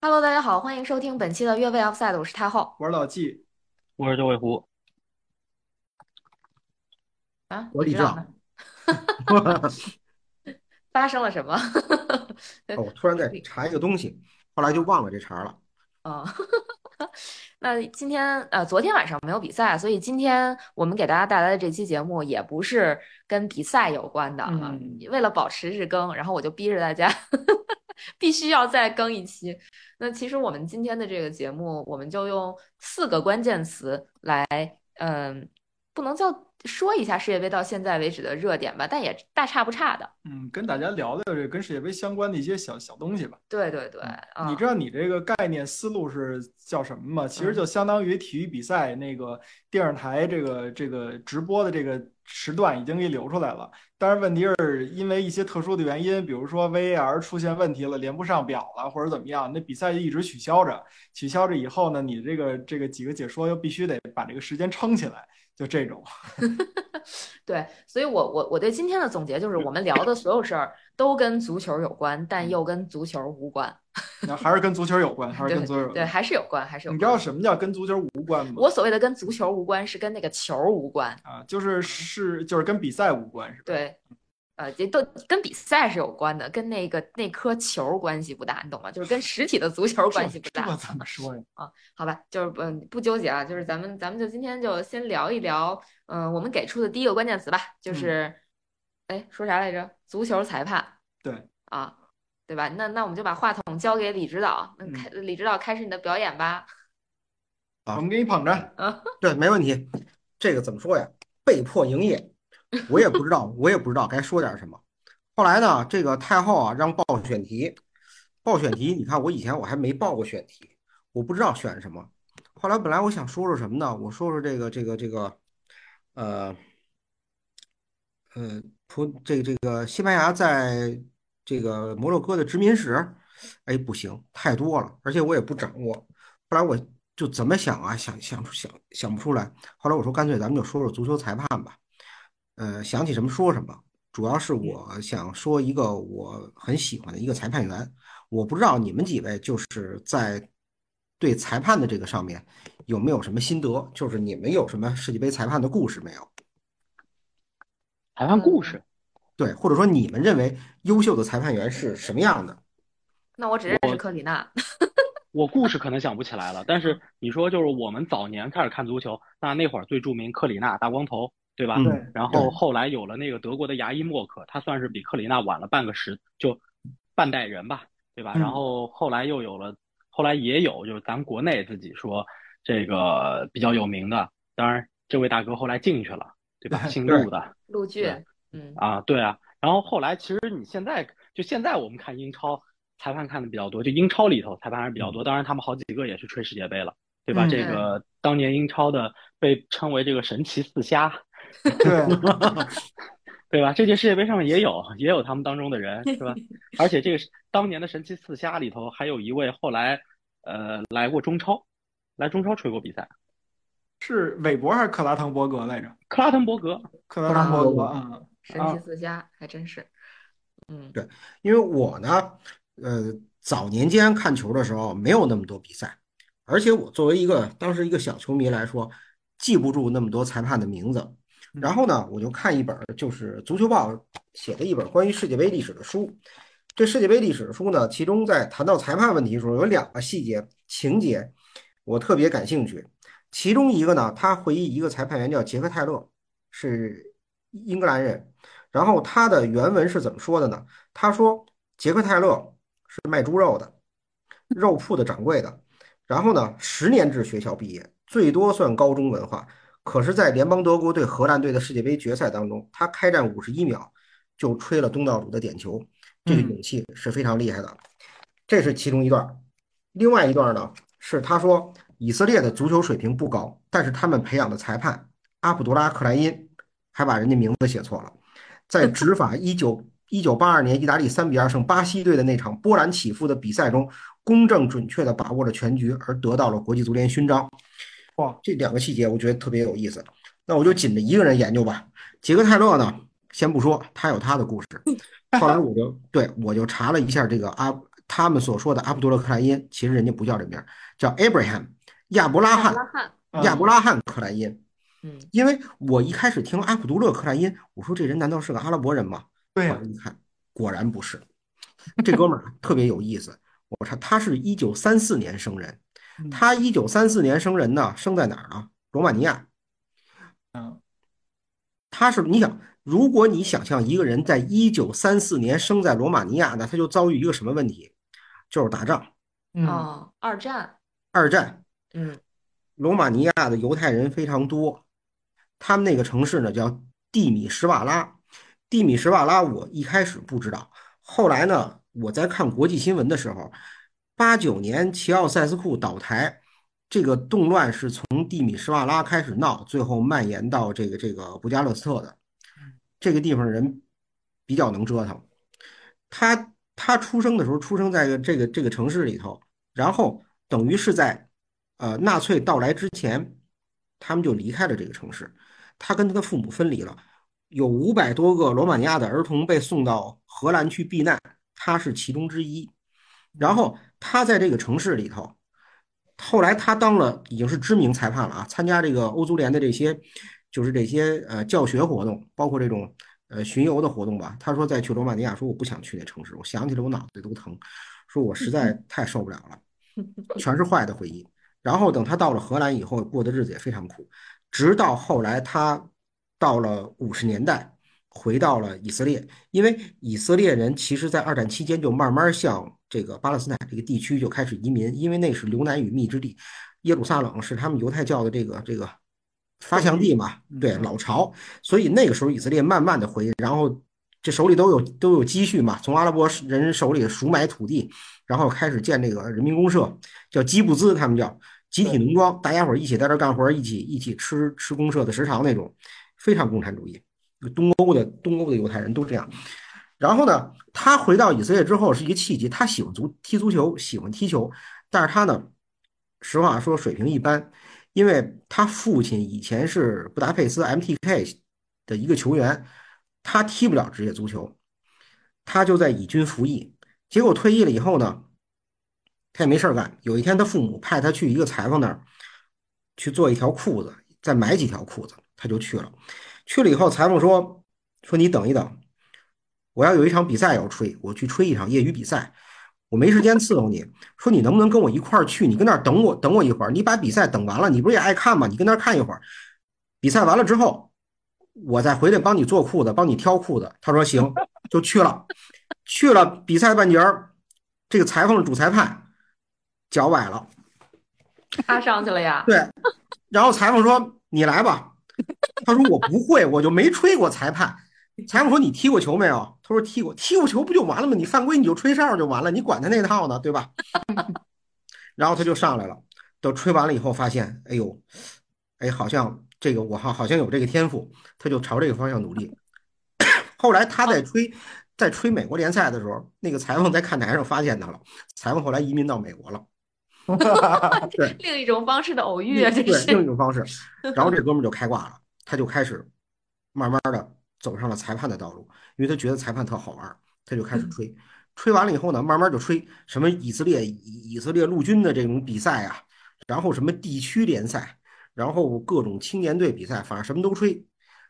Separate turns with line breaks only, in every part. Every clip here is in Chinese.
Hello，大家好，欢迎收听本期的越位 Offside，我是太后
玩老纪，
我是九尾狐，
啊，
我
你
李
知
正。
道呢？发生了什么？
哦，我突然在
你
查一个东西，后来就忘了这茬儿了。
哦， 那今天呃，昨天晚上没有比赛，所以今天我们给大家带来的这期节目也不是跟比赛有关的啊。
嗯，
为了保持日更，然后我就逼着大家 必须要再更一期。那其实我们今天的这个节目，我们就用四个关键词来，嗯、不能叫说一下世界杯到现在为止的热点吧，但也大差不差的。
嗯，跟大家聊聊这跟世界杯相关的一些小小东西吧。
对对对，
嗯，你
嗯
知道你这个概念思路是叫什么吗？其实就
嗯
相当于体育比赛那个电视台这个这个直播的这个时段已经给流出来了，但是问题是因为一些特殊的原因，比如说 VAR 出现问题了，连不上表了，或者怎么样，那比赛就一直取消着。取消着以后呢，你这个这个几个解说又必须得把这个时间撑起来，就这种。
对，所以我我我对今天的总结就是，我们聊的所有事儿都跟足球有关，但
嗯。
又跟足球无关。
那还是跟足球有关，还是跟
对
足球有
对，
关。
还是有关，还是有
你知道
关。
什么叫跟足球无关吗？
我所谓的跟足球无关，是跟那个球儿无关。
啊，就是
嗯，
是就是跟比赛无关，是吧？
对，呃，这都跟比赛是有关的，跟那个那颗球儿关系不大，你懂吗？就是跟实体的足球儿
这
关系不
这
大。
怎么说呀？
啊，好吧，就是嗯，不纠结啊，就是咱们咱们就今天就先聊一聊，嗯、我们给出的第一个关键词吧，就
嗯，
是，哎，说啥来着？足球裁判
对，
啊，对吧？那那我们就把话筒交给李指导，那开
嗯，
李指导开始你的表演吧。
我
好，
们给你捧着。
啊，
嗯
嗯，
嗯
嗯
嗯
嗯
嗯
嗯
嗯
嗯嗯嗯嗯嗯嗯
嗯嗯嗯嗯嗯嗯嗯
嗯
嗯
这个怎么说呀？被迫营业，我也不知道该说点什么。后来呢，这个太后啊让报选题，报选题，你看我以前我还没报过选题，我不知道选什么。后来本来我想说说什么呢？我说说这个这个这个，呃呃，葡这个这个西班牙在这个摩洛哥的殖民史，哎，不行，太多了，而且我也不掌握。后来我就怎么想啊，想想想想不出来。后来我说，干脆咱们就说说足球裁判吧。呃，想起什么说什么。主要是我想说一个我很喜欢的一个裁判员，我不知道你们几位就是在对裁判的这个上面有没有什么心得，就是你们有什么世界杯裁判的故事没有？
裁判故
嗯，
事，
对，或者说你们认为优秀的裁判员是什么样的？
那我只认识
我
科里娜。
我故事可能想不起来了，但是
嗯
你说就是我们早年开始看足球，那那会儿最著名克里纳大光头，对吧？
对
嗯然后
对，
后来有了那个德国的牙医默克，他算是比克里纳晚了半个时，就半代人吧，对吧？然
嗯
后后来又有了，后来也有就是咱们国内自己说这个比较有名的，当然这位大哥后来进去了，对 吧？姓
对
陆的，
陆
对。
俊，嗯
啊，对啊，然后后来其实你现在就现在我们看英超，裁判看的比较多，就英超里头裁判还是比较多。当然，他们好几个也去吹世界杯了，对吧？这
对，
嗯，
个当年英超的被称为这个神奇四瞎，
对，
对吧？这届世界杯上面也有也有他们当中的人，是吧？而且这个是当年的神奇四瞎里头还有一位后来呃来过中超，来中超吹过比赛，
是韦伯还是克拉滕伯格来着？
克拉滕伯格
克拉
克拉
滕
滕
伯
伯
啊，
格
格
啊，嗯
神奇
啊，
四侠还真是，嗯
对，
嗯
因为我呢，呃，早年间看球的时候没有那么多比赛，而且我作为一个当时一个小球迷来说，记不住那么多裁判的名字。然
嗯
后呢，我就看一本儿就是《足球报》写的一本关于世界杯历史的书。这世界杯历史书呢，其中在谈到裁判问题的时候，有两个细节情节我特别感兴趣。其中一个呢，他回忆一个裁判员叫杰克泰勒，是英格兰人。然后他的原文是怎么说的呢？他说杰克泰勒是卖猪肉的，肉铺的掌柜的。然后呢，十年制学校毕业，最多算高中文化。可是，在联邦德国对荷兰队的世界杯决赛当中，他开战五十一秒就吹了东道主的点球，这个
嗯
勇气是非常厉害的。这是其中一段儿。另外一段儿呢，是他说以色列的足球水平不高，但是他们培养的裁判阿卜杜拉·克莱因还把人家名字写错了，在执法一九一九八二年意大利三比二胜巴西队的那场波澜起伏的比赛中，公正准确地把握了全局，而得到了国际足联勋章。
哇，
这两个细节我觉得特别有意思。那我就紧着一个人研究吧。杰克泰勒 呢，先不说，他有他的故事。后来我就对我就查了一下这个阿他们所说的阿卜杜勒克莱因，其实人家不叫这名儿，叫 Abraham 亚伯拉
亚伯
罕
拉罕，
嗯
亚伯拉罕克莱因。
嗯，
因为我一开始听阿卜杜勒克莱因，我说这人难道是个阿拉伯人吗？
对
后
呀
来，一看，果然不是。这哥们儿特别有意思，我查他是一九三四年生人，
嗯
他一九三四年生人呢，生在哪儿呢？罗马尼亚。
嗯，
他是你想，如果你想象一个人在一九三四年生在罗马尼亚，那他就遭遇一个什么问题？就是打仗，啊
嗯，
哦，二战，
二战，
嗯
罗马尼亚的犹太人非常多，他们那个城市呢叫蒂米什瓦拉。蒂米什瓦拉我一开始不知道，后来呢，我在看国际新闻的时候，八九年齐奥塞斯库倒台，这个动乱是从蒂米什瓦拉开始闹，最后蔓延到这个这个布加勒斯特的。这个地方人比较能折腾，他他出生的时候出生在这个这个城市里头，然后等于是在呃纳粹到来之前，他们就离开了这个城市，他跟他的父母分离了，有五百多个罗马尼亚的儿童被送到荷兰去避难，他是其中之一。然后他在这个城市里头，后来他当了已经是知名裁判了啊，参加这个欧足联的这些，就是这些呃教学活动，包括这种呃巡游的活动吧。他说再去罗马尼亚，说我不想去那城市，我想起来我脑袋都疼，说我实在太受不了了，全是坏的回忆。然后等他到了荷兰以后，过的日子也非常苦，直到后来他到了五十年代。回到了以色列，因为以色列人其实，在二战期间就慢慢向这个巴勒斯坦这个地区就开始移民，因为那是流奶与蜜之地，耶路撒冷是他们犹太教的这个这个发祥地嘛，对，老巢。所以那个时候以色列慢慢的回，然后这手里都有都有积蓄嘛，从阿拉伯人手里赎买土地，然后开始建这个人民公社，叫基布兹，他们叫集体农庄，大家伙儿一起在这儿干活儿，一起一起吃吃公社的食堂那种，非常共产主义。东欧的东欧的犹太人都这样。然后呢，他回到以色列之后是一个契机，他喜欢足踢足球，喜欢踢球，但是他呢，实话说水平一般，因为他父亲以前是布达佩斯 MTK 的一个球员，他踢不了职业足球，他就在以军服役，结果退役了以后呢，他也没事儿干。有一天，他父母派他去一个裁缝那儿去做一条裤子，再买几条裤子，他就去了。去了以后，裁缝说：“说你等一等，我要有一场比赛要吹，我去吹一场业余比赛，我没时间伺候你。说你能不能跟我一块儿去？你跟那儿等我，等我一会儿。你把比赛等完了，你不是也爱看吗？你跟那儿看一会儿。比赛完了之后，我再回来帮你做裤子，帮你挑裤子。”他说：“行，就去了。去了比赛半截儿，这个裁缝主裁判脚崴了。”
他上去了呀，
对，然后裁缝说：“你来吧。”他说：“我不会，我就没吹过裁判。”裁缝说：“你踢过球没有？”他说：“踢过，踢过球不就完了吗？你犯规你就吹哨就完了，你管他那套呢，对吧？” 然后他就上来了，等吹完了以后发现，哎呦，哎，好像这个我好好像有这个天赋，他就朝这个方向努力。 后来他在吹，在吹美国联赛的时候，那个裁缝在看台上发现他了，裁缝后来移民到美国了。对，
另一种方式的偶遇
对，
啊，这
另一
是，
种 方式。然后这哥们儿就开挂了，他就开始慢慢的走上了裁判的道路，因为他觉得裁判特好玩儿，他就开始
嗯
吹。吹完了以后呢，慢慢就吹什么以色列以以色列陆军的这种比赛啊，然后什么地区联赛，然后各种青年队比赛，反正什么都吹。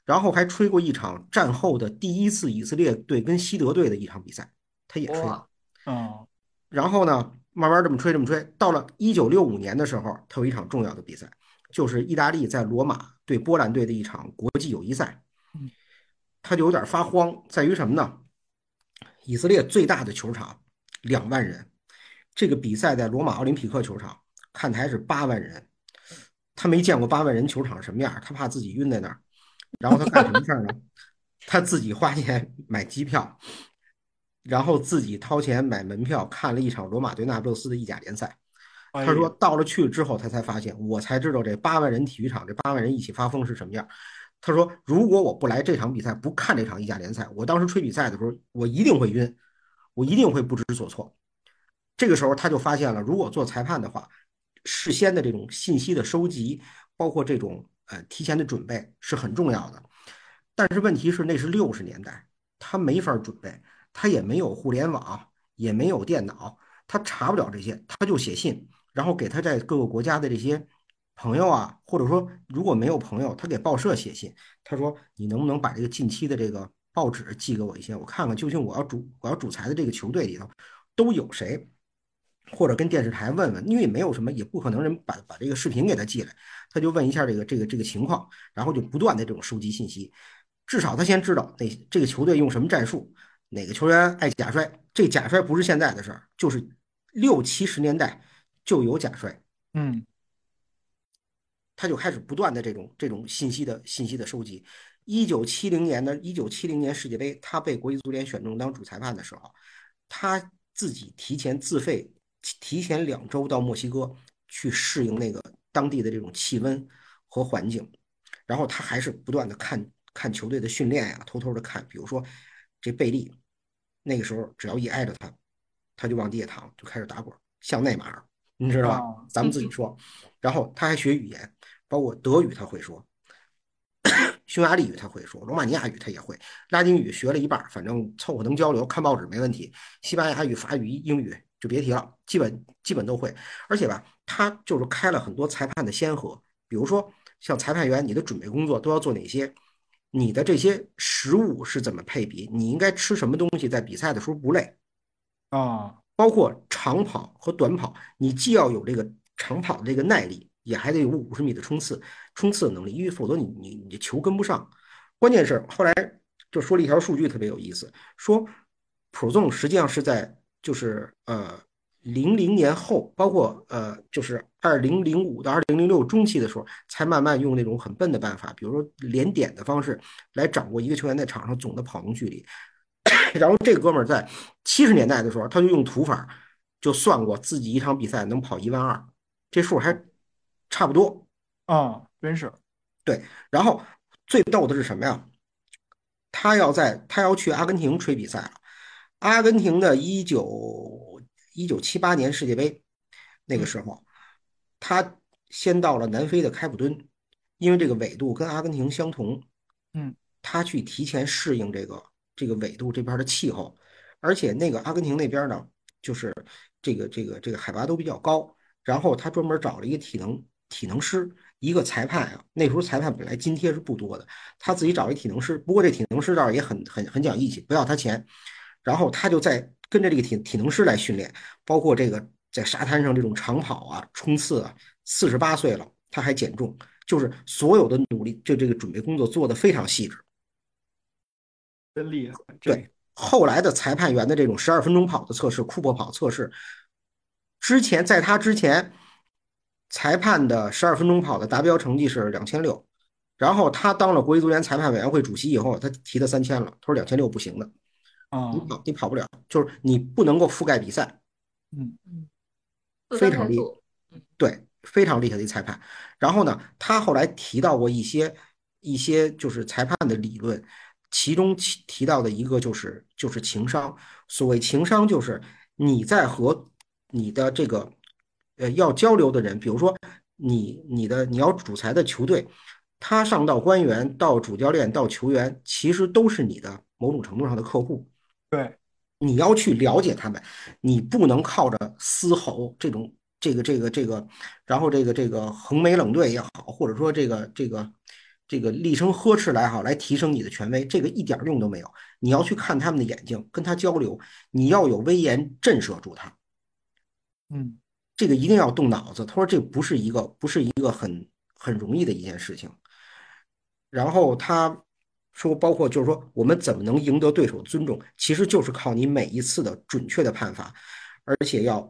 然后还吹过一场战后的第一次以色列队跟西德队的一场比赛，他也吹了。
哇，
嗯，
然后呢，慢慢这么吹，这么吹，到了一九六五年的时候，他有一场重要的比赛，就是意大利在罗马对波兰队的一场国际友谊赛
嗯。
他就有点发慌，在于什么呢？以色列最大的球场两万人，这个比赛在罗马奥林匹克球场，看台是八万人，他没见过八万人球场什么样，他怕自己晕在那儿。然后他干什么事儿呢？ 他自己花钱买机票，然后自己掏钱买门票看了一场罗马对那不勒斯的意甲联赛。
哎
他
呦
说到了去之后，他才发现，我才知道这八万人体育场，这八万人一起发疯是什么样。他说，如果我不来这场比赛，不看这场意甲联赛，我当时吹比赛的时候，我一定会晕，我一定会不知所措。这个时候他就发现了，如果做裁判的话，事先的这种信息的收集，包括这种呃提前的准备是很重要的。但是问题是，那是六十年代，他没法准备，他也没有互联网，也没有电脑，他查不了这些，他就写信，然后给他在各个国家的这些朋友啊，或者说如果没有朋友，他给报社写信，他说你能不能把这个近期的这个报纸寄给我一些，我看看究竟我要主我要主裁的这个球队里头都有谁，或者跟电视台问问，因为没有什么，也不可能人把把这个视频给他寄来，他就问一下这个这个这个情况，然后就不断的这种收集信息，至少他先知道哪这个球队用什么战术。哪个球员爱假摔？这假摔不是现在的事儿，就是六七十年代就有假摔。
嗯，
他就开始不断的这种这种信息的信息的收集。一九七零年的一九七零年世界杯，他被国际足联选中当主裁判的时候，他自己提前自费，提前两周到墨西哥去适应那个当地的这种气温和环境，然后他还是不断的看看球队的训练呀、啊，偷偷的看，比如说。这贝利，那个时候只要一挨着他，他就往地下躺，就开始打滚，像内马尔，你知道吧？
哦
咱们自己说。然后他还学语言，包括德语他会说， 匈牙利语他会说，罗马尼亚语他也会，拉丁语学了一半，反正凑合能交流，看报纸没问题。西班牙语、法语、英语就别提了，基本基本都会。而且吧，他就是开了很多裁判的先河，比如说像裁判员，你的准备工作都要做哪些？你的这些食物是怎么配比？你应该吃什么东西，在比赛的时候不累？
啊，
包括长跑和短跑，你既要有这个长跑的这个耐力，也还得有五十米的冲刺冲刺能力，因为否则你你你球跟不上。关键是后来就说了一条数据特别有意思，说 Prozone 实际上是在就是呃零零年后，包括呃就是二零零五到二零零六中期的时候，才慢慢用那种很笨的办法，比如说连点的方式来掌握一个球员在场上总的跑动距离。然后这哥们儿在七十年代的时候，他就用土法就算过自己一场比赛能跑一万二，这数还差不多。
啊，真是，
然后最逗的是什么呀？他要在他要去阿根廷吹比赛了。阿根廷的一九一九七八年世界杯那个时候，他先到了南非的开普敦，因为这个纬度跟阿根廷相同，
嗯，
他去提前适应这个这个纬度这边的气候，而且那个阿根廷那边呢，就是这个这个这个海拔都比较高，然后他专门找了一个体能体能师，一个裁判啊。那时候裁判本来津贴是不多的，他自己找一体能师，不过这体能师倒是也很很很讲义气，不要他钱。然后他就在跟着这个体体能师来训练，包括这个在沙滩上这种长跑啊、冲刺啊。四十八岁了，他还减重，就是所有的努力，就这个准备工作做得非常细致。
真厉害，
对后来的裁判员的这种十二分钟跑的测试、库珀跑测试，之前在他之前，裁判的十二分钟跑的达标成绩是两千六，然后他当了国际足联裁判委员会主席以后，他提到三千了，他说两千六不行的，
啊
你，跑你跑不了，就是你不能够覆盖比赛，
嗯
不
非
分
常
开
厉
组，
对，非常厉害的一裁判。然后呢，他后来提到过一些一些就是裁判的理论，其中其提到的一个就是就是情商。所谓情商，就是你在和你的这个呃要交流的人，比如说你你的你要主裁的球队，他上到官员到主教练到球员，其实都是你的某种程度上的客户。
对，
你要去了解他们，你不能靠着嘶吼这种这个这个这个，然后这个这个横眉冷对也好，或者说这个这个这个厉声呵斥来好，来提升你的权威，这个一点用都没有。你要去看他们的眼睛，跟他交流，你要有威严震慑住他，
嗯
这个一定要动脑子。他说这不是一个不是一个很很容易的一件事情。然后他说，包括就是说，我们怎么能赢得对手尊重，其实就是靠你每一次的准确的判罚，而且要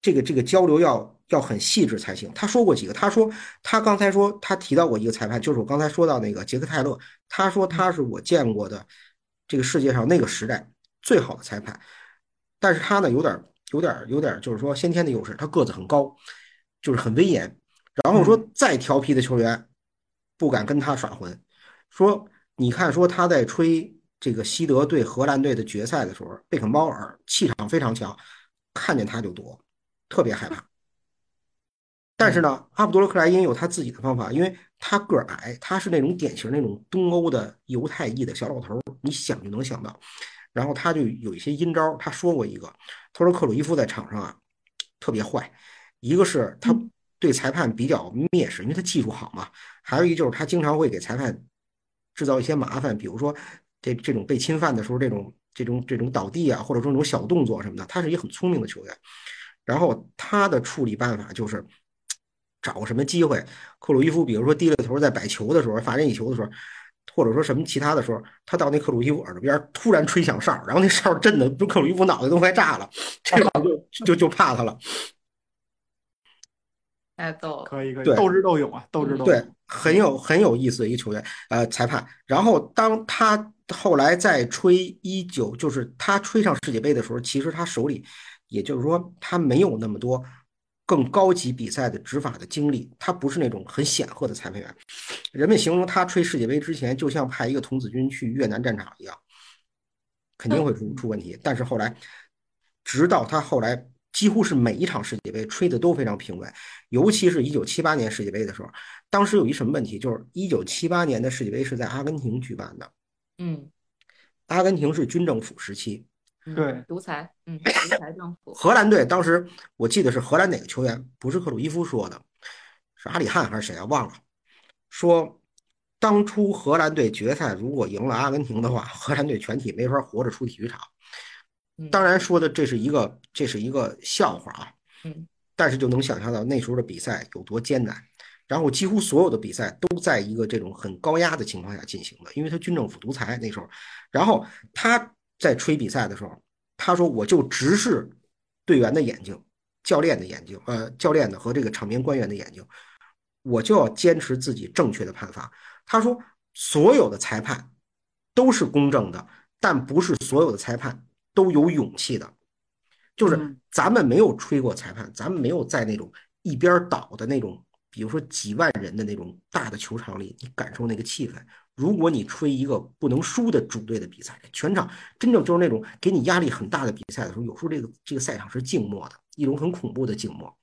这个这个交流要要很细致才行。他说过几个，他说他刚才说他提到过一个裁判，就是我刚才说到那个杰克泰勒，他说他是我见过的这个世界上那个时代最好的裁判，但是他呢有点儿有点儿有点儿就是说先天的优势，他个子很高，就是很威严。然后说再调皮的球员不敢跟他耍混，说你看说他在吹这个西德对荷兰队的决赛的时候，贝肯鲍尔气场非常强，看见他就躲，特别害怕。但是呢，阿卜杜勒克莱因有他自己的方法，因为他个儿矮，他是那种典型那种东欧的犹太裔的小老头儿，你想就能想到。然后他就有一些阴招儿，他说过一个，他说克鲁伊夫在场上啊特别坏，一个是他
嗯
对裁判比较蔑视，因为他技术好嘛，还有一就是他经常会给裁判制造一些麻烦，比如说这这种被侵犯的时候，这种这种这种倒地啊，或者说这种小动作什么的，他是一个很聪明的球员。然后他的处理办法就是找什么机会，克鲁伊夫比如说低了头在摆球的时候，罚任意球的时候，或者说什么其他的时候，他到那克鲁伊夫耳朵边儿突然吹响哨儿，然后那哨儿震的克鲁伊夫脑袋都快炸了，这种就就就怕他了。
太逗哎了。
可以可以，
对嗯
斗智斗勇啊，斗智斗
对
勇，，
很有很有意思的一个球员，呃，裁判。然后当他后来在吹一九，就是他吹上世界杯的时候，其实他手里，也就是说他没有那么多更高级比赛的执法的经历，他不是那种很显赫的裁判员。人们形容他吹世界杯之前，就像派一个童子军去越南战场一样，肯定会出出问题。但是后来，直到他后来。几乎是每一场世界杯吹的都非常平稳，尤其是一九七八年世界杯的时候，当时有一什么问题，就是一九七八年的世界杯是在阿根廷举办的，
嗯，
阿根廷是军政府时期，
嗯
对，
独裁， 嗯，独裁政府，
荷兰队当时我记得是荷兰哪个球员，不是克鲁伊夫说的，是阿里汉还是谁啊？忘了，说当初荷兰队决赛如果赢了阿根廷的话，荷兰队全体没法活着出体育场。
嗯
当然说的这是一个这是一个笑话啊，
嗯，
但是就能想象到那时候的比赛有多艰难。然后几乎所有的比赛都在一个这种很高压的情况下进行的，因为他军政府独裁那时候。然后他在吹比赛的时候，他说我就直视队员的眼睛、教练的眼睛、呃教练的和这个场边官员的眼睛，我就要坚持自己正确的判罚。他说所有的裁判都是公正的，但不是所有的裁判都有勇气的。就是
嗯
咱们没有吹过裁判，咱们没有在那种一边儿倒的那种，比如说几万人的那种大的球场里，你感受那个气氛。如果你吹一个不能输的主队的比赛，全场真正就是那种给你压力很大的比赛的时候，有时候这个这个赛场是静默的，一种很恐怖的静默。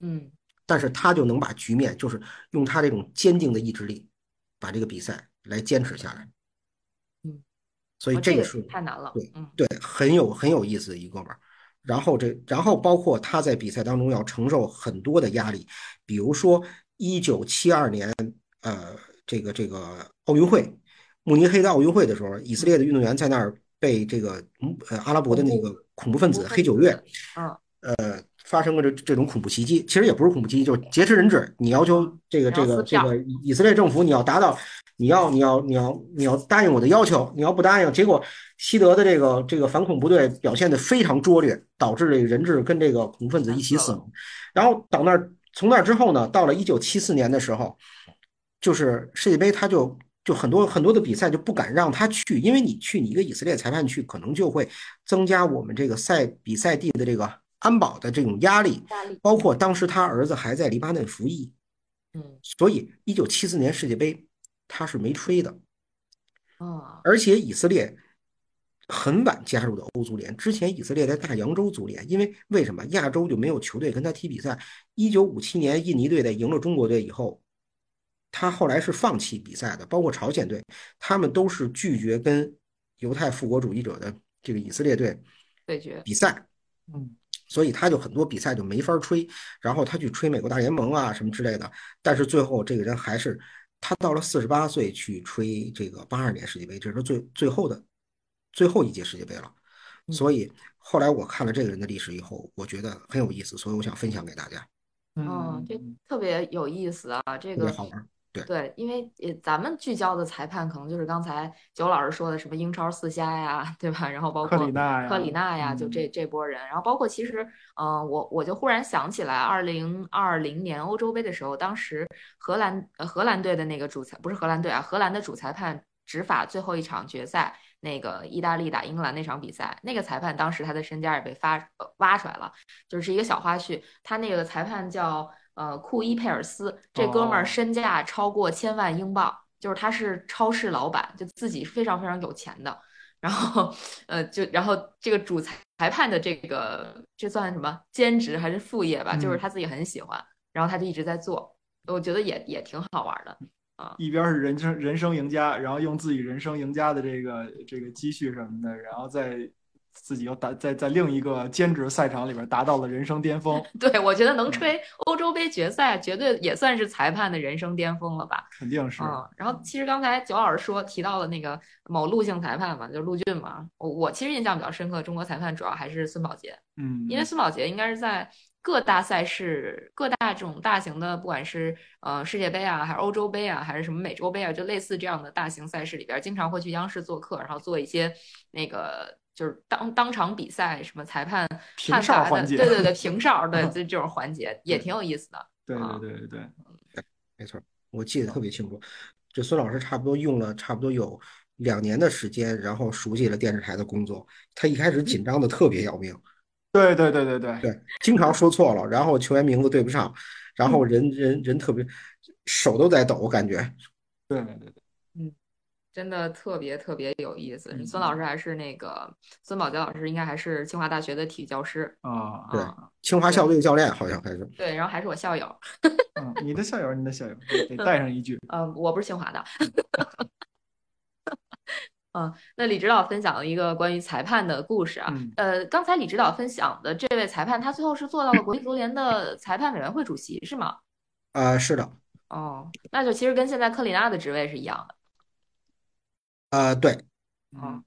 嗯
但是他就能把局面，就是用他这种坚定的意志力，把这个比赛来坚持下来。
嗯，
所以
哦
这
这
个
个
是
太难了，
对
嗯，
对，很有很有意思的一哥们儿。然后这，然后包括他在比赛当中要承受很多的压力，比如说一九七二年，呃，这个这个奥运会，慕尼黑的奥运会的时候，以色列的运动员在那儿被这个嗯呃阿拉伯的那个恐怖分子黑九月，
嗯，
发生过这这种恐怖袭击，其实也不是恐怖袭击，就是劫持人质。你要求这个
然后
这个
撕
这
票
个以以色列政府，你要达到，你要你要你要你要答应我的要求，你要不答应，结果西德的这个这个反恐部队表现得非常拙劣，导致这个人质跟这个恐怖分子一起死亡。然后到那儿，从那儿之后呢，到了一九七四年的时候，就是世界杯，他就就很多很多的比赛就不敢让他去，因为你去，你一个以色列裁判去，可能就会增加我们这个赛比赛地的这个安保的这种压力。
大力，
包括当时他儿子还在黎巴嫩服役，
嗯
所以一九七四年世界杯他是没吹的。
啊，
而且以色列很晚加入的欧足联，之前以色列在大洋洲足联，因为为什么亚洲就没有球队跟他踢比赛？一九五七年印尼队在赢了中国队以后，他后来是放弃比赛的，包括朝鲜队，他们都是拒绝跟犹太复国主义者的这个以色列队
对决，
比赛。
嗯
所以他就很多比赛就没法吹，然后他去吹美国大联盟啊什么之类的，但是最后这个人还是他到了四十八岁去吹这个八二年世界杯，这是最最后的最后一届世界杯了。
嗯
所以后来我看了这个人的历史以后，我觉得很有意思，所以我想分享给大家，
嗯
哦
嗯，
这
嗯
特别有意思啊，这
特别
个
好玩。
对，因为也咱们聚焦的裁判可能就是刚才九老师说的什么英超四瞎呀，对吧？然后包
克
括
里纳呀，
科里纳呀，就
嗯
这这波人。然后包括其实，嗯、我我就忽然想起来，二零二零年欧洲杯的时候，当时荷兰呃荷兰队的那个主裁不是荷兰队啊，荷兰的主裁判执法最后一场决赛，那个意大利打英格兰那场比赛，那个裁判当时他的身家也被发呃挖出来了，就是一个小花絮，他那个裁判叫呃库伊佩尔斯，这哥们儿
哦
身价超过千万英镑。就是他是超市老板，就自己非常非常有钱的，然后呃，就然后这个主裁裁判的这个这算什么兼职还是副业吧？就是
嗯
他自己很喜欢，然后他就一直在做，我觉得也也挺好玩的。 啊
一边是人生人生赢家，然后用自己人生赢家的这个这个积蓄什么的，然后再自己又达在在另一个兼职赛场里边达到了人生巅峰，
对，我觉得
嗯
能吹欧洲杯决赛，绝对也算是裁判的人生巅峰了吧。
肯定是。
嗯，然后其实刚才九老师说提到了那个某陆姓裁判嘛，就是陆俊嘛。我我其实印象比较深刻，中国裁判主要还是孙宝杰，
嗯，
因为孙宝杰应该是在各大赛事、各大这种大型的，不管是呃世界杯啊，还是欧洲杯啊，还是什么美洲杯啊，就类似这样的大型赛事里边，经常会去央视做客，然后做一些那个就是当当场比赛什么裁判
评
判
哨
罚
环
的，
节，嗯
对对对，评哨，对这这种环 节也挺有意思的。
对
啊
对对对对，
没错，我记得特别清楚。这孙老师差不多用了差不多有两年的时间，然后熟悉了电视台的工作。他一开始紧张的特别要命，
对对对对对
对，经常说错了，然后球员名字对不上，然
嗯
后人人人特别手都在抖，我感觉。
对对对，
真的特别特别有意思。
嗯
孙老师还是那个孙宝杰老师，应该还是清华大学的体育教师
啊，
对
啊。
清华校队教练好像还是
对，然后还是我校友，
嗯，你的校友，你的校友，得得带上一句，
嗯，我不是清华的。 嗯，那李指导分享了一个关于裁判的故事啊。
嗯
呃，刚才李指导分享的这位裁判，他最后是做到了国际足联的裁判委员会主席，是吗？
啊、是的，
哦，那就其实跟现在克里娜的职位是一样的。
啊，对，
嗯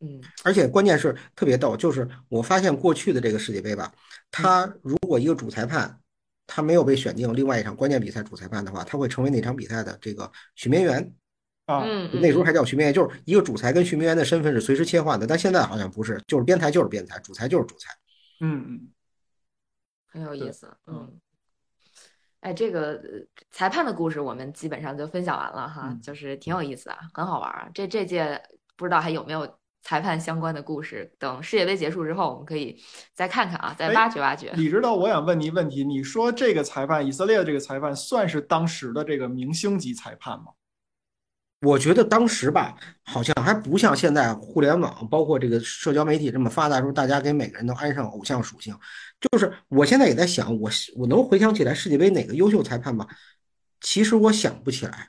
嗯
而且关键是特别逗，就是我发现过去的这个世界杯吧，他
嗯
如果一个主裁判他没有被选进另外一场关键比赛主裁判的话，他会成为那场比赛的这个巡边员。
啊，
嗯，
哦那时
嗯
候还叫巡边员，就是一个主裁跟巡边员的身份是随时切换的，但现在好像不是，就是边裁就是边裁，主裁就是主裁。
嗯嗯，
很有意
对
思，
嗯
嗯。哎，这个呃裁判的故事我们基本上就分享完了哈，
嗯
就是挺有意思啊，很好玩儿啊。这这届不知道还有没有裁判相关的故事，等世界杯结束之后，我们可以再看看啊，再
哎
挖掘挖掘。
李指导，我想问你一问题，你说这个裁判，以色列的这个裁判，算是当时的这个明星级裁判吗？
我觉得当时吧，好像还不像现在互联网，包括这个社交媒体这么发达，时候，大家给每个人都安上偶像属性。就是我现在也在想，我是我能回想起来世界杯哪个优秀裁判吗？其实我想不起来。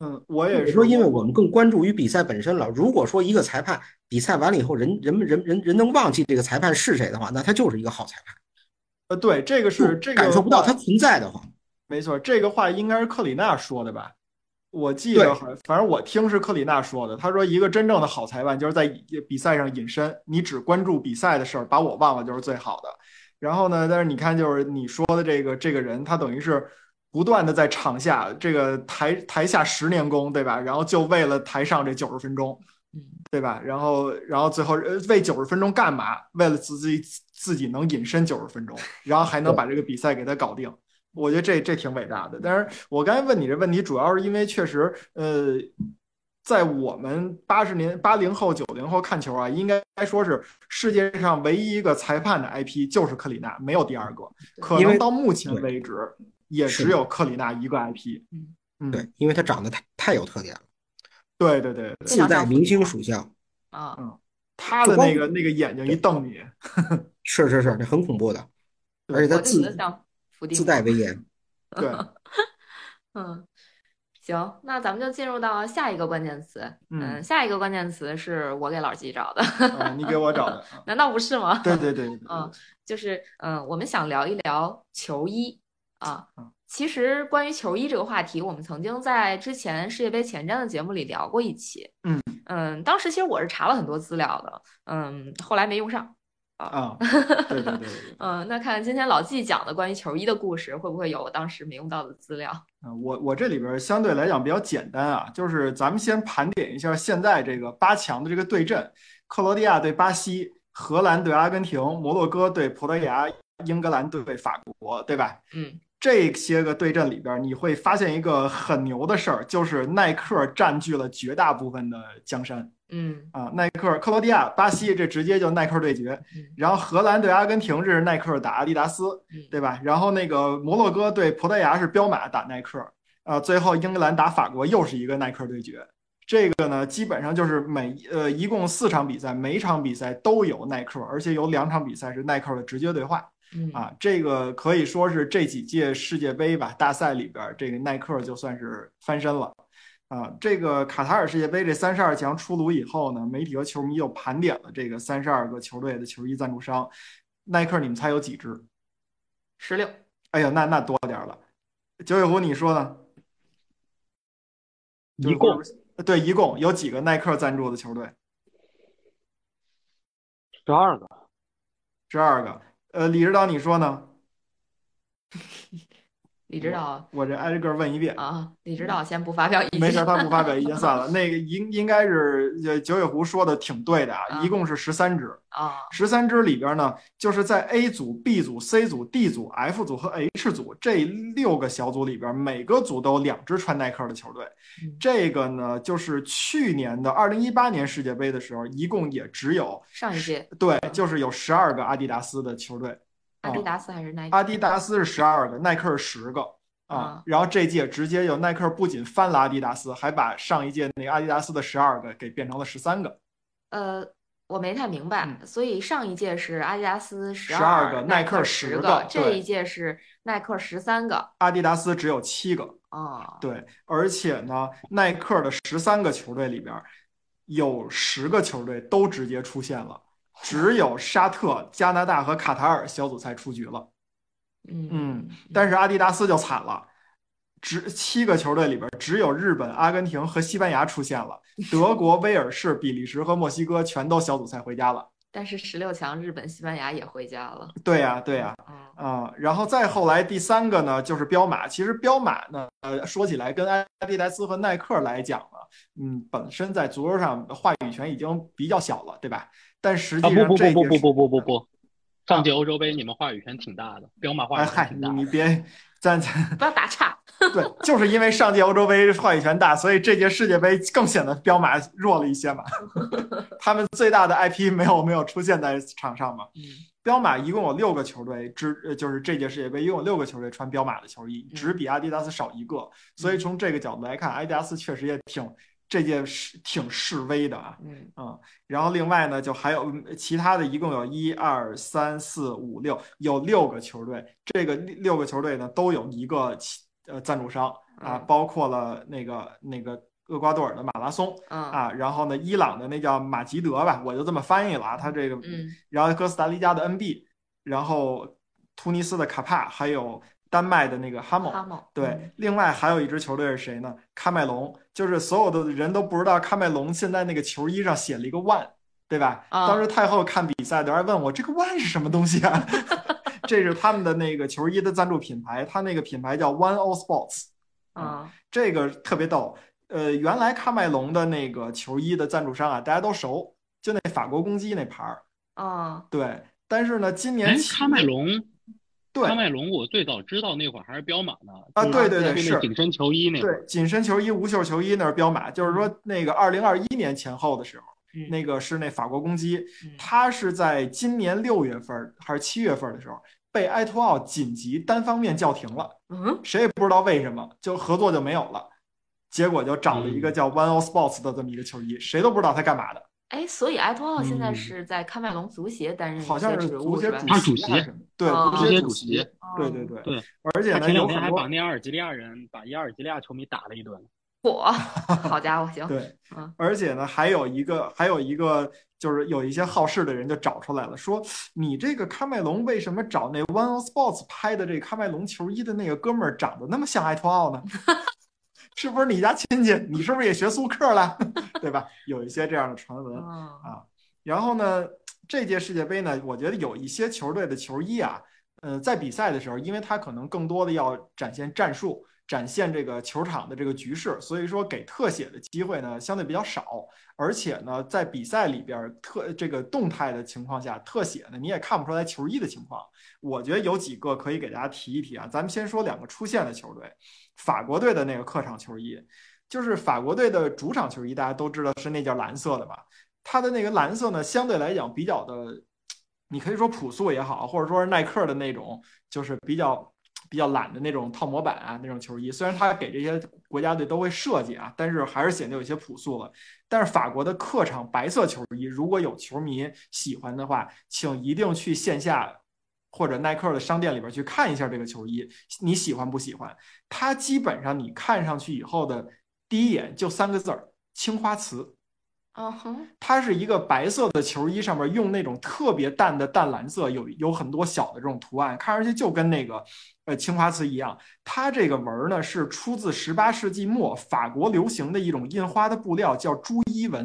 嗯，我
或
也
者
是，
说，因为我们更关注于比赛本身了。如果说一个裁判比赛完了以后，人人们人人人能忘记这个裁判是谁的话，那他就是一个好裁判。
呃，对，这个是这个
感受不到
话
他存在的话，
没错，这个话应该是克里娜说的吧？我记得
对
好像，反正我听是克里娜说的。她说，一个真正的好裁判就是在比赛上隐身，你只关注比赛的事儿，把我忘了就是最好的。然后呢，但是你看，就是你说的这个这个人，他等于是不断的在场下这个台台下十年功，对吧？然后就为了台上这九十分钟，
嗯，
对吧？然后然后最后呃为九十分钟干嘛？为了自己自己能隐身九十分钟，然后还能把这个比赛给他搞定。我觉得这这挺伟大的。但是我刚才问你这问题，主要是因为确实，呃，在我们八十年、八零后、九零后看球啊，应该说是世界上唯一一个裁判的 IP 就是克里纳，没有第二个。
对
可
因
能
为
到目前为止，也
是
只有克里纳一个 IP。
嗯
嗯，
对，因为他长得太太有特点了，
对对对对，
非
自
常
带
像
明星属性，
啊，
嗯他的那个那个眼睛一瞪你，
是是是，这很恐怖的，而且他
我就觉得
自
像伏地
自
魔。
带威严。
对，
嗯，行，那咱们就进入到下一个关键词。
嗯
嗯，下一个关键词是我给老纪找的，
啊，你给我找的，啊
难道不是吗？
对对对，对对
嗯，就是嗯，我们想聊一聊球衣啊
嗯。
其实关于球衣这个话题，我们曾经在之前世界杯前瞻的节目里聊过一期。
嗯
嗯，当时其实我是查了很多资料的，嗯，后来没用上。
啊，对对对对对。
嗯，那看看今天老纪讲的关于球衣的故事，会不会有我当时没用到的资料？
啊，我我这里边儿相对来讲比较简单啊，就是咱们先盘点一下现在这个八强的这个对阵：克罗地亚对巴西，荷兰对阿根廷，摩洛哥对葡萄牙，英格兰对法国，对吧？
嗯，
这些个对阵里边儿，你会发现一个很牛的事儿，就是耐克占据了绝大部分的江山
嗯
啊。耐克、克罗地亚、巴西这直接就耐克对决，
嗯
然后荷兰对阿根廷这是耐克打阿迪达斯，
嗯，
对吧？然后那个摩洛哥对葡萄牙是彪马打耐克，呃，最后英格兰打法国又是一个耐克对决。这个呢，基本上就是每呃一共四场比赛，每一场比赛都有耐克，而且有两场比赛是耐克的直接对话。
嗯
啊，这个可以说是这几届世界杯吧大赛里边儿，这个耐克就算是翻身了。啊，这个卡塔尔世界杯这三十二强出炉以后呢，媒体和球迷又盘点了这个三十二个球队的球衣赞助商，耐克你们猜有几支？
十六，
哎呀，那那多点儿了。九尾狐你说呢？
一共
对，一共有几个耐克赞助的球队？
十二个，
十二个。呃，李指导你说呢？
李指导
我这挨着个问一遍。
啊，李指导先不发表意见。
没事儿，他不发表意见算了。那个应应该是呃九尾狐说的挺对的啊，
啊
一共是十三支，
啊，
十三支里边呢，就是在 A 组、B 组、C 组、D 组、F 组和 H 组这六个小组里边，每个组都有两支穿耐克的球队
嗯。
这个呢，就是去年的二零一八年世界杯的时候，一共也只有
上一届
对，就是有十二个阿迪达斯的球队，
阿迪达斯还是 Nike？
哦阿迪达斯是十二个，耐克是十个啊
啊。
然后这届直接有耐克不仅翻了阿迪达斯，还把上一届那个阿迪达斯的十二个给变成了十三个，
呃，我没太明白，所以上一届是阿迪达斯十
12个耐
耐
克10
十
个
这
对
一届是耐克十三个。
阿迪达斯只有七个。
哦，
对，而且呢，耐克的十三个球队里边，有十个球队都直接出现了，只有沙特、加拿大和卡塔尔小组赛出局了。嗯
嗯，
但是阿迪达斯就惨了，只七个球队里边只有日本、阿根廷和西班牙出现了，德国、威尔士、比利时和墨西哥全都小组赛回家了。
但是十六强日本、西班牙也回家了。
对呀、对呀、
嗯
啊、然后再后来第三个呢，就是彪马。其实彪马呢，呃，说起来跟阿迪达斯和耐克来讲呢，嗯，本身在足球上话语权已经比较小了，对吧？但实
啊不
际上
不
这
不不
也
不
是
不不不不，上届欧洲杯你们话语权挺大的，彪马话
哎
语权
嗨，
挺
你
大
你
的。
别 咱咱
不要打 岔。
对，就是因为上届欧洲杯话语权大，所以这届世界杯更显得彪马弱了一些嘛。他们最大的 IP 没有没有出现在场上嘛。
嗯
彪马一共有六个球队，只呃就是这届世界杯一共有六个球队穿彪马的球衣，
嗯
只比阿迪达斯少一个。所以从这个角度来看，阿迪达斯确实也挺这届是挺示威的啊。
嗯
嗯，然后另外呢，就还有嗯其他的一共有一二三四五六，有六个球队，这个六六个球队呢都有一个其呃赞助商啊，
嗯
包括了那个那个厄瓜多尔的马拉松
嗯
啊，然后呢伊朗的那叫马吉德吧，我就这么翻译了啊，他这个，
嗯
然后哥斯达黎加的 NB，然后突尼斯的卡帕，还有丹麦的那个哈姆。
哈姆
对，另外还有一支球队是谁呢？喀麦隆，就是所有的人都不知道喀麦隆现在那个球衣上写了一个 one，对吧？
啊
当时太后看比赛的人还问我这个 one 是什么东西啊？ 这是他们的那个球衣的赞助品牌，它那个品牌叫 One All Sports，
啊
这个特别逗。呃，原来喀麦隆的那个球衣的赞助商啊，大家都熟，就那法国公鸡那牌儿，
啊
对。但是呢，今
哎，
年起
喀麦隆，
对
喀麦隆，我最早知道那会儿还是彪马呢。
啊
就是
对对
对
出那
是
紧身球衣那会儿。
对，紧身球衣、无袖球衣那是彪马，就是说那个二零二一年前后的时候，
嗯
那个是那法国公鸡，
嗯
它是在今年六月份儿还是七月份儿的时候被埃托奥紧急单方面叫停了，
嗯
谁也不知道为什么，就合作就没有了，结果就找了一个
嗯
叫 One All Sports 的这么一个球衣，谁都不知道他干嘛的，
哎，所以埃托奥现在
嗯
是在喀麦隆足协担任一
好
些
像是
职
足
务
协
是吧？
他是
嗯主
主
席
席
还是什么，对，
哦
足协
足
席
协，
对对对
对，
而且
他
呢
前
有
两天
很
还
多
把那阿尔及利亚人，把伊尔及利亚球迷打了一顿。
我好家伙，行，
对
嗯，
而且呢，还有一个，还有一个，就是有一些好事的人就找出来了，说你这个喀麦隆为什么找那 One on Sports 拍的这个喀麦隆球衣的那个哥们儿长得那么像埃托奥呢？ 是不是你家亲戚？你是不是也学苏克了？ 对吧？有一些这样的传闻。
嗯
啊然后呢，这届世界杯呢，我觉得有一些球队的球衣啊，呃，在比赛的时候，因为它可能更多的要展现战术，展现这个球场的这个局势，所以说给特写的机会呢相对比较少。而且呢，在比赛里边儿特这个动态的情况下，特写呢你也看不出来球衣的情况。我觉得有几个可以给大家提一提啊，咱们先说两个出现的球队，法国队的那个客场球衣，就是法国队的主场球衣，大家都知道是那件蓝色的吧？它的那个蓝色呢，相对来讲比较的，你可以说朴素也好，或者说是耐克的那种，就是比较比较懒的那种套模板啊那种球衣。虽然它给这些国家队都会设计啊，但是还是显得有些朴素了。但是法国的客场白色球衣，如果有球迷喜欢的话，请一定去线下或者耐克的商店里边去看一下这个球衣，你喜欢不喜欢？它基本上你看上去以后的第一眼就三个字儿：青花瓷。
嗯哼，
它是一个白色的球衣，上面用那种特别淡的淡蓝色，有有很多小的这种图案，看上去就跟那个呃青花瓷一样。它这个纹儿呢是出自十八世纪末法国流行的一种印花的布料，叫朱衣纹。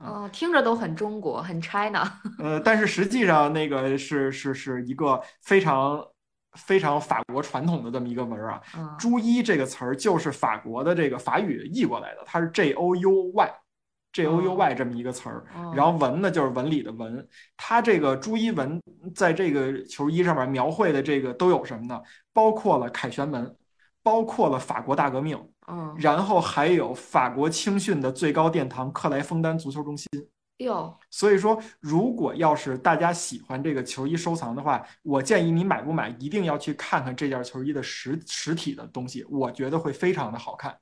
嗯
哦，听着都很中国，很 China。
呃，但是实际上那个是是是一个非常非常法国传统的这么一个纹儿啊。
嗯
朱衣这个词儿就是法国的这个法语译过来的，它是 J O U Y。J O U Y 这么一个词儿，
哦
然后文呢就是纹理的纹，它这个朱一纹在这个球衣上面描绘的这个都有什么呢？包括了凯旋门，包括了法国大革命，
嗯，
然后还有法国青训的最高殿堂克莱枫丹足球中心。
哟，
所以说，如果要是大家喜欢这个球衣收藏的话，我建议你买不买，一定要去看看这件球衣的实实体的东西，我觉得会非常的好看。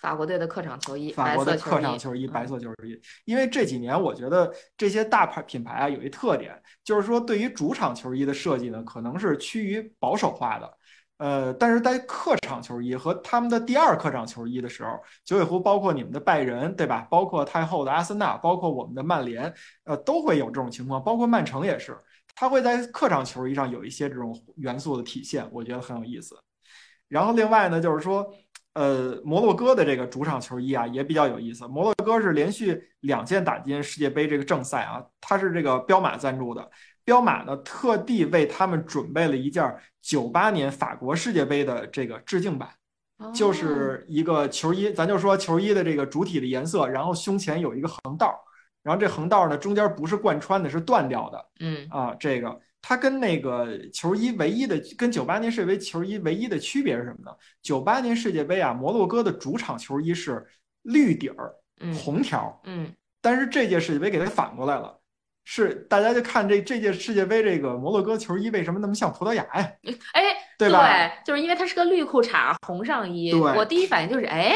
法国队的客场球衣，嗯
法
白
国的
色
客场球衣，白色球衣，因为这几年我觉得这些大牌品牌啊有一特点，就是说对于主场球衣的设计呢，可能是趋于保守化的。呃，但是在客场球衣和他们的第二客场球衣的时候，九尾狐包括你们的拜仁，对吧？包括太后的阿森纳，包括我们的曼联，呃，都会有这种情况，包括曼城也是，它会在客场球衣上有一些这种元素的体现，我觉得很有意思。然后另外呢，就是说，呃，摩洛哥的这个主场球衣啊也比较有意思。摩洛哥是连续两届打进世界杯这个正赛啊，它是这个彪马赞助的。彪马呢特地为他们准备了一件九八年法国世界杯的这个致敬版，
衣
就
哦
是一个球衣，咱就说球衣的这个主体的颜色，然后胸前有一个横道儿，然后这横道儿呢中间不是贯穿的，是断掉的。
嗯
啊，这个它跟那个球衣唯一的跟九八年世界杯球衣唯一的区别是什么呢？九八年世界杯啊，摩洛哥的主场球衣是绿底儿
嗯
红条儿，
嗯
但是这届世界杯给它反过来了。是，大家就看这这届世界杯，这个摩洛哥球衣为什么那么像葡萄牙呀？
哎，
对吧？
就是因为它是个绿裤衩、红上衣，
对
我第一反应就是，哎，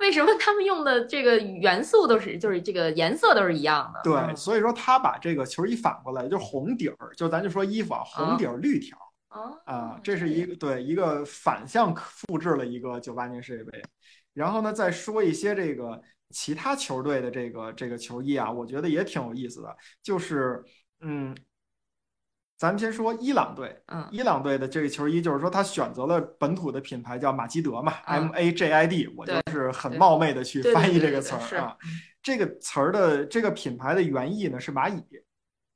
为什么他们用的这个元素都是，就是这个颜色都是一样的？
对，
嗯
所以说他把这个球衣反过来，就是红底儿，就咱就说衣服啊，红底儿绿条儿
哦
啊，这是一个对一个反向复制了一个九八年世界杯。然后呢，再说一些这个其他球队的这个这个球衣啊，我觉得也挺有意思的。就是，嗯，咱们先说伊朗队，
嗯
伊朗队的这个球衣，就是说他选择了本土的品牌叫马基德嘛
啊
，M A J I D，我就
对
是很
对
冒昧的去
对对
翻译
对
这个
对
词
对是嗯
儿啊。这个词儿的这个品牌的原意呢是蚂蚁，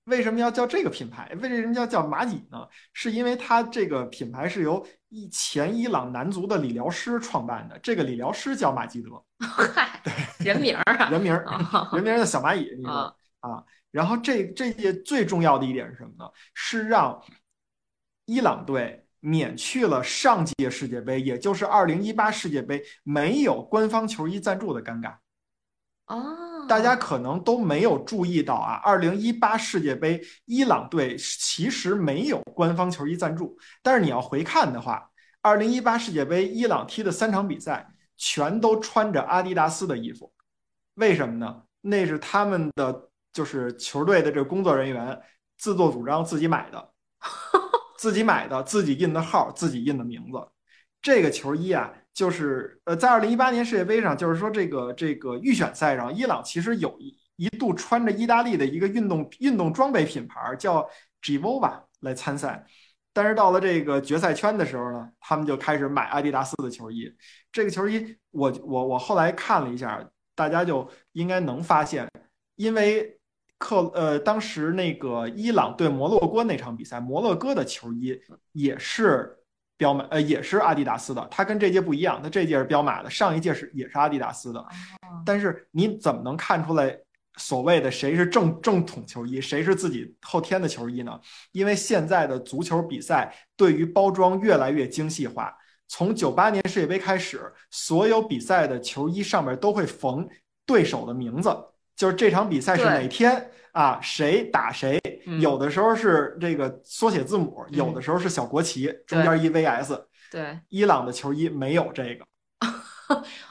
为什么要叫这个品牌？为什么要叫蚂蚁呢？是因为它这个品牌是由一前伊朗男足的理疗师创办的，这个理疗师叫马基德，
嗨，人名儿啊，
人名儿，
啊
人名儿叫小蚂蚁，你说
啊
啊。然后这这届最重要的一点是什么呢？是让伊朗队免去了上届世界杯，也就是二零一八世界杯没有官方球衣赞助的尴尬。
哦，
大家可能都没有注意到啊，二零一八世界杯伊朗队其实没有官方球衣赞助，但是你要回看的话，二零一八世界杯伊朗踢的三场比赛全都穿着阿迪达斯的衣服，为什么呢？那是他们的就是球队的这个工作人员自作主张自己买的，自己买的，自己印的号，自己印的名字。这个球衣啊，就是呃，在二零一八年世界杯上，就是说这个这个预选赛上，伊朗其实有一一度穿着意大利的一个运动运动装备品牌儿叫 Givova 来参赛，但是到了这个决赛圈的时候呢，他们就开始买阿迪达斯的球衣。这个球衣我我我后来看了一下，大家就应该能发现，因为克呃，当时那个伊朗对摩洛哥那场比赛，摩洛哥的球衣也是彪马，呃，也是阿迪达斯的。它跟这届不一样，它这届是彪马的，上一届是也是阿迪达斯的。
哦
但是你怎么能看出来所谓的谁是正正统球衣，谁是自己后天的球衣呢？因为现在的足球比赛对于包装越来越精细化，从九八年世界杯开始，所有比赛的球衣上面都会缝对手的名字，就是这场比赛是
对
哪天啊，谁打谁。
嗯
有的时候是这个缩写字母，
嗯
有的时候是小国旗，中间一 VS。
对
伊朗的球衣没有这个，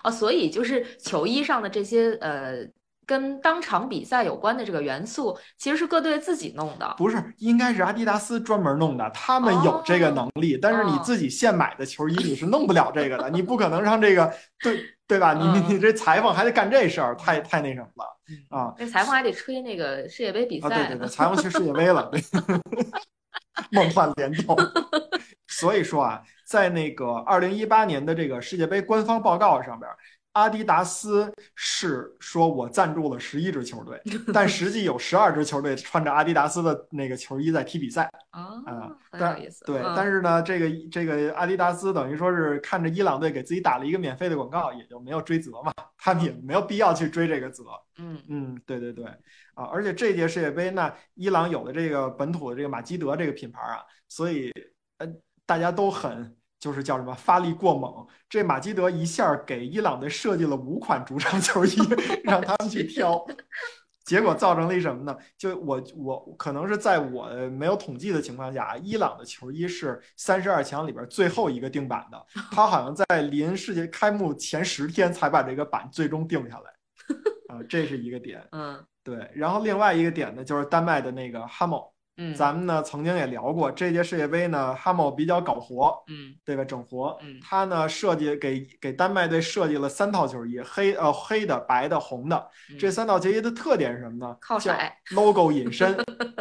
哦，所以就是球衣上的这些呃跟当场比赛有关的这个元素，其实是各队自己弄的。
不是，应该是阿迪达斯专门弄的，他们有这个能力，但是你
哦
自己现买的球衣你是弄不了这个的，你不可能让这个对对吧？你
嗯
你你这裁缝还得干这事儿，太太那什么了啊
那裁缝还得吹那个世界杯比
啊！对
赛
对
呢
对，。裁缝去世界 杯了，对梦幻联动。 所以说啊，在那个二零一八年的这个世界杯官方报告上边儿，阿迪达斯是说我赞助了十一支 球队，但实际有十二支球队穿着阿迪达斯的那个球衣在踢比赛。
啊
嗯，
很
但
有意思。
对，
嗯
但是呢，这个这个阿迪达斯等于说是看着伊朗队给自己打了一个免费的广告，也就没有追责嘛，他们也没有必要去追这个责。
嗯
嗯，对对对，啊，而且这届世界杯呢，伊朗有了这个本土的这个马基德这个品牌啊，所以呃，大家都很就是叫什么发力过猛，这马基德一下儿给伊朗队设计了五款主场球衣， 让他们去挑。结果造成了一什么呢？就我我可能是在我没有统计的情况下啊，伊朗的球衣是三十二强里边最后一个定版的，他好像在临世界开幕前十天才把这个版最终定下来。啊，这是一个点。
嗯
对，然后另外一个点呢，就是丹麦的那个哈姆，
嗯，
咱们呢曾经也聊过，这届世界杯呢，哈姆比较搞活，
嗯
对吧？整活，
嗯
他呢设计给给丹麦队设计了三套球衣，黑呃黑的、白的、红的，
嗯
这三套球衣的特点是什么呢？
靠
叫
海
logo 隐身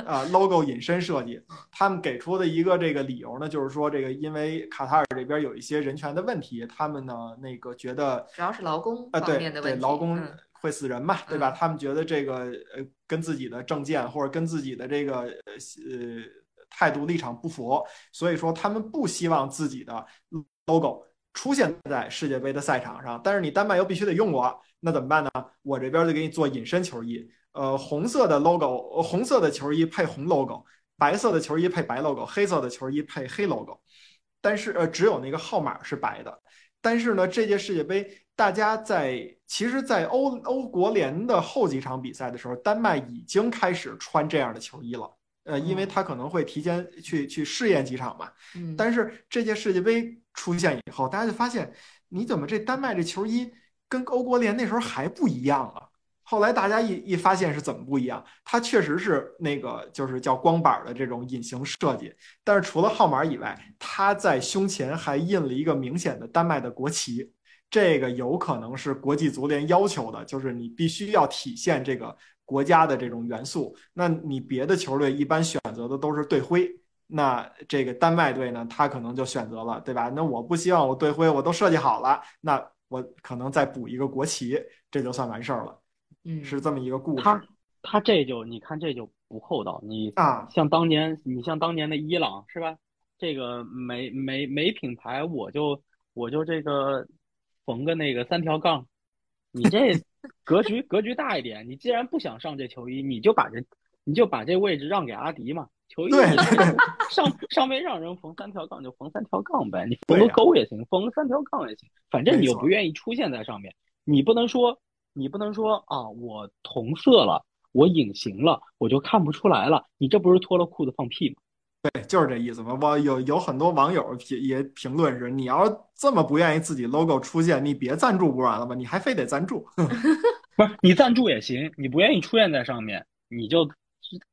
啊、l o g o 隐身设计。他们给出的一个这个理由呢，就是说这个因为卡塔尔这边有一些人权的问题，他们呢那个觉得
主要是劳工
啊，
方
对
面的
对，
问题
劳工
嗯
会死人嘛，对吧？他们觉得这个呃，跟自己的政见或者跟自己的这个呃呃态度立场不符，所以说他们不希望自己的 logo 出现在世界杯的赛场上。但是你丹麦又必须得用我，那怎么办呢？我这边就给你做隐身球衣，呃，红色的 logo，呃红色的球衣配红 logo，白色的球衣配白 logo，黑色的球衣配黑 logo。但是呃，只有那个号码是白的，但是呢，这届世界杯，大家在其实，在欧欧国联的后几场比赛的时候，丹麦已经开始穿这样的球衣了。呃，因为他可能会提前去去试验几场嘛。
嗯，
但是这届世界杯出现以后，大家就发现，你怎么这丹麦这球衣跟欧国联那时候还不一样啊？后来大家一一发现是怎么不一样，它确实是那个就是叫光板的这种隐形设计，但是除了号码以外，它在胸前还印了一个明显的丹麦的国旗。这个有可能是国际足联要求的，就是你必须要体现这个国家的这种元素。那你别的球队一般选择的都是队徽，那这个丹麦队呢，他可能就选择了，对吧？那我不希望我队徽我都设计好了，那我可能再补一个国旗，这就算完事儿了，
嗯
是这么一个故事
他他这就你看这就不厚道，你
啊。
像当年你像当年的伊朗是吧？这个每每每品牌我就我就这个缝个那个三条杠，你 这格局格局大一点，你既然不想上这球衣，你就把这你就把这位置让给阿迪嘛。球衣
对
你上上上面让人缝三条杠就缝三条杠呗，你缝
对
个
呀
钩也行，缝个三条杠也行，反正你又
没错
不愿意出现在上面，你不能说你不能说啊，我同色了，我隐形了，我就看不出来了，你这不是脱了裤子放屁吗？
对，就是这意思嘛。我有有很多网友评也评论是，你要是这么不愿意自己 logo 出现，你别赞助不完了吧？你还非得赞助？
不是，你赞助也行，你不愿意出现在上面，你就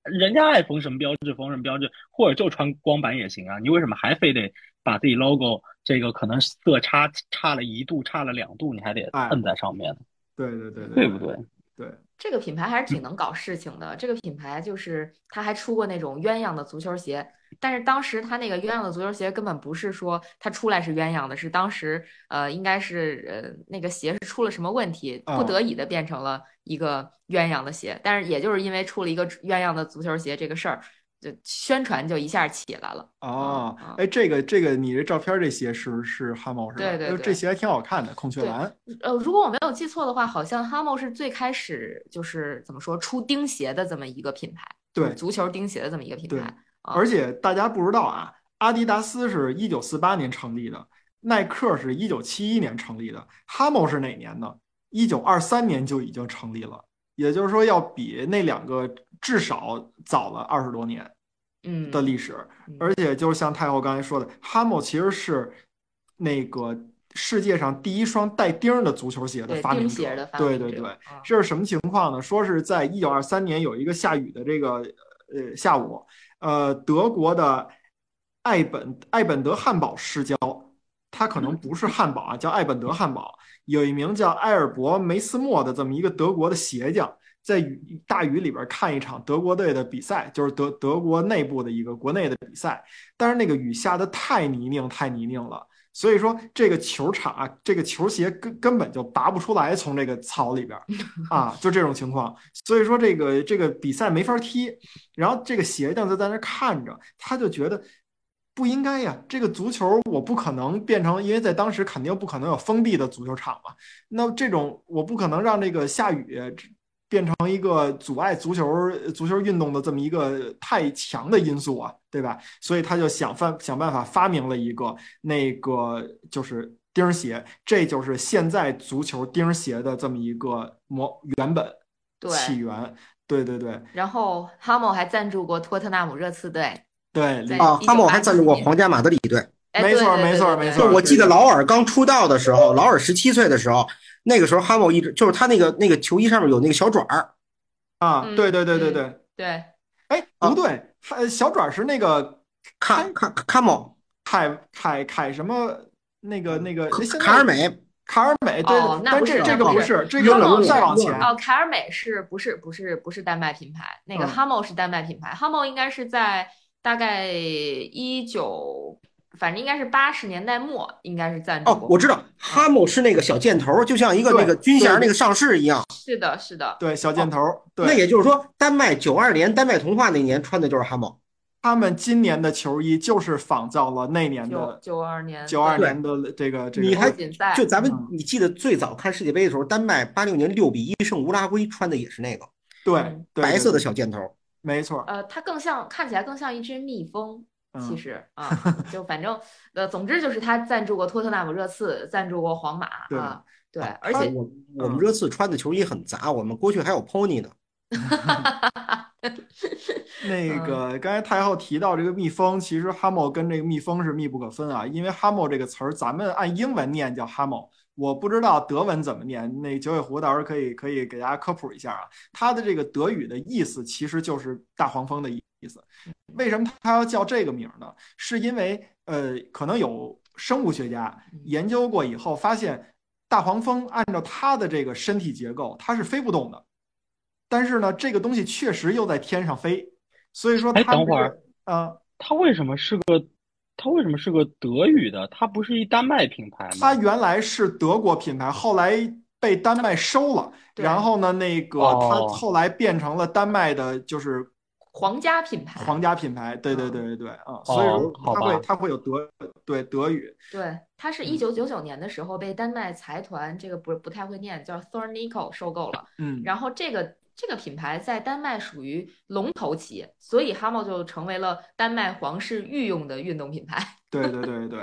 人家爱缝什么标志缝什么标志，或者就穿光板也行啊，你为什么还非得把自己 logo 这个可能色差差了一度，差了两度，你还得
哎
摁在上面呢，
对对对
对不对？
对，
这个品牌还是
嗯
挺能搞事情的。这个品牌就是它还出过那种鸳鸯的足球鞋，但是当时它那个鸳鸯的足球鞋根本不是说它出来是鸳鸯的，是当时呃应该是呃那个鞋是出了什么问题，
啊
不得已的变成了一个鸳鸯的鞋。但是也就是因为出了一个鸳鸯的足球鞋这个事儿，就宣传就一下起来了。
哦
啊，
哎，这个这个，你这照片这鞋是是哈毛是吧？
对对
哎呦
对
这鞋还挺好看的，孔雀蓝。
呃，如果我没有记错的话，好像 Hamo 是最开始就是怎么说出钉鞋的这么一个品牌，就是
对
足球钉鞋的这么一个品
对
牌。啊
而且大家不知道啊，阿迪达斯是一九四八年成立的，耐克是一九七一年成立的，哈姆是哪年呢？一九二三年就已经成立了，也就是说要比那两个至少早了二十多年
嗯
的历史。
嗯
而且就是像太后刚才说的，哈姆其实是那个世界上第一双带钉儿的足球鞋的
对
发
钉
明者
鞋。的发
对
明
对
者
对，
啊
这是什么情况呢？说是在一九二三年有一个下雨的这个呃下午，呃，德国的艾本艾本德汉堡市郊，它可能不是汉堡啊，叫艾本德汉堡，有一名叫埃尔伯梅斯默的这么一个德国的鞋匠。在雨大雨里边看一场德国队的比赛，就是德德国内部的一个国内的比赛，但是那个雨下的太泥泞太泥泞了，所以说这个球场啊，这个球鞋根根本就拔不出来，从这个草里边儿啊，就这种情况。所以说这个这个比赛没法踢，然后这个鞋匠就在那儿看着，他就觉得不应该呀，这个足球我不可能变成，因为在当时肯定不可能有封闭的足球场嘛，那这种我不可能让这个下雨。变成一个阻碍足球足球运动的这么一个太强的因素啊，对吧？所以他就想办想办法发明了一个那个就是钉儿鞋，这就是现在足球钉儿鞋的这么一个模原本
对
起源。对对对
然后哈姆还赞助过托特纳姆热刺队，
对，里
在
啊，哈姆还赞助过
1984年
皇家马德里队。
哎，
没
对
错
对
没
对对
错没
对
错
就我记得劳尔刚出道的时候，劳尔十七岁的时候，那个时候哈姆一直就是他那个那个球衣上面有那个小爪儿，
啊，
嗯
对对对对
嗯
对，
对，
哎，
哦
不对，还小转是那个
卡卡卡姆
凯凯凯什么那个那个现在
卡尔美，
卡尔美对
哦，那
但
不
这
是
这个
不
不
是
是，这个
英格兰
再往
队
前
哦，凯尔美是不是不是不是丹麦品牌？那个
嗯
Hummel 是丹麦品牌，Hummel 应该是在大概一九，反正应该是八十年代末，应该是赞助
哦，
过。
我知道哈姆是那个小箭头，就像一个
对
那个军衔
对
那个上市一样。
是的，是的，
对小箭头对。
哦那也就是说，丹麦九二年丹麦童话那年穿的就是哈姆。
他们今年的球衣就是仿造了那年
九
的
九二年，
九二年的这个这个。
你还
锦赛，
就咱们
嗯
你记得最早看世界杯的时候，丹麦八六年六比一胜乌拉圭穿的也是那个
对
嗯
对
白色的
对
小箭头。
没错，
呃，它更像看起来更像一只蜜蜂，其
嗯，
实啊，就反正呃，总之就是他赞助过托特纳姆热刺，赞助过皇马
对
啊，对，
啊
而且
我我们这次穿的球衣很杂，我们过去还有 pony 呢。
那个刚才太后提到这个蜜蜂，其实 Hummel 跟这个蜜蜂是密不可分啊，因为 Hummel 这个词儿咱们按英文念叫 Hummel，我不知道德文怎么念，那九尾狐到时候可以可以给大家科普一下啊，它的这个德语的意思其实就是大黄蜂的意意思。为什么它要叫这个名儿呢？是因为呃，可能有生物学家
嗯
研究过以后发现，大黄蜂按照它的这个身体结构，它是飞不动的。但是呢，这个东西确实又在天上飞，所以说
哎
它
等会儿
啊、呃
它为什么是个它为什么是个德语的？它不是一丹麦品牌
它
吗？
原来是德国品牌，后来被丹麦收了。
对
然后呢，那个它
哦
后来变成了丹麦的，就是
皇家品牌，
皇家品牌。对对
嗯
对对对，啊，所以说
哦好
它
吧
会它会有德对德语。
对，它
嗯
是一九九九年的时候被丹麦财团这个不不太会念叫 Thornico 收购了，
嗯，
然后这个这个品牌在丹麦属于龙头企业，所以 Hummel 就成为了丹麦皇室御用的运动品牌。
对对对对，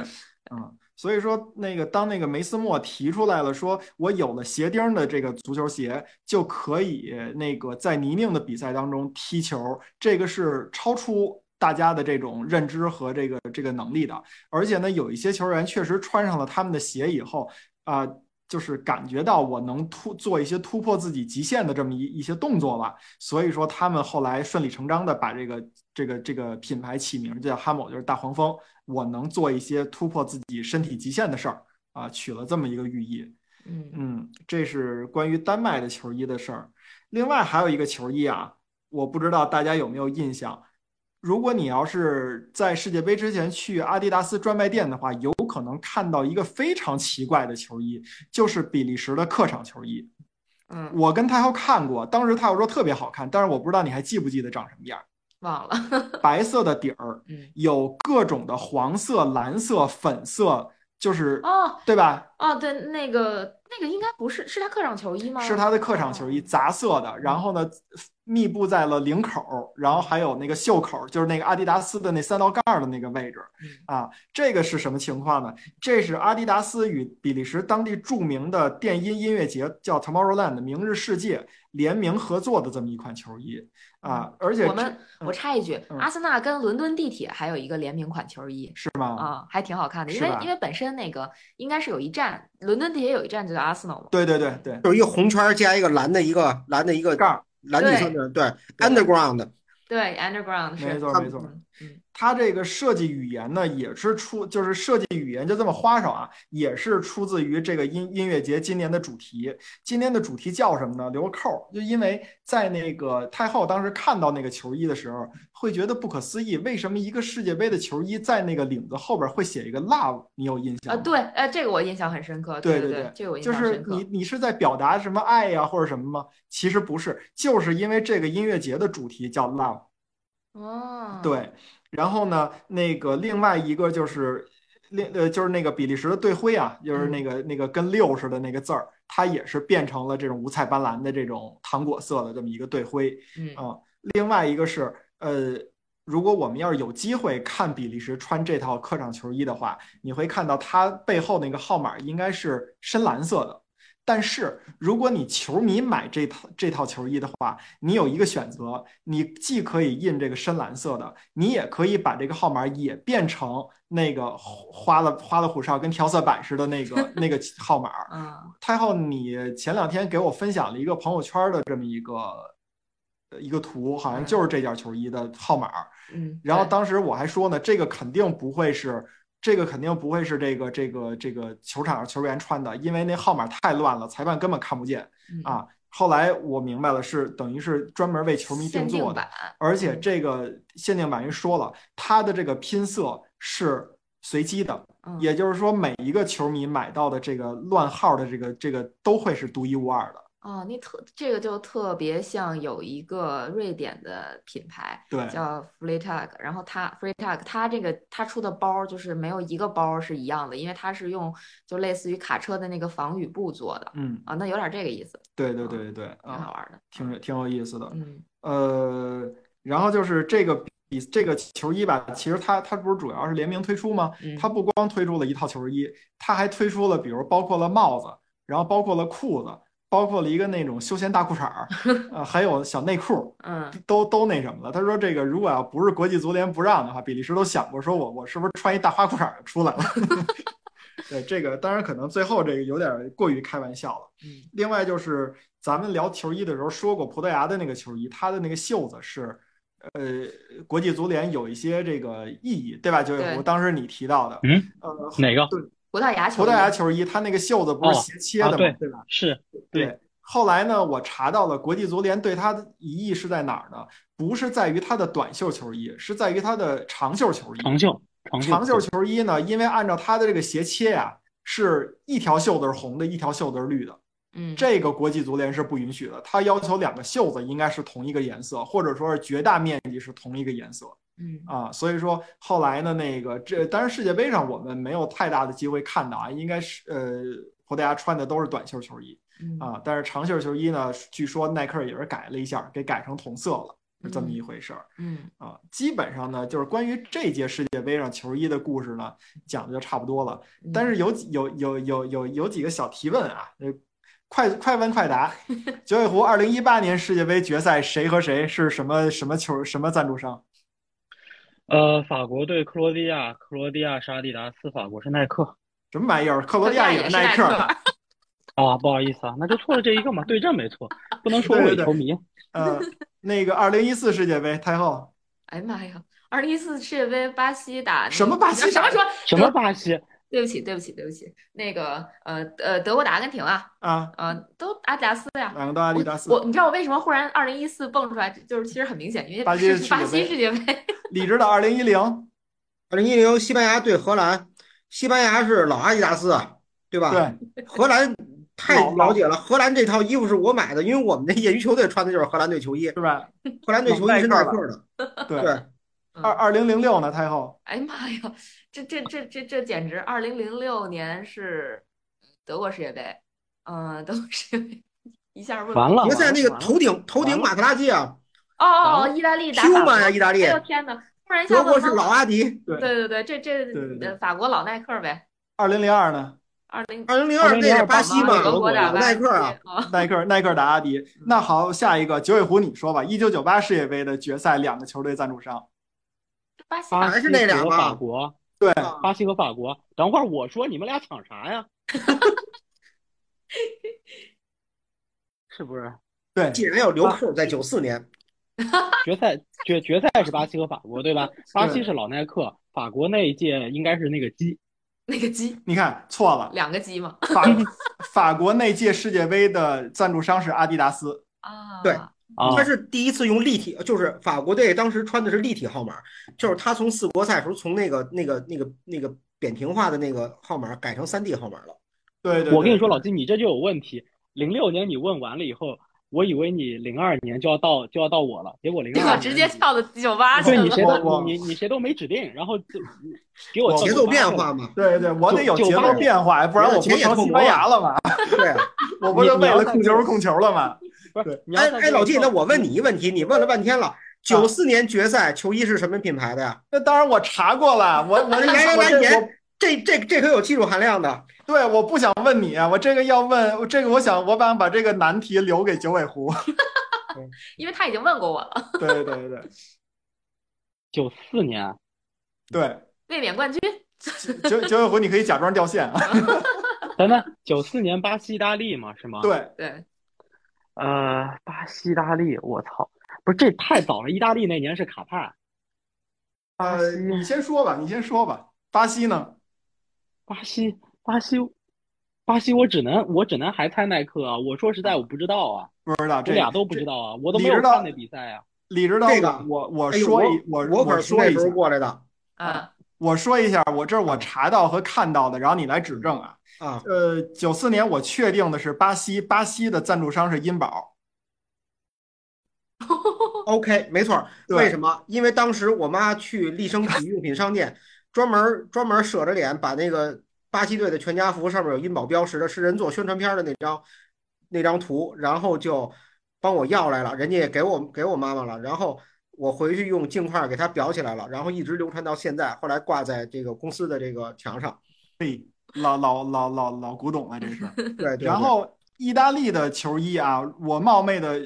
嗯，所以说那个当那个梅斯莫提出来了，说我有了鞋钉儿的这个足球鞋，就可以那个在泥泞的比赛当中踢球，这个是超出大家的这种认知和这个这个能力的。而且呢，有一些球员确实穿上了他们的鞋以后啊、就是感觉到我能突做一些突破自己极限的这么一一些动作了，所以说他们后来顺理成章的把这个这个这个品牌起名叫哈姆，就是大黄蜂。我能做一些突破自己身体极限的事儿啊，取了这么一个寓意。
嗯，
嗯，这是关于丹麦的球衣的事儿。另外还有一个球衣啊，我不知道大家有没有印象。如果你要是在世界杯之前去阿迪达斯专卖店的话，有可能看到一个非常奇怪的球衣，就是比利时的客场球衣。
嗯，
我跟太后看过，当时太后说特别好看，但是我不知道你还记不记得长什么样儿。
忘了。
白色的底儿，
嗯，
有各种的黄色、蓝色、粉色，就是
哦
对吧？
哦，对，那个那个应该不是，是他客场球衣吗？哦
是他的客场球衣，杂色的，然后呢，密布在了领口，然后还有那个袖口，就是那个阿迪达斯的那三道杠的那个位置
嗯
啊。这个是什么情况呢？这是阿迪达斯与比利时当地著名的电音音乐节叫 Tomorrowland 明日世界联名合作的这么一款球衣。啊，而且
我们
嗯
我插一句，
嗯
阿森纳跟伦敦地铁还有一个联名款球衣
是吗？
啊，还挺好看的，因
是
为
吧
因为本身那个应该是有一站，伦敦地铁有一站就叫阿森纳嘛。
对对对对，
有一个红圈儿加一个蓝的一个蓝的一个
盖儿，
蓝底色的，对
对
underground，
对，Underground 是
没错
他
没错。
嗯嗯
它这个设计语言呢，也是出就是设计语言就这么花哨啊，也是出自于这个音音乐节今年的主题。今年的主题叫什么呢？留扣儿。就因为在那个太后当时看到那个球衣的时候，会觉得不可思议，为什么一个世界杯的球衣在那个领子后边会写一个 love？你有印象
啊，
吗？
对，哎，这个我印象很深刻，
对
对
对对
这个我印
就
象
是
深刻
你，你是在表达什么爱呀、或者什么吗？其实不是，就是因为这个音乐节的主题叫 love。
哦，
对，然后呢，那个另外一个就是另呃，就是那个比利时的队徽啊，就是那个那个跟六似的那个字儿，它也是变成了这种五彩斑斓的这种糖果色的这么一个队徽。
嗯，
啊另外一个是呃，如果我们要是有机会看比利时穿这套客场球衣的话，你会看到它背后那个号码应该是深蓝色的。但是如果你球迷买这套这套球衣的话，你有一个选择，你既可以印这个深蓝色的，你也可以把这个号码也变成那个花了花了虎哨跟调色板似的那个那个号码。
啊，
太后，你前两天给我分享了一个朋友圈的这么一个呃一个图，好像就是这件球衣的号码。
嗯，
然后
对
当时我还说呢，这个肯定不会是，这个肯定不会是这个这个这个球场上球员穿的，因为那号码太乱了，裁判根本看不见
嗯
啊。后来我明白了，是等于是专门为球迷定
限定
做的
版，，
而且
嗯
这个限定版人说了，它的这个拼色是随机的，
嗯
也就是说，每一个球迷买到的这个乱号的这个这个都会是独一无二的。
哦，那特这个就特别像有一个瑞典的品牌
对，
叫 Freetag，然后它 Freetag 它这个它出的包儿就是没有一个包儿是一样的，因为它是用就类似于卡车的那个防雨布做的
嗯，
啊，那有点这个意思，
对对对对对，
挺嗯好
啊，
玩的，
挺挺有意思的。
嗯
呃，然后就是这个比这个球衣吧，其实它它不是主要是联名推出吗？
嗯，
它不光推出了一套球衣，它还推出了比如包括了帽子，然后包括了裤子，包括了一个那种休闲大裤衩儿，啊，还有小内裤。
嗯
都都那什么了。他说这个如果要不是国际足联不让的话，比利时都想过说我我是不是穿一大花裤衩儿就出来了？ 对，这个当然可能最后这个有点过于开玩笑了。
嗯
另外就是咱们聊球衣的时候说过，葡萄牙的那个球衣，它的那个袖子是。呃，国际足联有一些这个意义，对吧？九尾狐，
对
当时你提到的，
嗯，
呃，
哪个？
葡萄牙
葡
球
萄牙
衣
球衣它那个袖子不是
哦
斜切
啊
的
对
嘛，对吧？
是对
对，后来呢，我查到了国际足联对它的疑义是在哪儿呢？不是在于它的短袖球衣，是在于它的长袖球衣。
长袖，长袖，
长袖球衣呢，因为按照它的这个斜切呀、是一条袖子是红的，一条袖子是绿的，
嗯
这个国际足联是不允许的。它要求两个袖子应该是同一个颜色，或者说是绝大面积是同一个颜色。
嗯
啊，所以说后来呢，那个这当然世界杯上我们没有太大的机会看到啊，应该是呃葡萄牙穿的都是短袖球衣
嗯
啊，但是长袖球衣呢，据说耐克也是改了一下，给改成同色了，是这么一回事儿
嗯
啊。基本上呢，就是关于这届世界杯上球衣的故事呢，讲的就差不多了。
嗯
但是有几有有有有有几个小提问啊，呃快快问 快答。九尾狐二零一八年世界杯决赛谁和谁是什么什么球什么赞助商？
呃，法国对克罗地亚，克罗地亚是阿迪达斯，法国是耐克。
什么玩意儿？克罗地亚也
也
是
是
耐克
克
儿。，
啊，不好意思啊，那就错了这一个嘛，对阵没错，不能说伪球迷。
呃，那个二零一四世界杯太后，
哎呀妈呀，二零一四世界杯巴西打
什
那
么巴
个
西
什么
打
说
什么巴西？
对不起对不起对不起，那个呃呃德国打阿根廷啊，
啊，
呃都阿迪达斯呀。
两个都阿迪达斯。
我你知道我为什么忽然二零一四蹦出来？就是其实很明显，因为
巴西
是
世界
巴西
杯
世界杯，
李指导二零一零，
二零一零西班牙对荷兰，西班牙是老阿迪达斯，啊对
啊
吧？
对，
荷兰太
老
了解了，荷兰这套衣服是我买的，因为我们的业余球队穿的就是荷兰队球衣，
是吧？
荷兰队球衣是耐克的。
对，
对，
嗯
二二零零六呢？太后，
哎呀妈呀，这这这这这简直！二零零六年是德国世界杯，嗯、德国世界杯一下问
完了
决赛那个
完了
头顶头顶马特拉基啊，
哦哦，哦，
完
意大利打
彪
法国，
马呀，意大利
哎，呦天哪！突然一下
德
问
国是
懵
老
了，
阿迪，
对对对，这
对对
这
对
呃法国老耐克呗，
二零零二呢？
二零
二零零二那也巴西嘛，
德国打
有
巴
耐
西
克啊，
啊，
耐克耐克打阿迪。
嗯
那好，下一个九尾狐你说吧。一九九八世界杯的决赛，两个球队赞助商，
巴西啊
巴
打
还
西
是那俩
和
吧
法国，
对
巴西和法国。等会儿我说你们俩抢啥呀？ 是不是
对
既然要留扣，在九四年，
决赛决决赛是巴西和法国对吧？巴西是老耐克，法国那一届应该是那个鸡。
那个鸡，
你看错了，
两个鸡嘛，
法 法国那届世界杯的赞助商是阿迪达斯，
啊，
对
啊
他，是第一次用立体，就是法国队当时穿的是立体号码，就是他从四国赛时候从那个那个那个那个扁平化的那个号码改成三 D 号码了。
对对，
我跟你
对
说，老金，你这就有问题。零六年你问完了以后，我以为你零二年就要到就要到我了，结果零
结
二
果直接跳到九八去
对你谁
了。
我
都你你谁都没指定，然后 就给我
我
跳
哦节
98
奏变
去了
化嘛，
对对，我得有
九
节
九八
奏
年
变化，不然我不
钱也
成
控
西
不
班
了
牙了 吗？
对啊。
我不
你
是
你
为
要
了
看
控球
这
儿
个
控球儿了吗？
不是，你要
哎
再
哎，
给我
老季，
跳
那我问你一问题，你问了半天了，九四年决赛球衣是什么品牌的呀？
那当然，我查过了，我我
来来来，严，这这这可有技术含量的。
对，我不想问你啊，我这个要问，我这个我想，我想把这个难题留给九尾狐。
因为他已经问过我了，
对对对对
九四年，啊
对，
卫冕冠军
九九尾狐，你可以假装掉线啊。
等等，九四年巴西意大利嘛是吗？，
对，
对，
呃，巴西意大利，我操，不是这太早了，意大利那年是卡帕，
呃，你先说吧，你先说吧。巴西呢？
巴西巴西巴西，我只能我只能还猜耐克啊，我说实在我不知道啊，
不知道
我
这
俩都不知道啊，我都没
你
有
知道
看那比赛啊，
你知道
这个
吗我我
哎呦
说一我
我可是从
说
那
一
时
下
候，过来的
啊，
我说一下，我这是我查到和看到的，然后你来指正啊。
啊。
呃，九四年我确定的是巴西，巴西的赞助商是茵宝。
OK，没错儿。
对
为什么？因为当时我妈去丽生体育用品商店，专门专门舍着脸把那个巴西队的全家福上面有茵宝标识的是人做宣传片儿的那张那张图，然后就帮我要来了，人家也给我给我妈妈了，然后我回去用镜块给它裱起来了，然后一直流传到现在，后来挂在这个公司的这个墙上。
老老老老老古董了，这是。
对对对
然后意大利的球衣啊，我冒昧的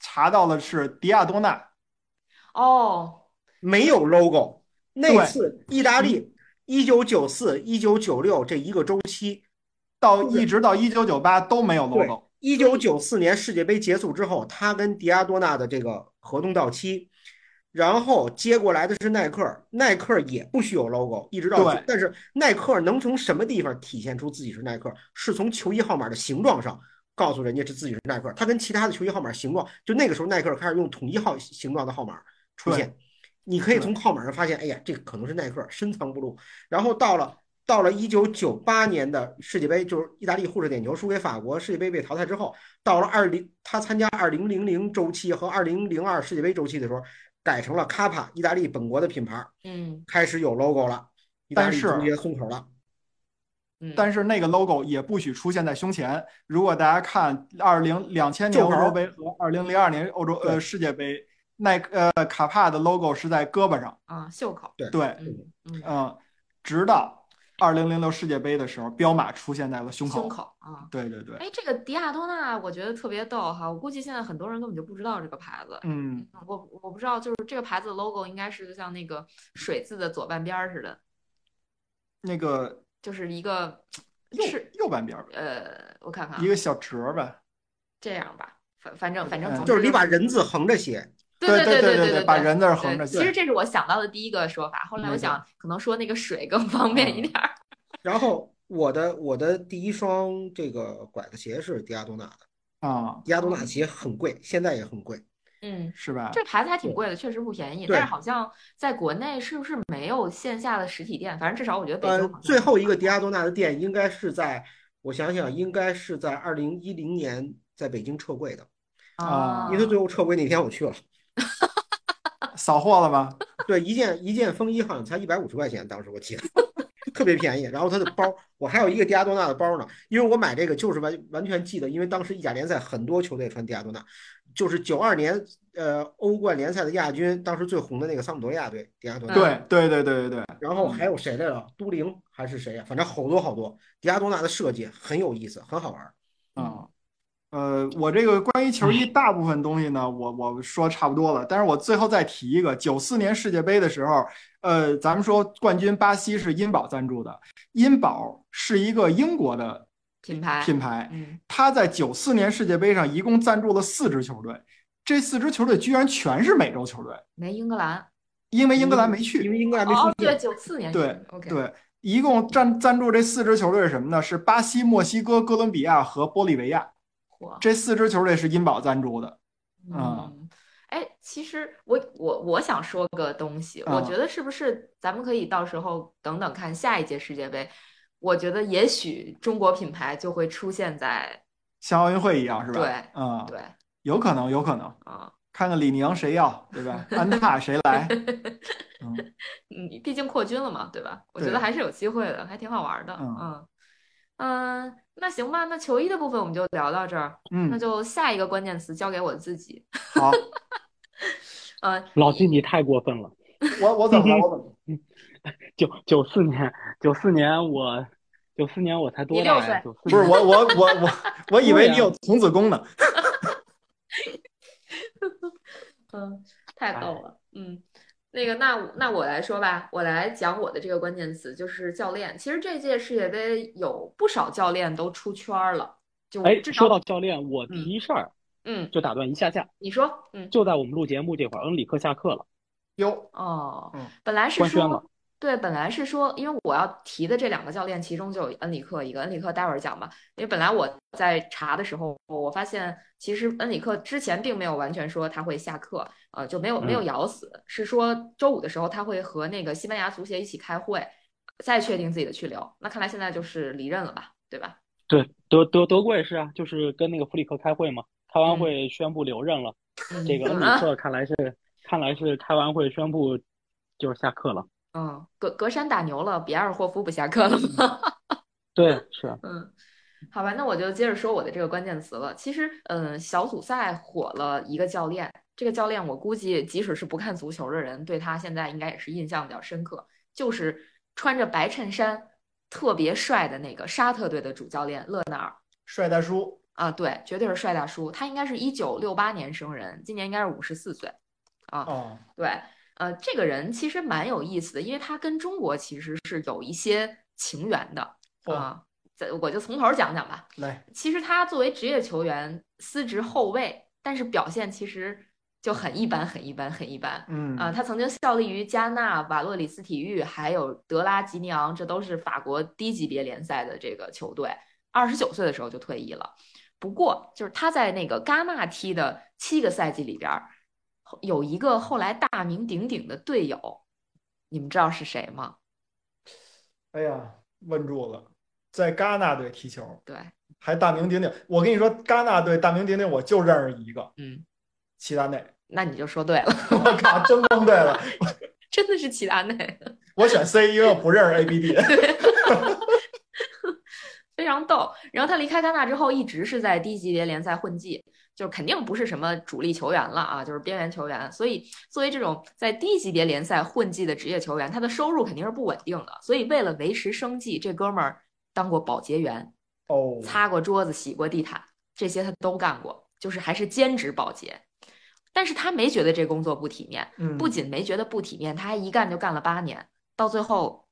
查到了是迪亚多纳，
哦，
没有 logo。那
对
次意大利一九九四、一九九六这一个周期，
到
对
一直到一九九八都没有
对
logo。
一九九四年世界杯结束之后，他跟迪亚多纳的这个合同到期，然后接过来的是耐克，耐克也不需有 logo，一直到
对
但是耐克能从什么地方体现出自己是耐克？是从球衣号码的形状上告诉人家这自己是耐克。它跟其他的球衣号码形状，就那个时候耐克开始用统一号形状的号码出现，你可以从号码上发现，哎呀，这个可能是耐克，深藏不露。然后到了到了一九九八年的世界杯，就是意大利互射点球输给法国，世界杯被淘汰之后，到了二零他参加二零零零周期和二零零二世界杯周期的时候，改成了卡帕，意大利本国的品牌，
嗯
开始有 logo 了，意大
但
利
是
足协松口了。
嗯，
但是那个 logo 也不许出现在胸前。如果大家看二零两千年
就
欧
玩儿
洲杯和二零零二年欧洲呃
对
世界杯，耐克呃卡帕的 logo 是在胳膊上。
啊，袖口，
对，
嗯嗯，
嗯，直到二零零六世界杯的时候，彪马出现在了胸口。
胸口啊，
对对对，
哎，这个迪亚多纳我觉得特别逗哈，我估计现在很多人根本就不知道这个牌子。
嗯，
我我不知道，就是这个牌子的 logo 应该是就像那个水字的左半边儿似的，
那个
就是一个
右
是
右半边儿吧
呃，我看看啊
一，个小折儿吧，
这样吧，反反正反正
嗯
总之
就是你把
是
人字横着写，
对对
对
对
对
对，
把人字儿
对
横着
其实
写。
这是我想到的第一个说法，后来我想可能说那个水更方
嗯
便一点儿。
然后我的我的第一双这个拐子鞋是迪亚多纳的，
啊，
迪亚
哦
多纳鞋很贵，现在也很贵。
嗯，
是吧？
这牌子还挺贵的，确实不便宜。
啊对
但是好像在国内是不是没有线下的实体店？反正至少我觉得北京
呃
好像，
最后一个迪亚多纳的店应该是在，我想想，应该是在二零一零年在北京撤柜的，
啊
因为，他最后撤柜那天我去了。
扫货了吗？
对，一件一件风衣好像才一百五十块钱，当时我记得 特别便宜。然后它的包，我还有一个迪亚多纳的包呢，因为我买这个就是完完全记得，因为当时意甲联赛很多球队穿迪亚多纳，就是九二年呃欧冠联赛的亚军，当时最红的那个桑普多利亚队，迪亚
嗯
多纳。
对对对对对对，
然后还有谁来着？都灵还是谁呀、反正好多好多。迪亚多纳的设计很有意思，很好玩儿。
啊，呃，我这个关于球衣大部分东西呢，我我说差不多了，但是我最后再提一个，九四年世界杯的时候，呃，咱们说冠军巴西是茵宝赞助的，茵宝是一个英国的
品牌，
品牌，
嗯，
它在九四年世界杯上一共赞助了四支球队，这四支球队居然全是美洲球队，
没英格兰。
因为英格兰没
因
去，
为英格兰没
啊
出
哦，
现
对，，九四年
对
是，OK，
对。一共赞赞助这四支球队是什么呢？是巴西、墨西哥、哥伦比亚和玻利维亚
火，
这四支球队是茵宝赞助的。啊
嗯，哎，其实我我我想说个东西，
啊
我觉得是不是咱们可以到时候等等看下一届世界杯，我觉得也许中国品牌就会出现在
像奥运会一样是吧？
对
啊
嗯，
对
有可能，有可能。
啊，
看看李宁谁要，对吧？安踏谁来？ 嗯，
嗯，毕竟扩军了嘛，对吧？我觉
对
得还是有机会的，还挺好玩的，
嗯
嗯嗯，那行吧，那球衣的部分我们就聊到这儿，那
嗯，
就下一个关键词交给我自己，
好，
呃，
老季你太过分了。
我我怎么了？我怎么了？
九九四年，九四年我，九四年我才多
你
大
六
呀？九四
不是我我我我我以为你有童子功呢。
嗯，太逗了，嗯，那个，那我那我来说吧，我来讲我的这个关键词就是教练。其实这届世界杯有不少教练都出圈儿了，就
哎，
至
说
少，
到教练，我提一事儿，
嗯，
就打断一下下，
你说，嗯，
就在我们录节目这会儿，恩里克下课了，
哟，
哦
嗯，
本来是
官宣
说，
了
对，本来是说，因为我要提的这两个教练，其中就有恩里克一个，恩里克待会儿讲吧。因为本来我在查的时候，我发现其实恩里克之前并没有完全说他会下课，呃，就没有没有
嗯
咬死，是说周五的时候他会和那个西班牙足协一起开会，再确定自己的去留。那看来现在就是离任了吧，对吧？
对，德德德国也是啊，就是跟那个弗里克开会嘛，开完
嗯
会宣布留任了。这个
嗯
恩里克看来是看来是开完会宣布就是下课了。
嗯，格格山打牛了，比埃尔霍夫不下课了吗？
对，是啊
嗯，好吧，那我就接着说我的这个关键词了。其实，嗯，小组赛火了一个教练，这个教练我估计即使是不看足球的人，对他现在应该也是印象比较深刻，就是穿着白衬衫特别帅的那个沙特队的主教练勒纳尔。
帅大叔，
啊，对，绝对是帅大叔。他应该是一九六八年生人，今年应该是五十四岁。
哦，
对，呃，这个人其实蛮有意思的，因为他跟中国其实是有一些情缘的
哦
啊。这我就从头儿讲讲吧。
来，
其实他作为职业球员，司职后卫，但是表现其实就很一般，很一般，很一般。
嗯
啊、他曾经效力于加纳、瓦洛里斯体育，还有德拉吉尼昂，这都是法国低级别联赛的这个球队。二十九岁的时候就退役了。不过，就是他在那个戛纳踢的七个赛季里边儿，后有一个后来大名鼎鼎的队友，你们知道是谁吗？
哎呀，问住了，在戛纳队踢球，
对，
还大名鼎鼎。我跟你说，戛纳队大名鼎鼎，我就认识一个，
嗯，
齐达内。
那你就说对了，
我靠，真蒙对了，
真的是齐达内。
我选 C，因为我不认识 ABD。
非常逗。然后他离开戛纳之后，一直是在低级别联赛混迹，就是肯定不是什么主力球员了啊，就是边缘球员。所以作为这种在低级别联赛混迹的职业球员，他的收入肯定是不稳定的。所以为了维持生计，这哥们儿当过保洁员，
哦，
擦过桌子、洗过地毯，这些他都干过，就是还是兼职保洁。但是他没觉得这工作不体面，
嗯
不仅没觉得不体面，他还一干就干了八年，到最后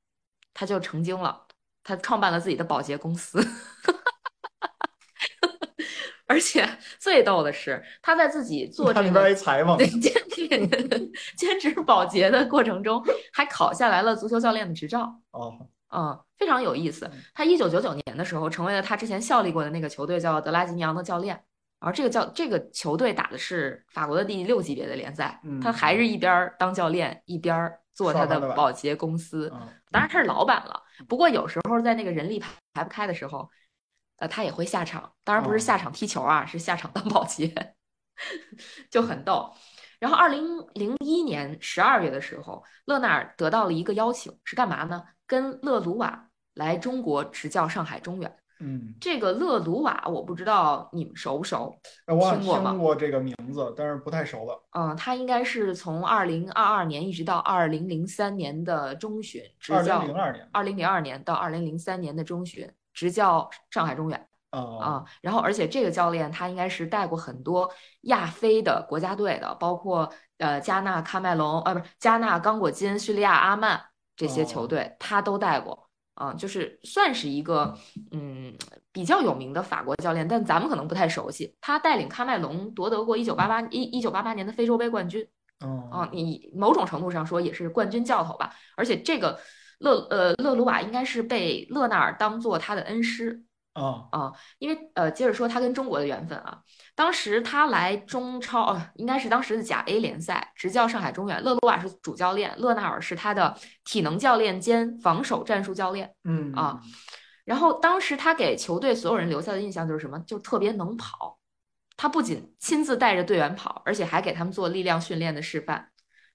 他就成精了，他创办了自己的保洁公司。 而且最逗的是，他在自己做
他
这
里边
个
一裁缝
对，兼职兼职保洁的过程中，还考下来了足球教练的执照。
哦，
嗯，非常有意思。他一九九九年的时候成为了他之前效力过的那个球队叫德拉吉尼昂的教练，而这个教这个球队打的是法国的第六级别的联赛，他
嗯
还是一边儿当教练一边儿做他
刷盘
的
子吧
保洁公司，
嗯
当然他是老板了。不过有时候在那个人力排排不开的时候，呃，他也会下场，当然不是
哦
下场踢球啊，是下场当保洁， 就很逗。然后，二零零一年十二月的时候，勒纳尔得到了一个邀请，是干嘛呢？跟勒鲁瓦来中国执教上海中远。
嗯，
这个勒鲁瓦我不知道你们熟不熟，
哎我好像
听过吗
听过这个名字，但是不太熟了。
嗯、他应该是从二零二二年一直到二零零三年的中旬执
二
教
零零，二年
二零零二年到二零零三年的中旬执教上海中远
啊
啊、然后，而且这个教练他应该是带过很多亚非的国家队的，包括呃加纳喀麦隆，啊，不是加纳刚果金、叙利亚阿曼这些球
哦
队，他都带过。啊、就是算是一个嗯比较有名的法国教练，但咱们可能不太熟悉。他带领喀麦隆夺得过一九八八一一九八八年的非洲杯冠军。啊
啊，
你某种程度上说也是冠军教头吧。而且这个勒呃勒鲁瓦应该是被勒纳尔当做他的恩师，
啊
因为呃接着说他跟中国的缘分啊，当时他来中超，呃应该是当时的甲 A 联赛执教上海中远，勒鲁瓦是主教练，勒纳尔是他的体能教练兼防守战术教练。
嗯
啊，然后当时他给球队所有人留下的印象就是什么？就特别能跑。他不仅亲自带着队员跑，而且还给他们做力量训练的示范。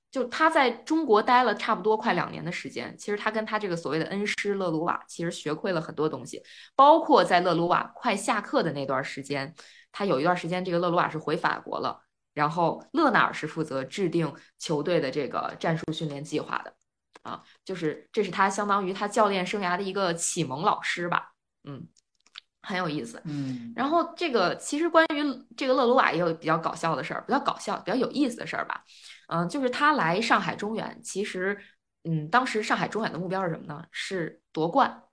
就他在中国待了差不多快两年的时间，其实他跟他这个所谓的恩师勒鲁瓦，其实学会了很多东西，包括在勒鲁瓦快下课的那段时间，他有一段时间这个勒鲁瓦是回法国了，然后勒纳尔是负责制定球队的这个战术训练计划的。啊，就是这是他相当于他教练生涯的一个启蒙老师吧，嗯，很有意思。
嗯，
然后这个其实关于这个勒鲁瓦也有比较搞笑的事儿，比较搞笑、比较有意思的事儿吧，嗯、就是他来上海中远，其实，嗯，当时上海中远的目标是什么呢？是夺冠。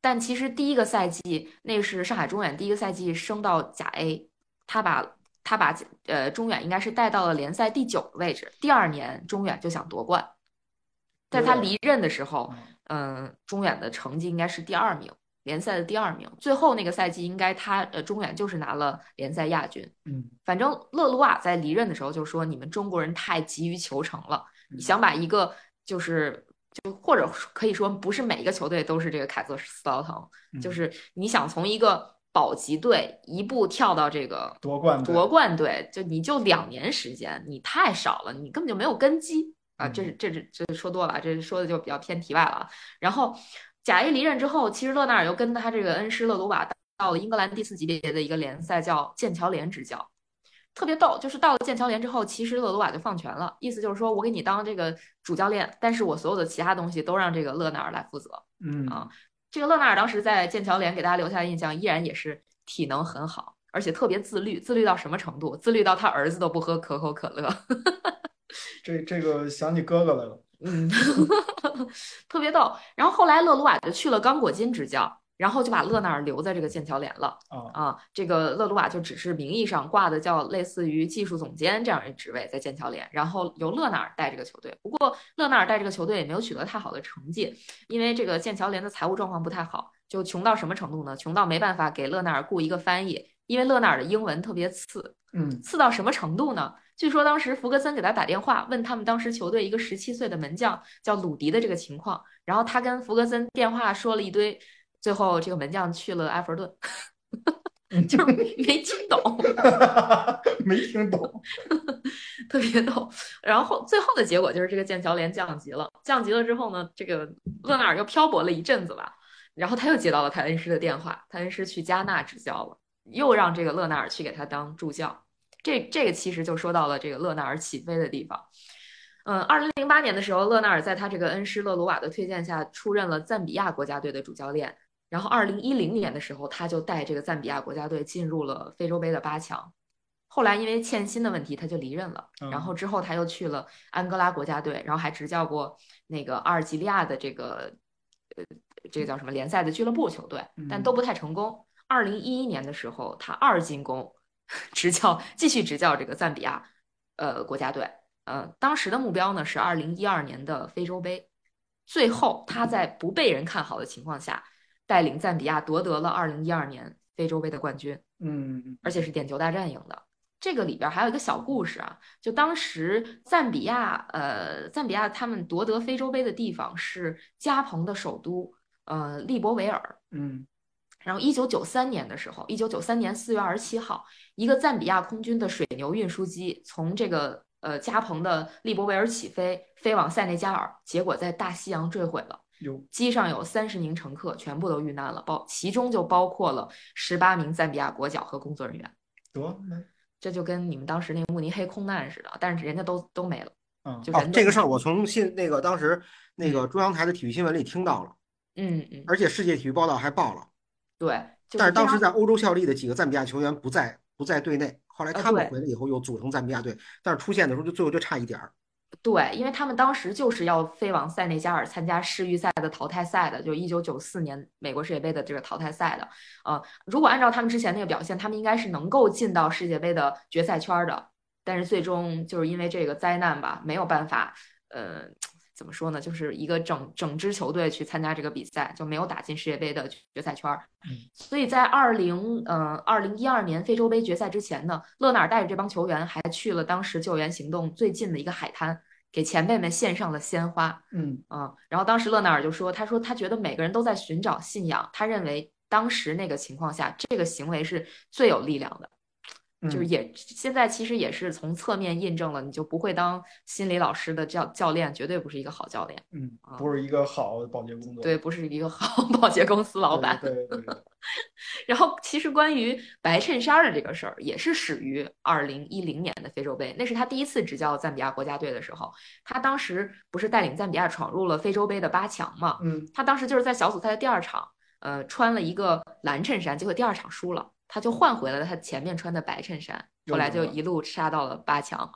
但其实第一个赛季，那是上海中远第一个赛季升到甲 A，他把他把呃中远应该是带到了联赛第九的位置。第二年中远就想夺冠，在他
有点
离任的时候，嗯，中远的成绩应该是第二名，联赛的第二名。最后那个赛季，应该他呃中远就是拿了联赛亚军。
嗯
反正勒鲁瓦在离任的时候就说：“你们中国人太急于求成了，
嗯
想把一个就是就或者说可以说不是每一个球队都是这个凯泽斯劳滕，就
嗯
是你想从一个保级队一步跳到这个
夺冠队
夺冠队，就你就两年时间，你太少了，你根本就没有根基啊！这是这是这说多了啊，这说的就比较偏题外了啊。然后贾一离任之后，其实勒纳尔又跟他这个恩师勒鲁瓦到了英格兰第四级别的一个联赛叫剑桥联执教。特别逗，就是到了剑桥联之后，其实勒鲁瓦就放权了，意思就是说我给你当这个主教练，但是我所有的其他东西都让这个勒纳尔来负责。
嗯
啊这个勒纳尔当时在剑桥联给大家留下的印象依然也是体能很好，而且特别自律，自律到什么程度？自律到他儿子都不喝可口可乐，
这这个想起哥哥来了，
嗯，特别逗。然后后来勒鲁瓦就去了刚果金执教，然后就把勒纳尔留在这个剑桥联了
啊
啊。这个勒鲁瓦就只是名义上挂的叫类似于技术总监这样一职位在剑桥联，然后由勒纳尔带这个球队。不过勒纳尔带这个球队也没有取得太好的成绩，因为这个剑桥联的财务状况不太好，就穷到什么程度呢？穷到没办法给勒纳尔雇一个翻译，因为勒纳尔的英文特别次，
嗯
次到什么程度呢？据说当时福格森给他打电话，问他们当时球队一个十七岁的门将叫鲁迪的这个情况，然后他跟福格森电话说了一堆，最后这个门将去了埃弗顿，嗯就是 没听懂，
没 听懂，
特别逗。然后最后的结果就是这个剑桥联降级了，降级了之后呢，这个勒纳尔又漂泊了一阵子吧，然后他又接到了泰恩师的电话，泰恩师去加纳执教了，又让这个勒纳尔去给他当助教。这这个其实就说到了这个勒纳尔起飞的地方。嗯，二零零八年的时候，勒纳尔在他这个恩师勒鲁瓦的推荐下，出任了赞比亚国家队的主教练。然后二零一零年的时候，他就带这个赞比亚国家队进入了非洲杯的八强。后来因为欠薪的问题，他就离任了。
嗯
然后之后他又去了安哥拉国家队，然后还执教过那个阿尔及利亚的这个呃这个叫什么联赛的俱乐部球队，但都不太成功。二零一一年的时候，他二进宫 执教，继续执教这个赞比亚呃国家队。呃，当时的目标呢是二零一二年的非洲杯。最后，他在不被人看好的情况下，带领赞比亚夺得了二零一二年非洲杯的冠军。
嗯
而且是点球大战赢的。这个里边儿还有一个小故事啊，就当时赞比亚，呃，赞比亚他们夺得非洲杯的地方是加蓬的首都，呃，利博维尔。
嗯
然后，一九九三年的时候，一九九三年四月二十七号，一个赞比亚空军的水牛运输机从这个呃加蓬的利博维尔起飞，飞往塞内加尔，结果在大西洋坠毁了。
有
机上有三十名乘客全部都遇难了，包其中就包括了十八名赞比亚国脚和工作人员。
得那
这就跟你们当时那慕尼黑空难似的，但是人家都都没了，
嗯
就
哦
人，都
这个
没
事儿
了
我从信那个当时那个中央台的体育新闻里听到了，
嗯嗯，
而且世界体育报道还报了。
对，就
但是
非
当时
常
在欧洲效力的几个赞比亚球员不在不在队内，后来
啊
他们
对
回来以后又组成赞比亚队，但是出现的时候就最后就差一点儿。
对，因为他们当时就是要飞往塞内加尔参加世预赛的淘汰赛的，就一九九四年美国世界杯的这个淘汰赛的。呃，如果按照他们之前那个表现，他们应该是能够进到世界杯的决赛圈儿的，但是最终就是因为这个灾难吧，没有办法，呃，怎么说呢，就是一个整整支球队去参加这个比赛，就没有打进世界杯的决赛圈儿。所以在二零呃二零一二年非洲杯决赛之前呢，勒纳尔带着这帮球员还去了当时救援行动最近的一个海滩，给前辈们献上了鲜花
嗯
啊、然后当时勒纳尔就说，他说他觉得每个人都在寻找信仰，他认为当时那个情况下，这个行为是最有力量的。就是
嗯
也现在其实也是从侧面印证了，你就不会当心理老师的教教练，绝对不是一个好教练，
嗯，不是一个好的保洁工作，
啊对，不是一个好 保洁公司老
对
板。
对对对 对
然后，其实关于白衬衫的这个事儿，也是始于二零一零年的非洲杯，那是他第一次执教赞比亚国家队的时候，他当时不是带领赞比亚闯入了非洲杯的八强嘛？
嗯
他当时就是在小组赛的第二场，呃，穿了一个蓝衬衫，结果第二场输了，他就换回了他前面穿的白衬衫，后来就一路杀到了八强。啊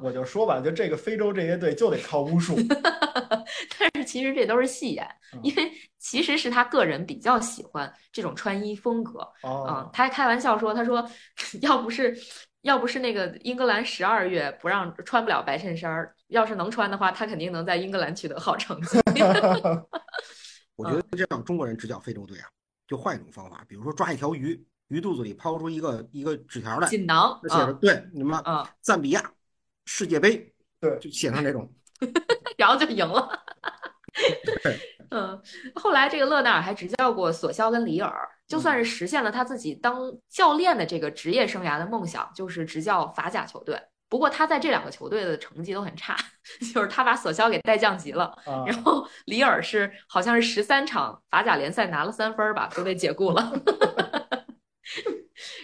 我我就说吧，就这个非洲这些队就得靠巫 术，
但是其实这都是戏言，因为其实是他个人比较喜欢这种穿衣风格，嗯
哦，，
他还开玩笑说，他说 要不是要不是那个英格兰十二月不让穿不了白衬衫儿，要是能穿的话，他肯定能在英格兰取得好成绩。
我觉
嗯
得这样中国人执教非洲队啊，就换一种方法，比如说抓一条鱼，鱼肚子里抛出一个一个纸条来，
锦囊
那写着
啊
对你们
啊，
赞比亚世界杯，
对
就写上这种。
然后就赢了。
对
嗯，后来这个勒纳尔还执教过索肖跟里尔，就算是实现了他自己当教练的这个职业生涯的梦想，就是执教法甲球队。不过他在这两个球队的成绩都很差， 就是他把索肖给带降级了，
啊
然后里尔是好像是十三场法甲联赛拿了三分儿吧，就被解雇了。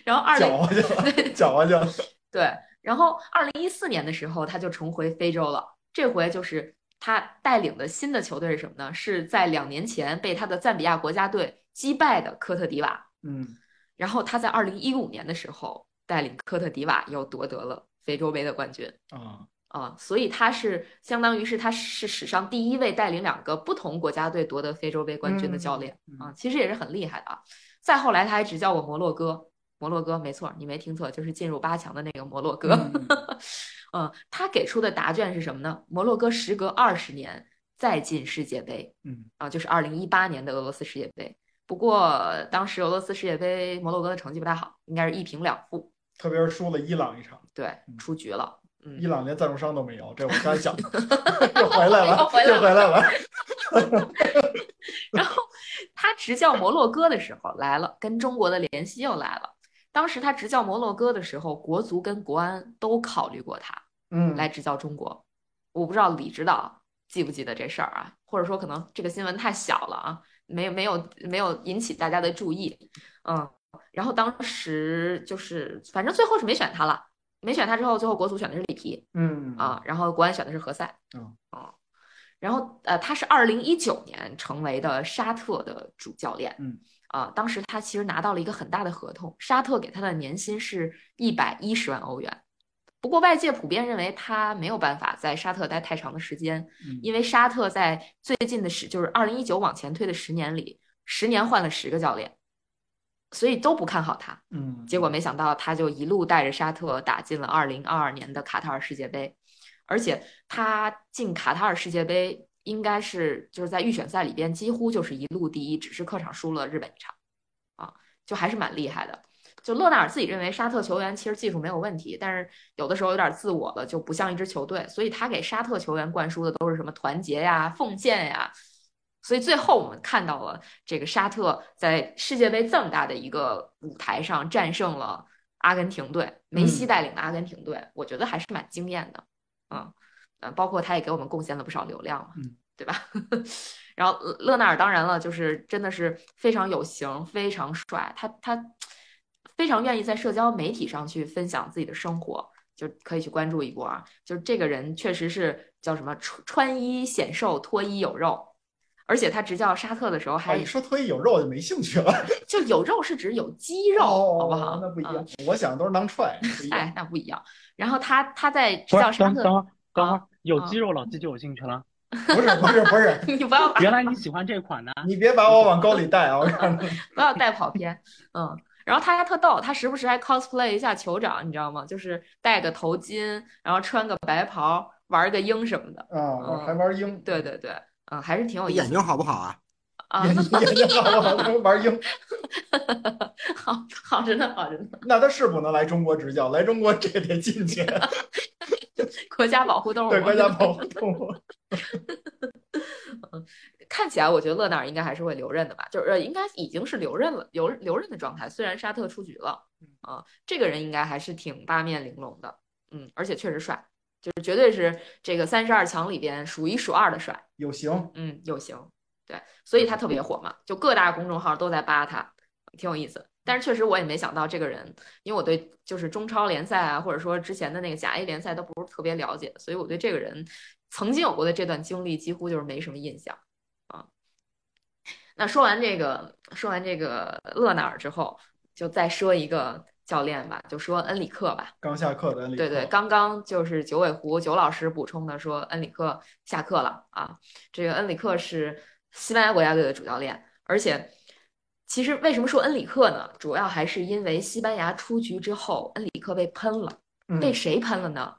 然后二零
搅和搅和搅和搅和，
对，然后二零一四年的时候他就重回非洲了，这回就是他带领的新的球队是什么呢？是在两年前被他的赞比亚国家队击败的科特迪瓦。
嗯
然后他在二零一五年的时候带领科特迪瓦又夺得了非洲杯的冠军。
啊
啊，所以他是相当于是他是史上第一位带领两个不同国家队夺得非洲杯冠军的教练
嗯嗯
啊，其实也是很厉害的啊。再后来他还执教过摩洛哥，摩洛哥没错儿，你没听错，就是进入八强的那个摩洛哥。
嗯
嗯，他给出的答卷是什么呢？摩洛哥时隔二十年再进世界杯
嗯
啊，就是二零一八年的俄罗斯世界杯。不过当时俄罗斯世界杯摩洛哥的成绩不太好，应该是一平两负，
特别是输了伊朗一场，
对，出局了。嗯
伊，朗连赞助商都没有，这我刚才讲 的，又回来了，
又回来了
又回来了，
然后他执教摩洛哥的时候来了，跟中国的联系又来了。当时他执教摩洛哥的时候，国足跟国安都考虑过他
嗯，
来执教中国。我不知道李指导记不记得这事儿啊，或者说可能这个新闻太小了啊，没有没有没有引起大家的注意。嗯，然后当时就是反正最后是没选他了，没选他之后，最后国足选的是里皮。
嗯
啊，然后国安选的是何塞，
嗯
啊然后呃，他是二零一九年成为的沙特的主教练，
嗯
啊，当时他其实拿到了一个很大的合同，沙特给他的年薪是一百一十万欧元。不过外界普遍认为他没有办法在沙特待太长的时间，
嗯
因为沙特在最近的十，就是二零一九往前推的十年里，十年换了十个教练，所以都不看好他。
嗯，
结果没想到他就一路带着沙特打进了二零二二年的卡塔尔世界杯，而且他进卡塔尔世界杯应该是就是在预选赛里边几乎就是一路第一，只是客场输了日本一场，啊，就还是蛮厉害的。就勒纳尔自己认为沙特球员其实技术没有问题，但是有的时候有点自我了，就不像一支球队，所以他给沙特球员灌输的都是什么团结呀、奉献呀。所以最后我们看到了这个沙特在世界杯这么大的一个舞台上战胜了阿根廷队，梅西带领的阿根廷队，我觉得还是蛮惊艳的。嗯，呃，包括他也给我们贡献了不少流量嘛，
嗯
对吧？然后呃勒勒纳尔当然了，就是真的是非常有型，非常帅，他他非常愿意在社交媒体上去分享自己的生活，就可以去关注一波啊。就是这个人确实是叫什么穿穿衣显瘦，脱衣有肉，而且他执教沙特的时候
啊，
还
你说脱衣有肉就没兴趣了，
就有肉是指有肌肉，好不好？
哦那不一
啊
样，我想都是囊踹，不一
哎
样。，
那不一样。然后他他在执
等
教
会
沙
等
特，
等会儿等会
啊
儿，有
啊
肌肉老季就有兴趣了。
不是不是不是，
你不要把
哦 原来 你喜欢这款呢？
你别把我往沟里带啊！我看
不要带跑偏，嗯。然后他还特逗，他时不时还 cosplay 一下酋长，你知道吗？就是戴个头巾，然后穿个白袍，玩个鹰什么的。
啊，我还玩鹰，
嗯对对对，嗯，还是挺有意
眼
思的
睛好不好啊？
啊。
眼睛眼睛好不好？玩鹰，
好好着呢，好着呢，
那他是不能来中国执教，来中国这得进去，
国家保护动物。
对国家保护 动物。
看起来我觉得勒纳尔应该还是会留任的吧，就是呃应该已经是留任了，留留任的状态。虽然沙特出局了，啊、这个人应该还是挺八面玲珑的，嗯，而且确实帅，就是绝对是这个三十二强里边数一数二的帅，
有型，
嗯，有型，对，所以他特别火嘛，就各大公众号都在扒他，挺有意思。但是确实我也没想到这个人，因为我对就是中超联赛啊，或者说之前的那个甲 A 联赛都不是特别了解，所以我对这个人曾经有过的这段经历几乎就是没什么印象啊。那说完这个，说完这个勒纳尔之后，就再说一个教练吧，就说恩里克吧。
刚下课的恩里
对对，
克
刚刚就是九尾狐九老师补充的说，恩里克下课了啊。这个恩里克是西班牙国家队的主教练，而且其实为什么说恩里克呢？主要还是因为西班牙出局之后，恩里克被喷了，被
嗯
谁喷了呢？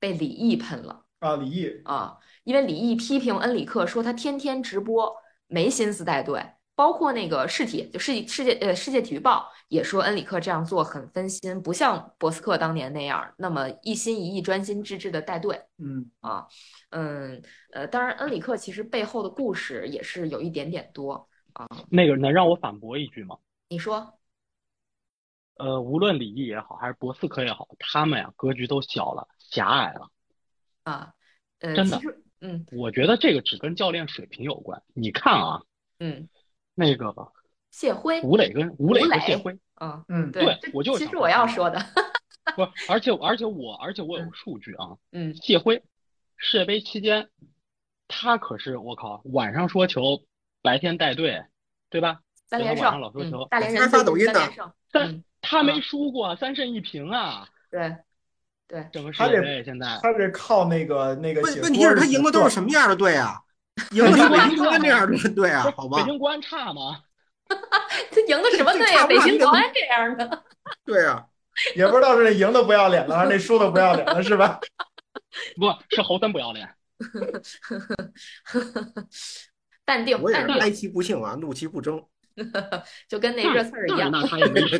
被李毅喷了。
啊，李毅
啊，因为李毅批评恩里克说他天天直播，没心思带队，包括那个世体，就世界世界呃世界体育报也说恩里克这样做很分心，不像博斯克当年那样那么一心一意、专心致志的带队。
嗯，
啊，嗯，呃，当然，恩里克其实背后的故事也是有一点点多。
那个能让我反驳一句吗？
你说，
呃，无论李毅也好，还是博斯科也好，他们呀格局都小了，狭隘了。
呃，
真
其
的
实，嗯
我觉得这个只跟教练水平有关。你看啊，
嗯，
那个
谢辉，
吴磊跟吴磊和谢辉，
嗯，
嗯，
对，
对
这
我就是
其
想
实
说
我要
他
说的，
不，而且而且我而且我有数据啊，
嗯，
谢辉世界杯期间，他可是我靠，晚上说球，白天带队，对吧？
三
对
连
他
胜
晚上老，说
嗯
球
大连
还
人
发
最
抖
近
音
三
呢
连 胜，
但
嗯，
他没输过，三胜一平啊，
对，对，
整个世
他
界
这
杯现在。
哎他这靠那个那个写
问
作
问题是他赢的都是
写
什么样的队啊？赢的是北京国安这样的队啊，好
北
吧？
京国安差吗？
这赢的什么
这
队
差
啊？
不
北
多
京
你得
国安这样的，
对啊，
作，也不知道是那赢的不要脸了，还是那输的不要脸了，是 吧？
不是侯森不要脸，
淡定
我也
淡
是
定，
哀其不幸啊，怒其不争。
就跟那
但
热刺儿一
但是
样。
呢，他也没 输，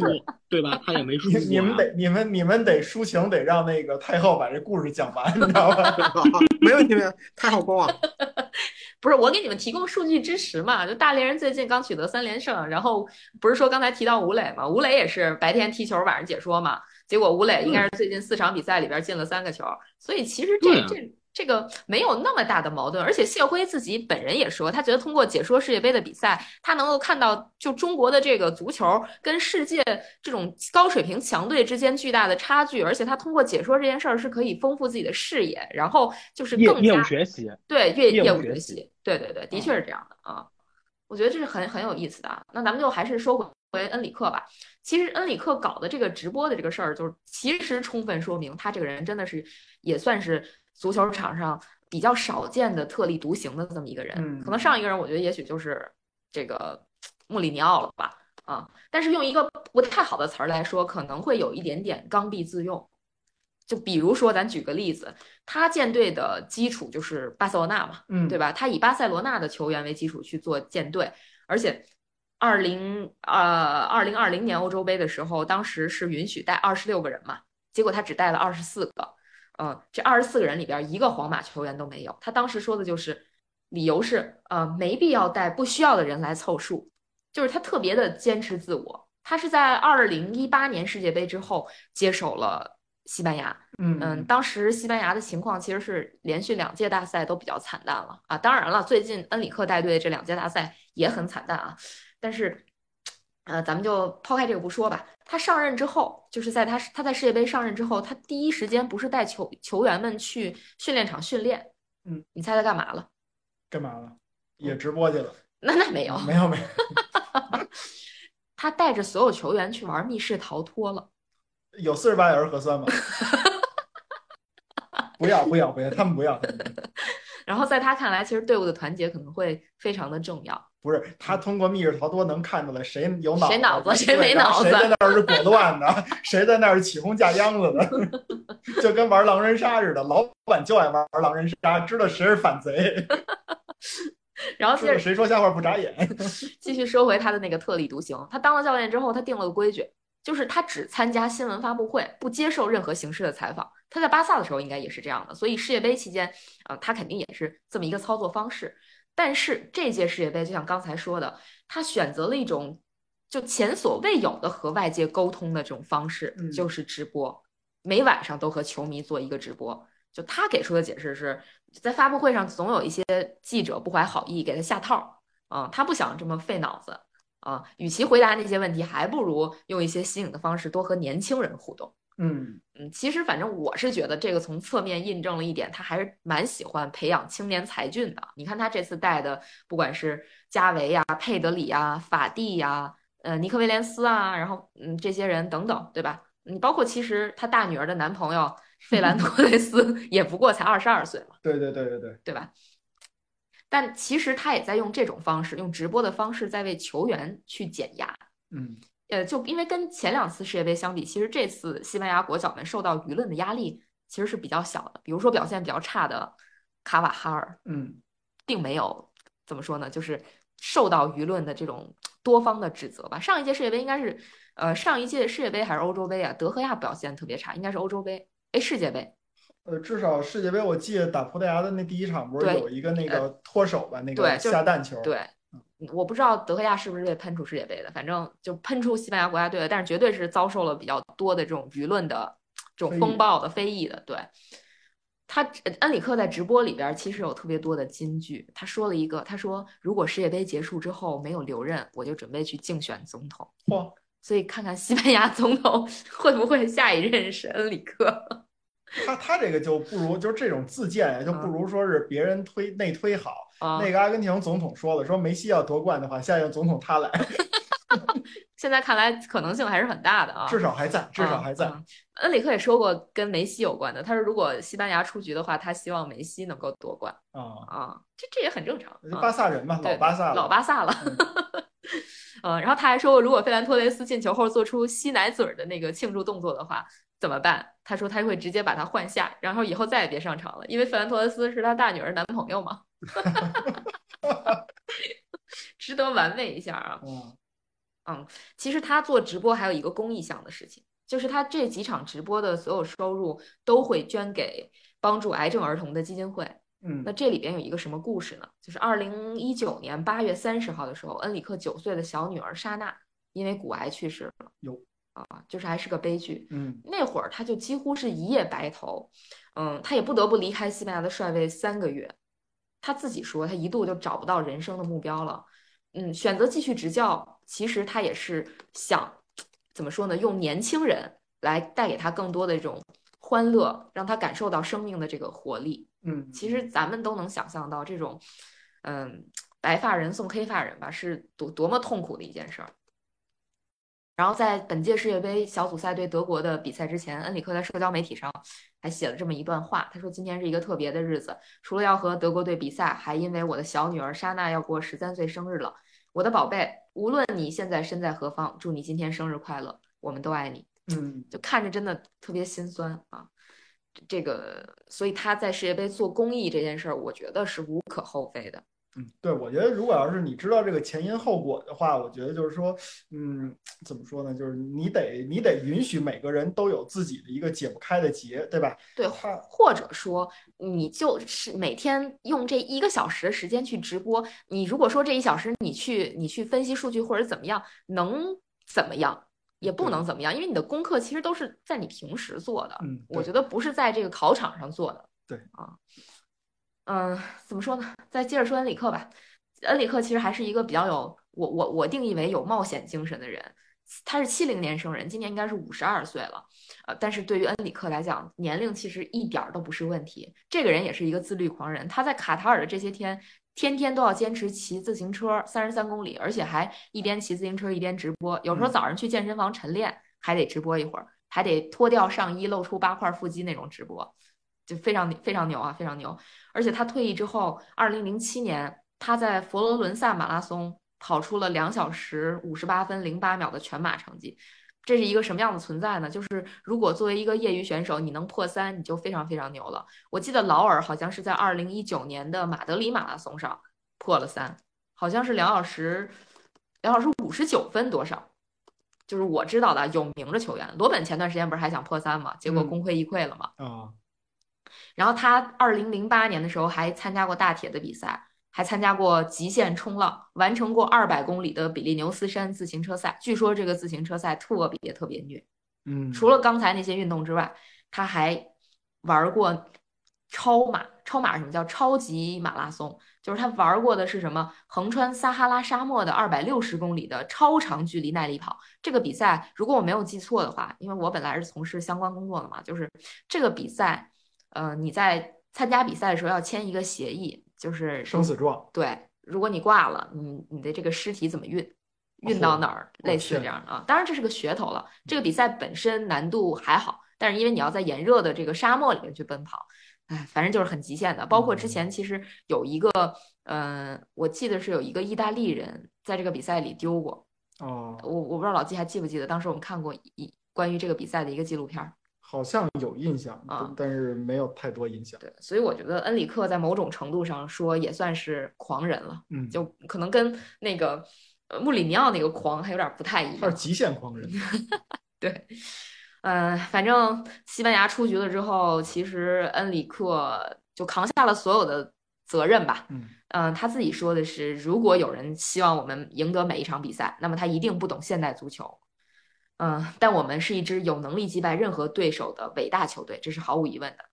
对吧？他也没输啊
你
过
你们
呀
得你们你们得抒情，得让那个太后把这故事讲完，你知道吧？
没问题，没问题，太好光啊！
不是我给你们提供数据支持嘛？就大连人最近刚取得三连胜，然后不是说刚才提到吴磊嘛？吴磊也是白天踢球，晚上解说嘛。结果吴磊应该是最近四场比赛里边进了三个球，所以其实
对
这
啊
这这个没有那么大的矛盾。而且谢辉自己本人也说，他觉得通过解说世界杯的比赛，他能够看到就中国的这个足球跟世界这种高水平强队之间巨大的差距，而且他通过解说这件事儿是可以丰富自己的视野，然后就是
业
更
业
加
务学习，
对，业
业务
业务
学
学
习嗯
习，对对对，的确是这样的啊。我觉得这是很很有意思的啊。那咱们就还是说回回恩里克吧。其实恩里克搞的这个直播的这个事儿，就是其实充分说明他这个人真的是也算是足球场上比较少见的特立独行的这么一个人。
嗯
可能上一个人，我觉得也许就是这个穆里尼奥了吧，啊，但是用一个不太好的词儿来说，可能会有一点点刚愎自用。就比如说，咱举个例子，他建队的基础就是巴塞罗那嘛，
嗯，
对吧？
吧？
他以巴塞罗那的球员为基础去做建队，而且二零呃二零二零年欧洲杯的时候，当时是允许带二十六个人嘛，结果他只带了二十四个，嗯、这二十四个人里边一个皇马球员都没有。他当时说的就是理由是呃没必要带不需要的人来凑数，就是他特别的坚持自我。他是在二零一八年世界杯之后接手了西班牙。
嗯
嗯，当时西班牙的情况其实是连续两届大赛都比较惨淡了啊。当然了，最近恩里克带队这两届大赛也很惨淡啊。但是，呃，咱们就抛开这个不说吧。他上任之后，就是在他他在世界杯上任之后，他第一时间不是带球球员们去训练场训练，
嗯，
你猜他干嘛了？
干嘛
嗯
了？也直播去了？
那那没
哦
有，
没有没有，
他带着所有球员去玩密室逃脱了。
有四十八小时 核酸吗？不要不要不要，他们不要。
然后在他看来，其实队伍的团结可能会非常的重要。
不是，他通过密室逃脱能看出来谁有
嗯谁脑
脑
子谁没
对然后
脑子
谁在那儿是果断的， 谁在那儿是起哄架秧子的， 就跟玩狼人杀似的。老板就爱玩狼人杀，知道谁是反贼，
然后
知
接
道
着
谁说瞎话不眨眼。
继续说回他的那个特立独行，他当了教练之后，他定了个规矩，就是他只参加新闻发布会，不接受任何形式的采访。他在巴萨的时候应该也是这样的，所以世界杯期间，呃，他肯定也是这么一个操作方式。但是这届世界杯，就像刚才说的，他选择了一种就前所未有的和外界沟通的这种方式，
嗯
就是直播，每晚上都和球迷做一个直播。就他给出的解释是，在发布会上总有一些记者不怀好意给他下套，啊、他不想这么费脑子啊、与其回答那些问题，还不如用一些新颖的方式多和年轻人互动。
嗯，
嗯，其实反正我是觉得这个从侧面印证了一点，他还是蛮喜欢培养青年才俊的。你看他这次带的，不管是加维呀、佩德里呀、法蒂呀、呃尼克威廉斯啊，然后嗯这些人等等，对吧？你包括其实他大女儿的男朋友费兰托雷斯也不过才二十二岁嘛，
对对对对对，
对吧？但其实他也在用这种方式，用直播的方式在为球员去减压。
嗯
呃，就因为跟前两次世界杯相比，其实这次西班牙国脚们受到舆论的压力其实是比较小的。比如说表现比较差的卡瓦哈尔，
嗯
并没有怎么说呢，就是受到舆论的这种多方的指责吧。上一届世界杯应该是，呃，上一届世界杯还是欧洲杯啊？德赫亚表现特别差，应该是欧洲杯，哎，世界杯，
呃，至少世界杯我记得打葡萄牙的那第一场不是
对呃
有一个那个脱手吧，那
对
个
就
下蛋球，
对，嗯我不知道德赫亚是不是被喷出世界杯的，反正就喷出西班牙国家队了，但是绝对是遭受了比较多的这种舆论的这种
非议
风暴的非议的。对，他呃恩里克在直播里边其实有特别多的金句，他说了一个，他说如果世界杯结束之后没有留任，我就准备去竞选总统。
嚯，
所以看看西班牙总统会不会下一任是恩里克。
他他这个就不如就是这种自荐，就
嗯
不如说是别人推内推好。
啊、
那个阿根廷总统说了，说梅西要夺冠的话，下一任总统他来，
现在看来可能性还是很大的啊，
至少还在，至少还在
嗯。。嗯恩里克也说过跟梅西有关的，他说如果西班牙出局的话，他希望梅西能够夺冠
啊。
啊，这这也很正常。啊
巴萨人嘛，
对
老巴萨了，
老巴萨了。 嗯，然后他还说过，如果费兰托雷斯进球后做出吸奶嘴儿的那个庆祝动作的话，怎么办？他说他会直接把他换下，然后以后再也别上场了，因为费兰托雷斯是他大女儿男朋友 嘛。 值得玩味一下啊！
嗯，
其实他做直播还有一个公益项的事情，就是他这几场直播的所有收入都会捐给帮助癌症儿童的基金会。那
嗯
这里边有一个什么故事呢？就是二零一九年八月三十号的时候，恩里克九岁的小女儿莎娜因为骨癌去世了。
哟
啊，就是还是个悲剧。
嗯
那会儿她就几乎是一夜白头，嗯，她也不得不离开西班牙的帅位三个月。她自己说，她一度就找不到人生的目标了。嗯，选择继续执教，其实她也是想怎么说呢？用年轻人来带给她更多的这种欢乐，让她感受到生命的这个活力。
嗯，
其实咱们都能想象到这种，嗯，白发人送黑发人吧，是多多么痛苦的一件事儿。然后在本届世界杯小组赛对德国的比赛之前，恩里克在社交媒体上还写了这么一段话，他说：“今天是一个特别的日子，除了要和德国队比赛，还因为我的小女儿莎娜要过十三岁生日了。我的宝贝，无论你现在身在何方，祝你今天生日快乐，我们都爱你。”
嗯
就看着真的特别心酸啊。这个，所以他在世界杯做公益这件事儿，我觉得是无可厚非的。
嗯，对，我觉得如果要是你知道这个前因后果的话，我觉得就是说，嗯，怎么说呢？就是你得你得允许每个人都有自己的一个解不开的结，对吧？
对，
他
或者说你就是每天用这一个小时的时间去直播，你如果说这一小时你去你去分析数据或者怎么样，能怎么样？也不能怎么样，因为你的功课其实都是在你平时做的，
嗯，
啊我
对
觉得不是在这个考场上做的。
对
啊，嗯，怎么说呢？再接着说恩里克吧。恩里克其实还是一个比较有我我我定义为有冒险精神的人。他是七零年生人，今年应该是五十二岁了。呃，但是对于恩里克来讲，年龄其实一点儿都不是问题。这个人也是一个自律狂人，他在卡塔尔的这些天，天天都要坚持骑自行车三十三公里，而且还一边骑自行车一边直播。有时候
嗯
早上去健身房晨练，还得直播一会儿，还得脱掉上衣露出八块腹肌那种直播，就非常非常牛啊，非常牛。而且他退役之后，二零零七年他在佛罗伦萨马拉松跑出了两小时五十八分零八秒的全马成绩。这是一个什么样的存在呢？就是如果作为一个业余选手，你能破三，你就非常非常牛了。我记得劳尔好像是在二零一九年的马德里马拉松上破了三，好像是两小时两小时五十九分多少，就是我知道的有名的球员。罗本前段时间不是还想破三嘛，结果
嗯
功亏一篑了嘛。
啊，
然后他二零零八年的时候还参加过大铁的比赛，还参加过极限冲浪，完成过二百公里的比利牛斯山自行车赛。据说这个自行车赛特别特别虐，
嗯，
除了刚才那些运动之外，他还玩过超马。超马是什么叫超级马拉松？就是他玩过的是什么？横穿撒哈拉沙漠的二百六十公里的超长距离耐力跑。这个比赛，如果我没有记错的话，因为我本来是从事相关工作的嘛，就是这个比赛，呃，你在参加比赛的时候要签一个协议，就是
生死状，
对，如果你挂了，你你的这个尸体怎么运，运到哪儿，
哦
类似
天
这样的啊。当然这是个噱头了，这个比赛本身难度还好，但是因为你要在炎热的这个沙漠里面去奔跑，哎，反正就是很极限的。包括
嗯
之前其实有一个，嗯，我记得是有一个意大利人在这个比赛里丢过，
哦，
我我不知道老季还记不记得，当时我们看过一关于这个比赛的一个纪录片儿。
好像有印象
啊，
但是没有太多印象。
对，所以我觉得恩里克在某种程度上说也算是狂人了。
嗯，
就可能跟那个呃穆里尼奥那个狂还有点儿不太一
他是
样。
极限狂 人，
对，呃，反正西班牙出局了之后，其实恩里克就扛下了所有的责任吧。
嗯
嗯、他自己说的是，如果有人希望我们赢得每一场比赛，那么他一定不懂现代足球。嗯、但我们是一支有能力击败任何对手的伟大球队，这是毫无疑问的。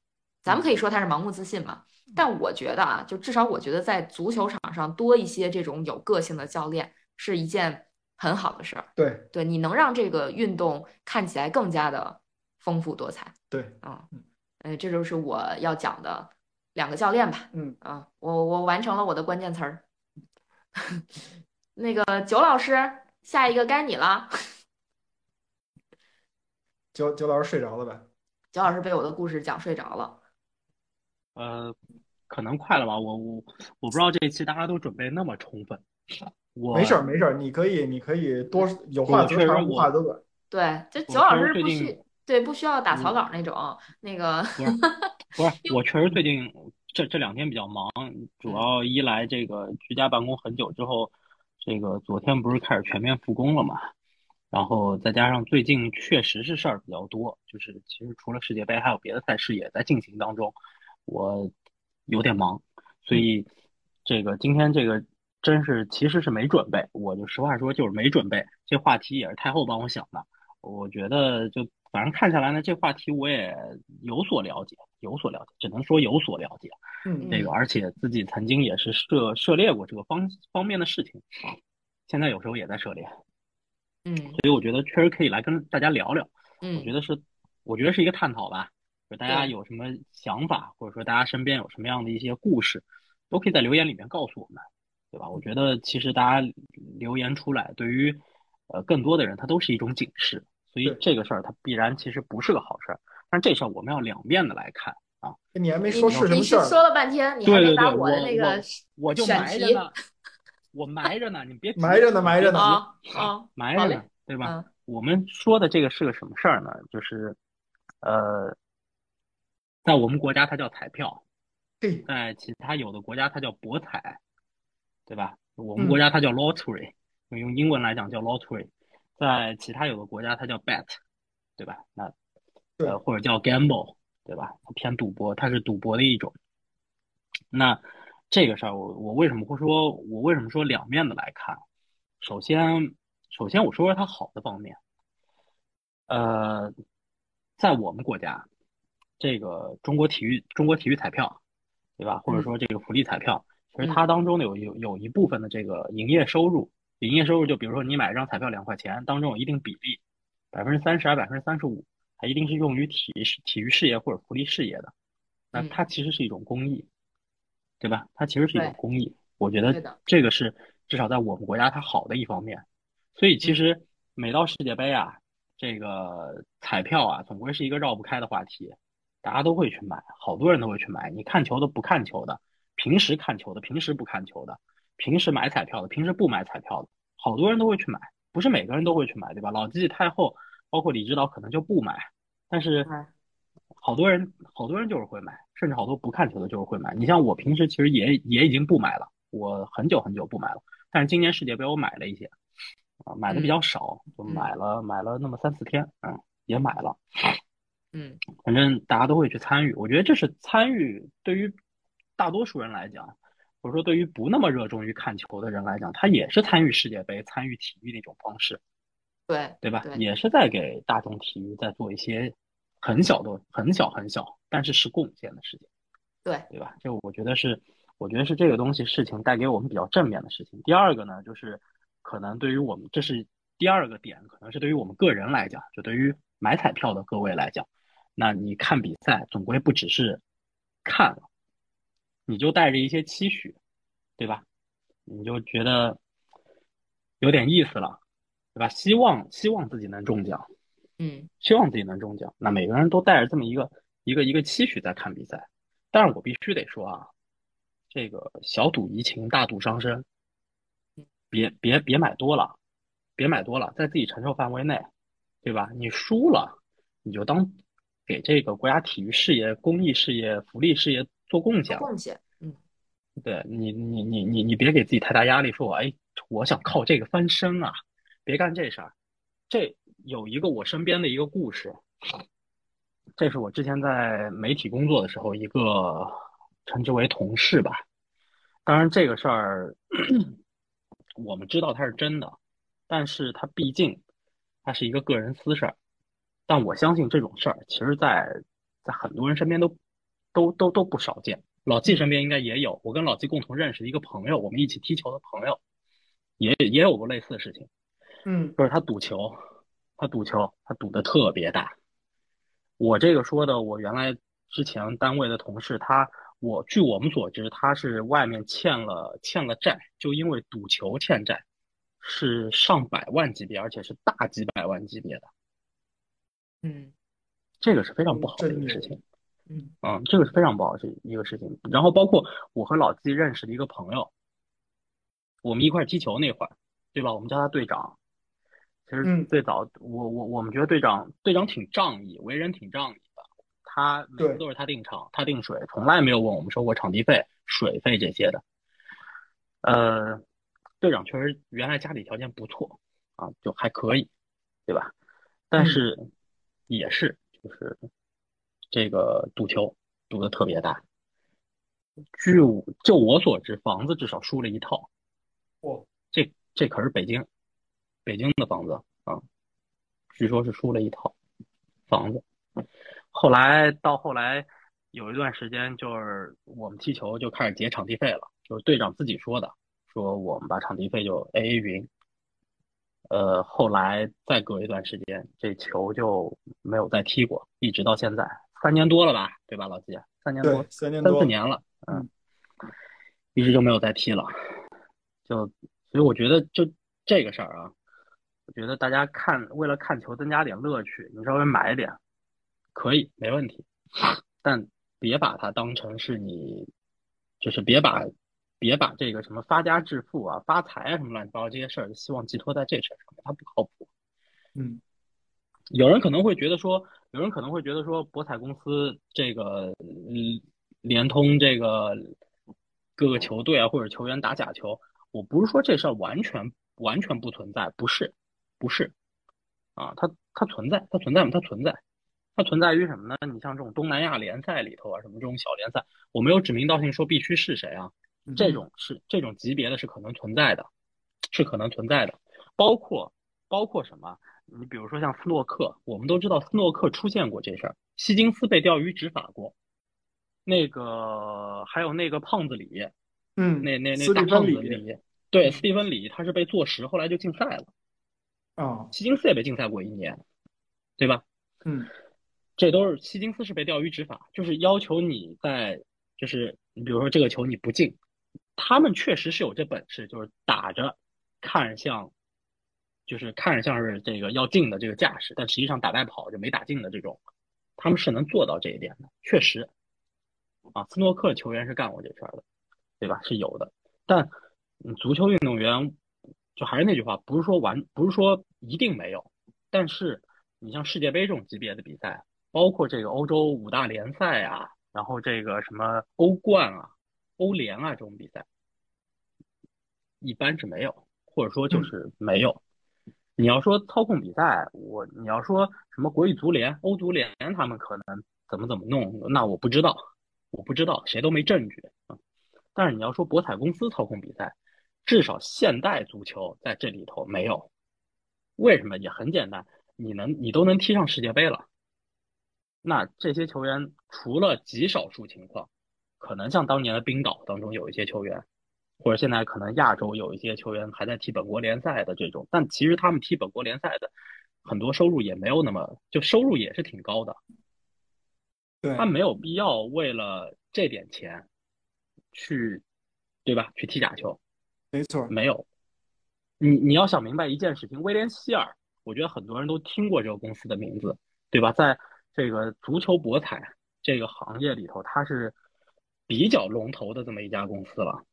咱们可以说他是盲目自信嘛，但我觉得啊，就至少我觉得在足球场上多一些这种有个性的教练是一件很好的事儿。
对
对，你能让这个运动看起来更加的丰富多彩
对，
啊
嗯。
呃，这就是我要讲的两个教练吧。
嗯
啊，我我完成了我的关键词儿。 那个九老师，下一个该你了。
九九老师睡着了呗？
九老师被我的故事讲睡着了。
呃，可能快了吧，我我我不知道这一期大家都准备那么充分，我
没事儿没事儿，你可以你可以多有话
我
则
确实
长，无
我
话则短。
对，就
我
九老
确
师
实最
不
近
需对不需要打草
嗯
稿那种。那个
不是不是，我确实最近这这两天比较忙，主要一来这个居家办公很久之后，这个昨天不是开始全面复工了嘛，然后再加上最近确实是事儿比较多，就是其实除了世界杯，还有别的赛事也在进行当中，我有点忙，所以这个今天这个真是其实是没准备，我就实话说就是没准备，这话题也是太后帮我想的。我觉得就反正看下来呢，这话题我也有所了解，有所了解，只能说有所了解。
嗯
这个，而且自己曾经也是涉涉猎过这个方方面的事情，啊现在有时候也在涉猎，所
嗯
以我觉得确实可以来跟大家聊聊。我觉
嗯
得是，我觉得是一个探讨吧，就是大家
对
有什么想法，或者说大家身边有什么样的一些故事，都可以在留言里面告诉我们，对吧？我
嗯
觉得其实大家留言出来，对于呃更多的人，它都是一种警示，所以
对
这个事儿它必然其实不是个好事儿，但这事儿我们要两面的来看。
你还没
你
说是什
你
么事
是
儿
说
呢，
了半天，你还
对
没
对
把
对
我的
我
那个
我就
选
埋着
题
呢，我埋着呢，你别急
埋着呢埋着呢
啊啊，
埋
好
着
嘞
呢，对吧？
嗯
我们说的这个是个什么事儿呢？就是，呃，在我们国家它叫彩票，
嘿，
在其他有的国家它叫博彩，对吧？我们
嗯
国家它叫 lottery，用英文来讲叫 lottery，在其他有的国家它叫 bet，对吧？那
对
呃或者叫 gamble，对吧？它偏赌博，它是赌博的一种。那这个事儿，我我为什么会说，我为什么说两面的来看？首先，首先我说说它好的方面。呃，在我们国家，这个中国体育中国体育彩票，对吧？或者说这个福利彩票，其实它当中呢有有有一部分的这个营业收入，营业收入就比如说你买一张彩票两块钱，当中有一定比例，百分之三十啊还百分之三十五，它一定是用于体体育事业或者福利事业的。那
嗯
它其实是一种公益，对吧？它其实是一种
对
公益，我觉
对的
得这个是至少在我们国家它好的一方面。所以
嗯
其实每到世界杯啊，这个彩票啊，总归是一个绕不开的话题，大家都会去买，好多人都会去买。你看球的、不看球的，平时看球的、平时不看球的，平时买彩票的、平时不买彩票的，好多人都会去买，不是每个人都会去买，对吧？老季、太后，包括李指导可能就不买，但是
哎
好多人好多人就是会买，甚至好多不看球的就是会买。你像我平时其实也也已经不买了，我很久很久不买了，但是今年世界杯我买了一些，啊，买的比较少，就买了买了那么三四天，嗯，也买了。
嗯，
反正大家都会去参与。我觉得这是参与对于大多数人来讲，或者说对于不那么热衷于看球的人来讲，他也是参与世界杯、参与体育的一种方式，
对，
对吧？
对
也是在给大众体育在做一些很小的、很小、很小，但是是贡献的事情，
对，
对吧？这我觉得是，我觉得是这个东西事情带给我们比较正面的事情。第二个呢，就是可能对于我们，这是第二个点，可能是对于我们个人来讲，就对于买彩票的各位来讲。那你看比赛总归不只是看了，你就带着一些期许，对吧？你就觉得有点意思了，对吧？希望希望自己能中奖，
嗯
希望自己能中奖。那每个人都带着这么一个一个一个期许在看比赛，但是我必须得说啊，这个小赌怡情，大赌伤身，别别别买多了，别买多了，在自己承受范围内，对吧？你输了，你就当给这个国家体育事业、公益事业、福利事业做贡献了。
贡献，嗯，
对你，你你你你别给自己太大压力，说我哎，我想靠这个翻身啊，别干这事儿。这有一个我身边的一个故事，这是我之前在媒体工作的时候一个称之为同事吧。当然这个事儿我们知道它是真的，但是它毕竟它是一个个人私事儿。但我相信这种事儿，其实在在很多人身边都都都都不少见。老季身边应该也有，我跟老季共同认识的一个朋友，我们一起踢球的朋友，也也有过类似的事情，
嗯，
就是他赌球，他赌球，他赌的特别大。我这个说的，我原来之前单位的同事，他我据我们所知，他是外面欠了欠了债，就因为赌球欠债，是上百万级别，而且是大几百万级别的，
嗯
这个是非常不好的
真
一个
牛
事情。
嗯
嗯，这个是非常不好的一个事情。然后包括我和老季认识的一个朋友，我们一块儿踢球那会儿，对吧？我们叫他队长。其实
嗯
最早我我我们觉得队长队长挺仗义，为人挺仗义的。他每次
对
都是他定场，他定水，从来没有问我们收过场地费、水费这些的。呃，队长确实原来家里条件不错啊，就还可以，对吧？但
嗯
是也是就是这个赌球赌的特别大。据我就我所知，房子至少输了一套。
我
这这可是北京，北京的房子啊，据说是输了一套房子。后来到后来有一段时间，就是我们踢球就开始结场地费了，就是队长自己说的，说我们把场地费就 A A 匀。呃，后来再隔一段时间，这球就没有再踢过，一直到现在三年多了吧，对吧，老季？三年多
对，，三年
三
多
四，年了，嗯，一直就没有再踢了，就所以我觉得就这个事儿啊，我觉得大家看为了看球增加点乐趣，你稍微买一点可以没问题，但别把它当成是你，就是别把别把这个什么发家致富啊、发财啊什么乱七八糟这些事儿，希望寄托在这事儿上面，它不靠谱。
嗯，
有人可能会觉得说，有人可能会觉得说，博彩公司这个，嗯，联通这个各个球队啊或者球员打假球，我不是说这事儿完全完全不存在，不是，不是，啊，它它存在，它存在吗？它存在，它存在于什么呢？你像这种东南亚联赛里头啊，什么这种小联赛，我没有指名道姓说必须是谁啊，这种是这种级别的是可能存在的，是可能存在的，包括包括什么？你比如说像斯诺克，我们都知道斯诺克出现过这事儿，希金斯被钓鱼执法过，那个还有那个胖子李，
嗯，
那那那
斯
大
蒂
胖
芬
子
里
李，对，斯蒂芬李他是被坐实，后来就禁赛了。
啊，
希金斯也被禁赛过一年，对吧？
嗯
这都是希金斯是被钓鱼执法，就是要求你在，就是你比如说这个球你不进，他们确实是有这本事，就是打着看着像，就是看着像是这个要进的这个架势，但实际上打带跑就没打进的这种，他们是能做到这一点的，确实。啊，斯诺克球员是干过这事儿的，对吧？是有的，但嗯足球运动员就还是那句话，不是说完，不是说一定没有，但是你像世界杯这种级别的比赛，包括这个欧洲五大联赛啊，然后这个什么欧冠啊、欧联啊这种比赛，一般是没有，或者说就是没有。你要说操控比赛，我你要说什么国际足联、欧足联，他们可能怎么怎么弄，那我不知道，我不知道，谁都没证据啊。但是你要说博彩公司操控比赛，至少现代足球在这里头没有。为什么？也很简单，你能你都能踢上世界杯了，那这些球员除了极少数情况，可能像当年的冰岛当中有一些球员，或者现在可能亚洲有一些球员还在踢本国联赛的这种，但其实他们踢本国联赛的很多收入也没有那么，就收入也是挺高的，
对
他没有必要为了这点钱去，对吧？去踢假球。
没错，
没有，你你要想明白一件事情，威廉希尔，我觉得很多人都听过这个公司的名字，对吧？在这个足球博彩这个行业里头，它是比较龙头的这么一家公司了。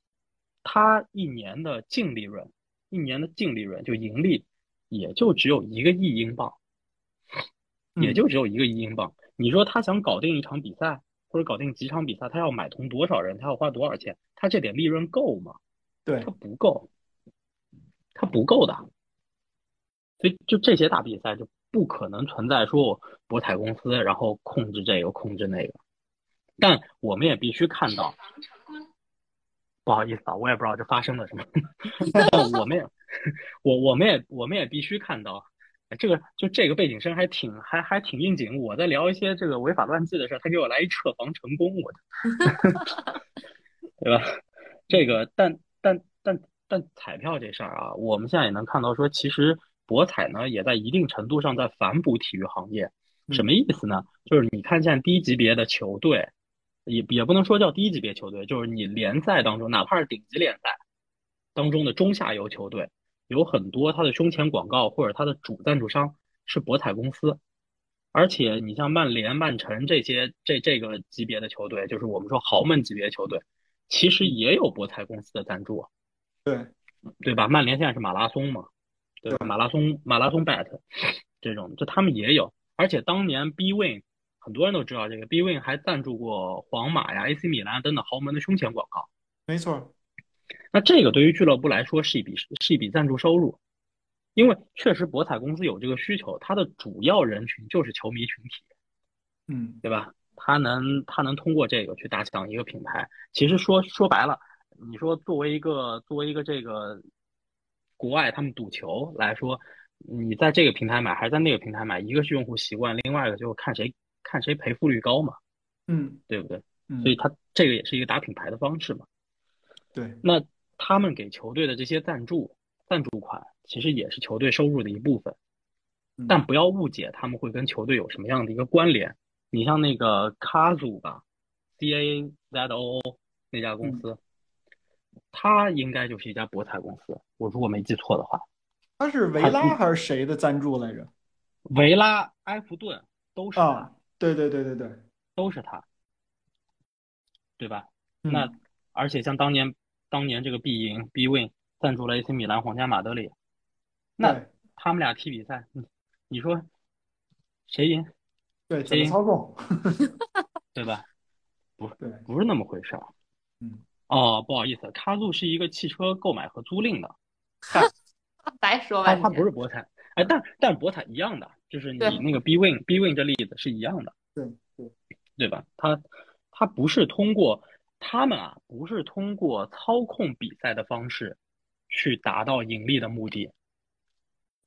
它一年的净利润，一年的净利润就盈利，也就只有一个亿英镑，也
嗯
就只有一个亿英镑。你说他想搞定一场比赛，或者搞定几场比赛，他要买通多少人，他要花多少钱，他这点利润够吗？
对
它不够，它不够的。所以就这些大比赛就不可能存在说我博彩公司然后控制这个控制那个，但我们也必须看到。不好意思啊，我也不知道这发生了什么，但我们也， 我我们也我们也必须看到，哎这个就这个背景声还挺还还挺应景。我在聊一些这个违法乱纪的事儿，他给我来一撤房成功，我对吧？这个，但但但但彩票这事儿啊，我们现在也能看到说，其实博彩呢也在一定程度上在反哺体育行业。什么意思呢？就是你看现在低级别的球队，也也不能说叫低级别球队，就是你联赛当中，哪怕是顶级联赛当中的中下游球队，有很多它的胸前广告或者它的主赞助商是博彩公司。而且你像曼联、曼城这些这这个级别的球队，就是我们说豪门级别球队，其实也有博彩公司的赞助，啊
对
对吧？曼联现在是马拉松嘛，对吧？马拉松马拉松 bet 这种，就他们也有。而且当年 B Win 很多人都知道这个 B Win 还赞助过皇马呀、AC 米兰等等豪门的胸前广告。
没错，
那这个对于俱乐部来说是一笔是一笔赞助收入，因为确实博彩公司有这个需求，它的主要人群就是球迷群体。
嗯，
对吧？他能他能通过这个去打响一个品牌。其实说说白了，你说作为一个作为一个这个国外他们赌球来说，你在这个平台买还是在那个平台买，一个是用户习惯，另外一个就是看谁看谁赔付率高嘛，
嗯
对不对？
嗯
所以他这个也是一个打品牌的方式嘛。
对，
那他们给球队的这些赞助赞助款，其实也是球队收入的一部分。
嗯
但不要误解他们会跟球队有什么样的一个关联。你像那个 Kazoo 吧，C A Z O O 那家公司，它应该就是一家博彩公司，我如果没记错的话，
他是维拉还是谁的赞助来着？
维拉、埃弗顿都是它，
啊，对对对对对，
都是它，对吧？
嗯
那而且像当年当年这个必赢 B Win 赞助了 AC 米兰、皇家马德里，那
对
他们俩踢比赛，你你说谁赢，
对怎么操控？
对吧？
对，
不是那么回事儿。
嗯，
哦，不好意思，Kazoo 是一个汽车购买和租赁的，
白说
它
半
它不
天。
是博彩。哎，但但博彩一样的，就是你
对
那个 B Win B Win 这例子是一样的，
对对
对吧？它它不是通过他们啊，不是通过操控比赛的方式去达到盈利的目的，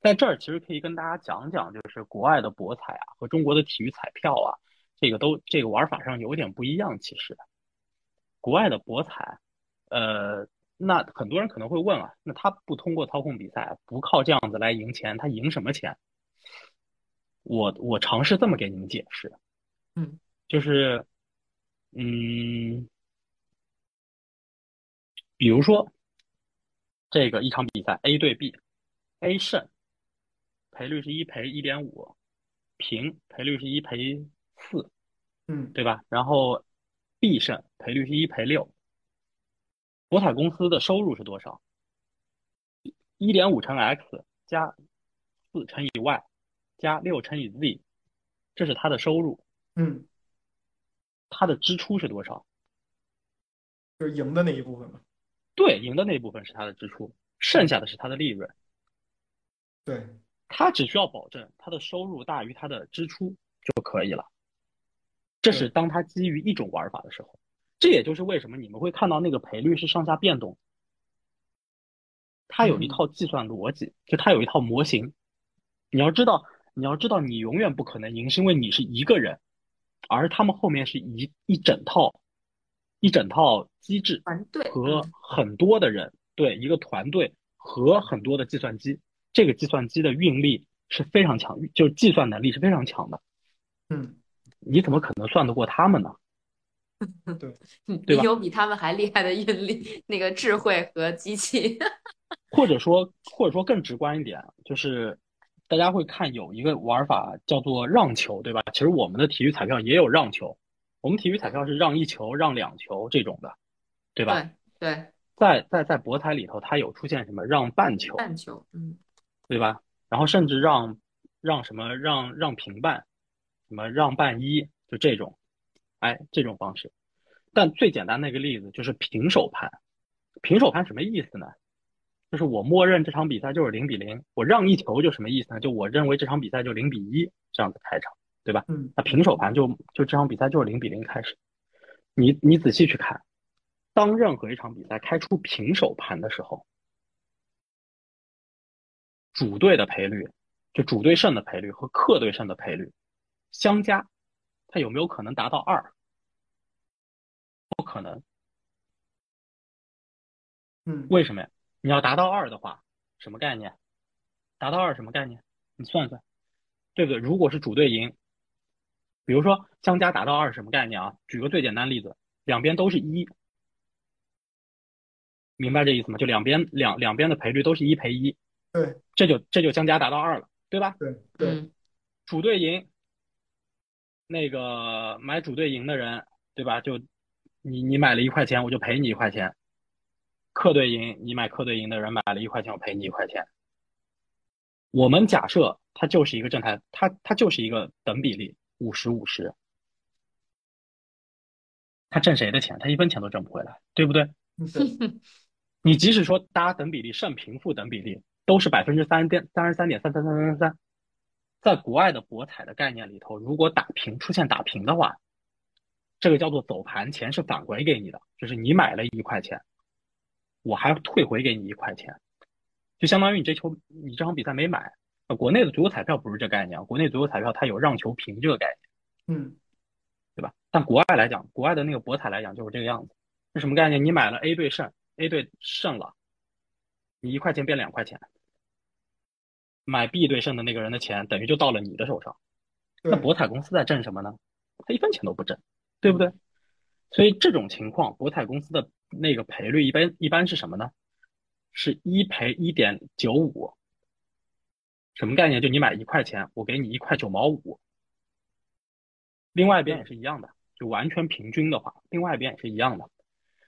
在这儿其实可以跟大家讲讲，就是国外的博彩啊和中国的体育彩票啊，这个都这个玩法上有点不一样。其实，国外的博彩，呃，那很多人可能会问啊，那他不通过操控比赛，不靠这样子来赢钱，他赢什么钱？我我尝试这么给你们解释，
嗯，
就是，嗯，比如说这个一场比赛，A 对 B，A 胜，赔率是一赔一点五，平赔率是一赔四，
嗯
对吧？然后 B 胜赔率是一赔六，博彩公司的收入是多少？一点五乘 x 加四乘以 y 加六乘以 z，这是它的收入。
嗯，
它的支出是多少？
就是赢的那一部分嘛。
对，赢的那部分是它的支出，剩下的是它的利润。
对，
它只需要保证它的收入大于它的支出就可以了。这是当它基于一种玩法的时候，这也就是为什么你们会看到那个赔率是上下变动的。它有一套计算逻辑，就它有一套模型。你要知道，你要知道，你永远不可能赢，是因为你是一个人，而他们后面是一一整套一整套机制。
团队
和
嗯
很多的人，对，一个团队和很多的计算机，这个计算机的运力是非常强，就是计算能力是非常强的，
嗯，
你怎么可能算得过他们呢？
你
对吧
有比他们还厉害的运力、那个智慧和机器。
或者说，或者说更直观一点，就是大家会看有一个玩法叫做让球，对吧？其实我们的体育彩票也有让球，我们体育彩票是让一球、让两球这种的，对吧？
对 对，
在在在博彩里头，它有出现什么让半球，
半球，嗯，
对吧？然后甚至让让什么让让平半，什么让半一，就这种，哎，这种方式。但最简单的一个例子就是平手盘，平手盘什么意思呢？就是我默认这场比赛就是零比零，我让一球就什么意思呢？就我认为这场比赛就零比一这样子开场，对吧？
嗯，
那平手盘就就这场比赛就是零比零开始。你你仔细去看，当任何一场比赛开出平手盘的时候，主队的赔率，就主队胜的赔率和客队胜的赔率相加，它有没有可能达到二？不可能，
嗯，
为什么呀？你要达到二的话，什么概念？啊达到二什么概念？你算算，对不对？如果是主队赢，比如说相加达到二什么概念啊？举个最简单例子，两边都是一，明白这意思吗？就两边两两边的赔率都是一赔一，
对，
这就这就相加达到二了，对吧？
对对，
嗯，
主队赢，那个买主队赢的人，对吧？就你你买了一块钱，我就赔你一块钱；客队赢，你买客队赢的人买了一块钱，我赔你一块钱。我们假设它就是一个正态，它它就是一个等比例，五十五十。他挣谁的钱？他一分钱都挣不回来，对不对？
嗯
对
你即使说大家等比例胜平负等比例都是百分之三点三十三点三三三三三，在国外的博彩的概念里头，如果打平出现打平的话，这个叫做走盘，钱是返回给你的，就是你买了一块钱，我还退回给你一块钱，就相当于你这球你这场比赛没买。呃国内的足球彩票不是这概念啊，国内足球彩票它有让球平这个概念。
嗯
对吧？但国外来讲，国外的那个博彩来讲就是这个样子。是什么概念？你买了 A 队胜，A 队胜了，你一块钱变两块钱，买 B 队胜的那个人的钱等于就到了你的手上。那
对，
博彩公司在挣什么呢？他一分钱都不挣，对不对？所以这种情况，博彩公司的那个赔率一般一般是什么呢？是一赔一点九五。什么概念？就你买一块钱，我给你一块九毛五。另外一边也是一样的，就完全平均的话，另外一边也是一样的。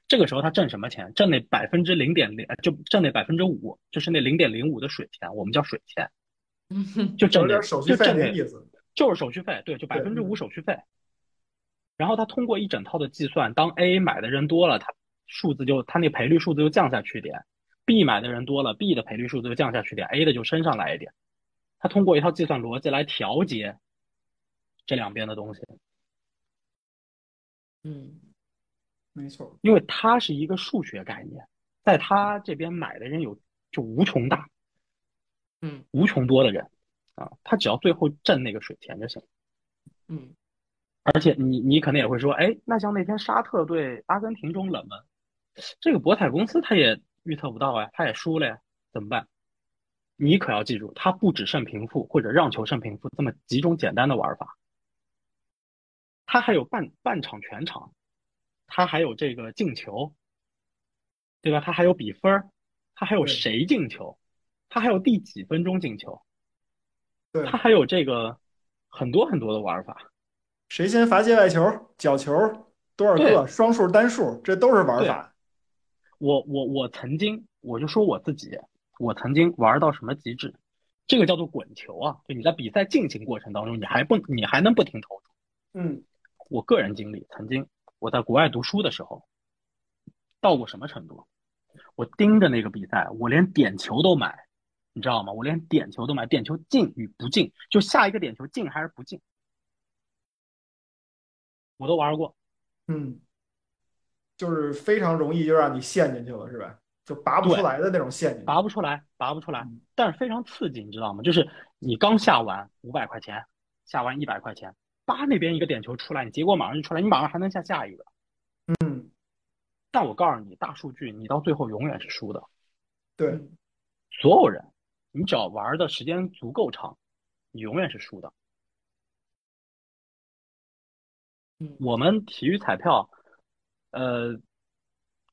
这个时候他挣什么钱？挣那百分之零点零，就挣那百分之五，就是那零点零五的水钱，我们叫水钱，就挣
有
那
点手续
就
费
挣
那
那
意思。
就是手续费，对，就百
对
分之五手续费。然后他通过一整套的计算，当 A 买的人多了，他数字就他那赔率数字就降下去一点；B 买的人多了，B 的赔率数字就降下去一点，A 的就升上来一点。他通过一套计算逻辑来调节这两边的东西，
嗯，
没错，
因为它是一个数学概念，在他这边买的人有就无穷大，
嗯
无穷多的人啊，他只要最后占那个水田就行。
嗯，
而且你你可能也会说，哎，那像那天沙特对阿根廷中冷门，这个博彩公司他也预测不到呀，他也输了呀，怎么办？你可要记住，它不只胜平负或者让球胜平负这么几种简单的玩法，它还有半半场全场，它还有这个进球，对吧？它还有比分儿，它还有
对
谁进球，它还有第几分钟进球，
对，
它还有这个很多很多的玩法。
谁先罚界外球、角球多少个、
对
双数、单数，这都是玩法。
我我我曾经，我就说我自己，我曾经玩到什么极致，这个叫做滚球啊！就你在比赛进行过程当中，你还不你还能不停投出。
嗯，
我个人经历，曾经我在国外读书的时候，到过什么程度？我盯着那个比赛，我连点球都买，你知道吗？我连点球都买，点球进与不进，就下一个点球进还是不进，我都玩过。
嗯，就是非常容易就让你陷进去了，是吧？就拔不出
对
来的那种陷进去。
拔不出来，拔不出来
嗯，
但是非常刺激，你知道吗？就是你刚下完五百块钱，下完一百块钱，叭那边一个点球出来，你结果马上就出来，你马上还能下下一个。
嗯，
但我告诉你，大数据你到最后永远是输的。
对，
嗯所有人，你只要玩的时间足够长，你永远是输的
嗯。
我们体育彩票，呃，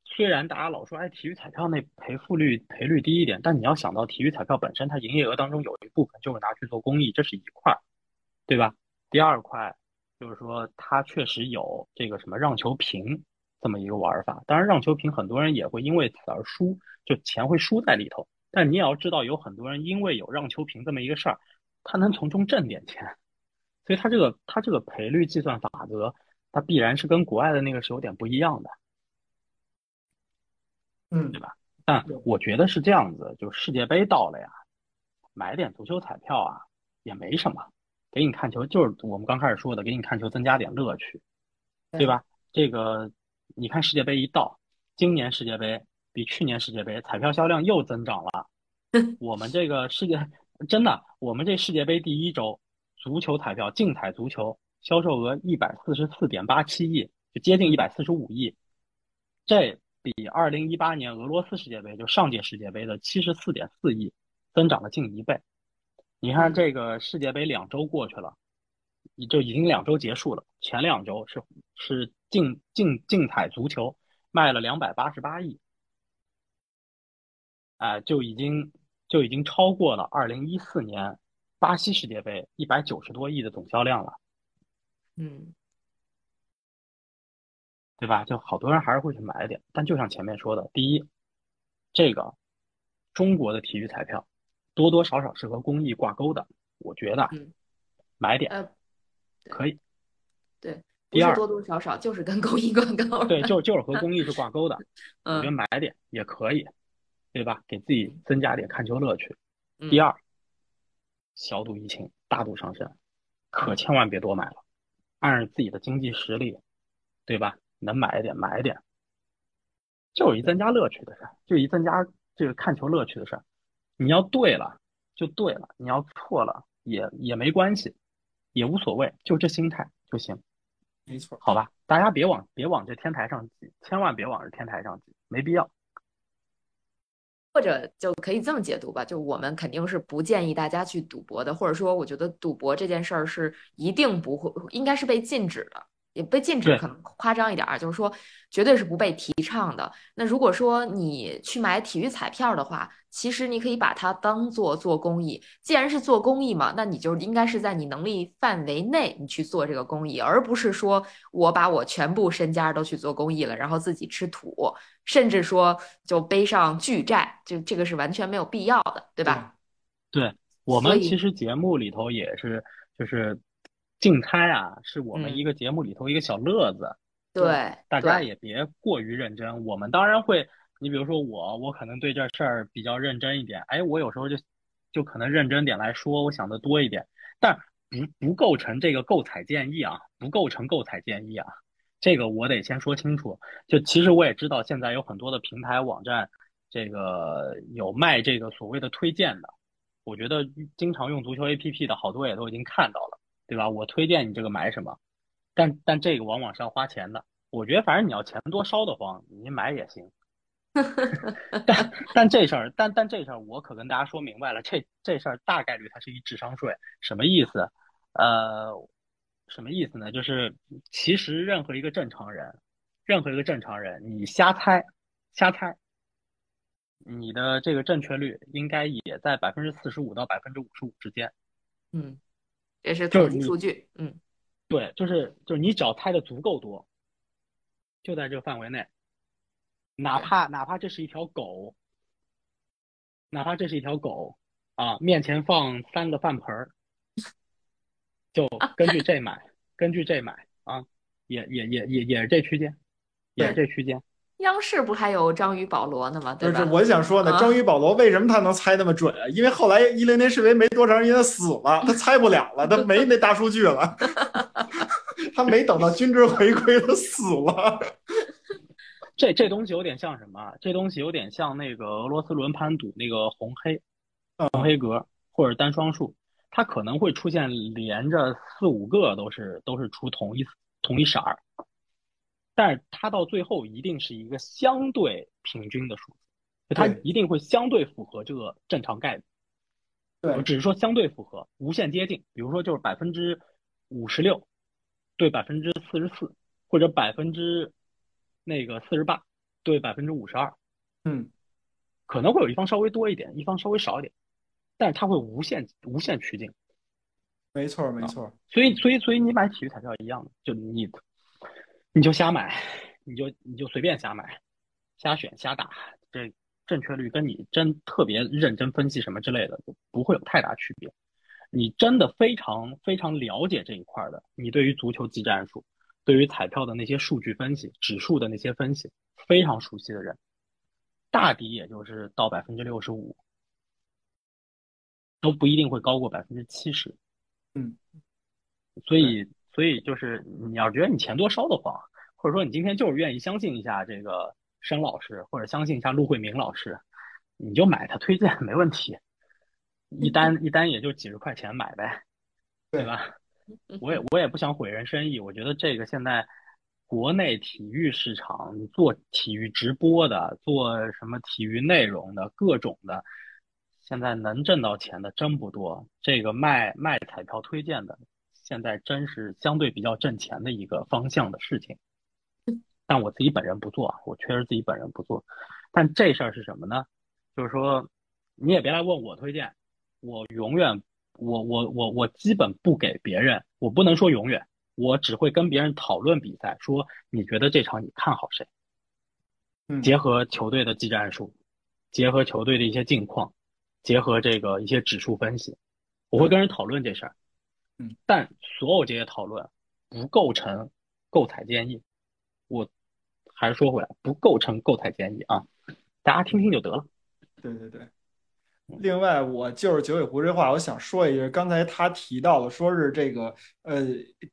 虽然大家老说哎体育彩票那赔付率赔率低一点，但你要想到体育彩票本身，它营业额当中有一部分就是拿去做公益，这是一块儿，对吧？第二块就是说它确实有这个什么让球平这么一个玩法，当然让球平很多人也会因为此而输，就钱会输在里头。但你也要知道，有很多人因为有让球平这么一个事儿，他能从中挣点钱，所以他这个他这个赔率计算法则，它必然是跟国外的那个是有点不一样的。
嗯，
但
对
我觉得是这样子，就世界杯到了呀，买点足球彩票啊也没什么，给你看球就是我们刚开始说的，给你看球增加点乐趣，对吧？这个你看世界杯一到，今年世界杯比去年世界杯彩票销量又增长了。我们这个世界真的，我们这世界杯第一周足球彩票竞彩足球销售额一百四十四点八七亿，就接近一百四十五亿，这比二零一八年俄罗斯世界杯就上届世界杯的七十四点四亿增长了近一倍。你看这个世界杯两周过去了，你就已经两周结束了。前两周是是竞竞竞彩足球卖了两百八十八亿，啊、就已经就已经超过了二零一四年巴西世界杯一百九十多亿的总销量了，
嗯
对吧？就好多人还是会去买点，但就像前面说的，第一，这个中国的体育彩票多多少少是和公益挂钩的，我觉得啊
嗯
买点
呃，
可以。
不
第
是
二
多多少少，就是跟公益广告。
对，就就是和公益是挂钩的，我觉得
嗯
买点也可以，对吧？给自己增加点看球乐趣。
嗯
第二，小赌怡情，大赌伤身，
嗯
可千万别多买了，按照自己的经济实力，对吧？能买一点买一点，就是一增加乐趣的事儿，就一增加这个看球乐趣的事儿。你要对了就对了，你要错了也也没关系，也无所谓，就这心态就行。
没错。
好吧，大家别往别往这天台上挤，千万别往这天台上挤，没必要。
或者就可以这么解读吧，就我们肯定是不建议大家去赌博的，或者说，我觉得赌博这件事儿是一定不会，应该是被禁止的，也被禁止
对
可能夸张一点儿，就是说绝对是不被提倡的。那如果说你去买体育彩票的话，其实你可以把它当做做公益，既然是做公益嘛，那你就应该是在你能力范围内你去做这个公益，而不是说我把我全部身家都去做公益了，然后自己吃土。甚至说就背上巨债，就这个是完全没有必要的，对吧？
我们
所以
其实节目里头也是，就是竞猜啊，是我们
嗯
一个节目里头一个小乐子，
对，
大家
对
也别过于认真。我们当然会，你比如说我，我可能对这事儿比较认真一点，哎，我有时候就就可能认真点来说，我想的多一点，但不不构成这个购彩建议啊，不构成购彩建议啊，这个我得先说清楚。就其实我也知道，现在有很多的平台网站，这个有卖这个所谓的推荐的，我觉得经常用足球 APP 的好多也都已经看到了，对吧？我推荐你这个买什么，但但这个往往是要花钱的。我觉得反正你要钱多烧得慌，你买也行。但但这事儿，但但这事儿，我可跟大家说明白了，这这事儿大概率它是一智商税，什么意思？呃，什么意思呢？就是其实任何一个正常人，任何一个正常人，你瞎猜，瞎猜，你的这个正确率应该也在百分之四十五到百分之五十五之间。
嗯，这是
就
统
是
计
你
数据，嗯
对，就是就是你只要猜的足够多，就在这个范围内，哪怕哪怕这是一条狗，哪怕这是一条狗啊，面前放三个饭盆儿，就根据这买，根据这买啊，也也也也也是这区间，也是这区间。
央视不还有章鱼保罗呢吗？对
不是，
吧？
我想说呢，
啊
章鱼保罗为什么他能猜那么准啊？因为后来一零年世维没多长时间他死 了，他猜不了了，他没那大数据了，他没等到均值回归，他死了。
这这东西有点像什么啊？这东西有点像那个俄罗斯轮盘赌那个红黑、红黑格或者单双数，它可能会出现连着四五个都是都是出同一同一色儿，但是它到最后一定是一个相对平均的数字，就它
对
一定会相对符合这个正常概率。
对
我只是说相 对符合，无限接近。比如说就是百分之五十六对百分之四十四，或者百分之那个四十八对百分之五十二，
嗯，
可能会有一方稍微多一点，一方稍微少一点，但是它会无限无限趋近。
没错，没错。
所以，所以，所以你买体育彩票一样的，就你，你就瞎买，你就你就随便瞎买，瞎选瞎打，这正确率跟你真特别认真分析什么之类的不会有太大区别。你真的非常非常了解这一块儿的，你对于足球技战术，对于彩票的那些数据分析、指数的那些分析非常熟悉的人，大抵也就是到百分之六十五，都不一定会高过百分之七十。所以，所以就是你要觉得你钱多烧得慌，或者说你今天就是愿意相信一下这个申老师，或者相信一下陆慧明老师，你就买他推荐没问题，一单一单也就几十块钱买呗，对吧？我也我也不想毁人生意，我觉得这个现在国内体育市场，你做体育直播的，做什么体育内容的，各种的，现在能挣到钱的真不多。这个卖卖彩票推荐的，现在真是相对比较挣钱的一个方向的事情。但我自己本人不做啊，我确实自己本人不做。但这事儿是什么呢？就是说，你也别来问我推荐，我永远，我我我我基本不给别人，我不能说永远，我只会跟别人讨论比赛，说你觉得这场你看好谁，
嗯
结合球队的技战术，结合球队的一些近况，结合这个一些指数分析，我会跟人讨论这事儿。
嗯，
但所有这些讨论不构成购彩建议，我还是说回来，不构成购彩建议啊，大家听听就得了。
对对对。另外，我就是九尾狐这话，我想说一句，刚才他提到了，说是这个呃，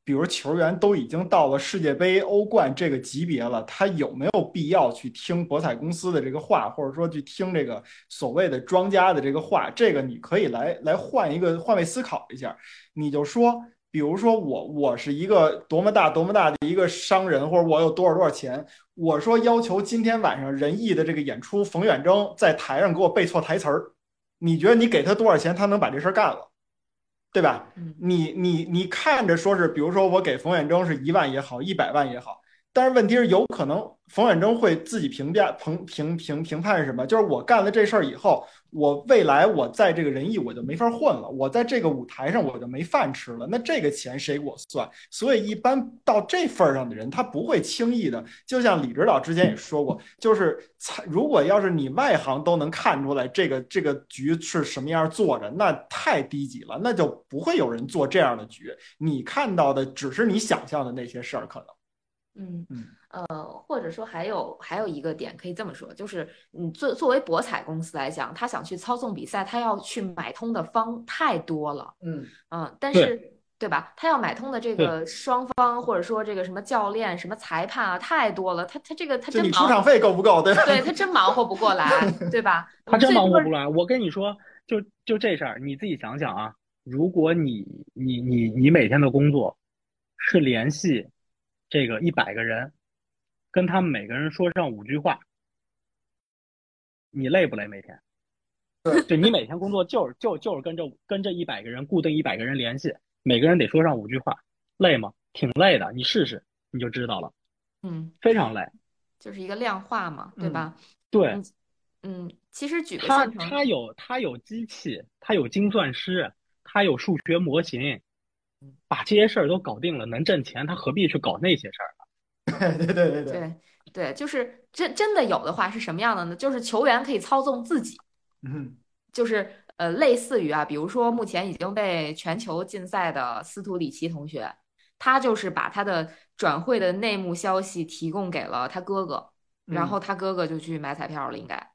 比如球员都已经到了世界杯、欧冠这个级别了，他有没有必要去听博彩公司的这个话，或者说去听这个所谓的庄家的这个话？这个你可以来来换一个换位思考一下，你就说。比如说我我是一个多么大多么大的一个商人，或者我有多少多少钱，我说要求今天晚上仁义的这个演出，冯远征在台上给我背错台词儿，你觉得你给他多少钱，他能把这事儿干了，对吧？
嗯
你你你看着说是，比如说我给冯远征是一万也好，一百万也好，但是问题是有可能冯远征会自己评价评评评评判是什么？就是我干了这事儿以后，我未来我在这个仁义我就没法混了，我在这个舞台上我就没饭吃了，那这个钱谁给我算？所以一般到这份儿上的人，他不会轻易的。就像李指导之前也说过，就是才如果要是你外行都能看出来这个这个局是什么样做着，那太低级了，那就不会有人做这样的局。你看到的只是你想象的那些事儿，可能。
嗯
嗯
呃，或者说还有还有一个点可以这么说，就是你作作为博彩公司来讲，他想去操纵比赛，他要去买通的方太多了。
嗯，
嗯，但
对
是对吧？他要买通的这
对
个双方，或者说这个什么教练、什么裁判啊，太多了。他他这个他
就
真
你出
忙，
场费够不够，对吧？
对他真忙活不过来，对吧？
他真
最
忙
多
活不来。我跟你说，就就这事儿，你自己想想啊。如果你你你你每天的工作是联系这个一百个人，跟他们每个人说上五句话，你累不累？每天？
对
就你每天工作就是就就是跟这跟这一百个人固定一百个人联系，每个人得说上五句话，累吗？挺累的，你试试你就知道了，
嗯，
非常累。
就是一个量化嘛，对吧？
对，
嗯，其实举个
它
现成，
它有它有机器，它有精算师，它有数学模型，
嗯
把这些事儿都搞定了，能挣钱，他何必去搞那些事儿？
对对对对对，
对对，就是真真的有的话是什么样的呢？就是球员可以操纵自己，
嗯，
就是呃，类似于啊，比如说目前已经被全球禁赛的斯图里奇同学，他就是把他的转会的内幕消息提供给了他哥哥，
嗯
然后他哥哥就去买彩票了，应该。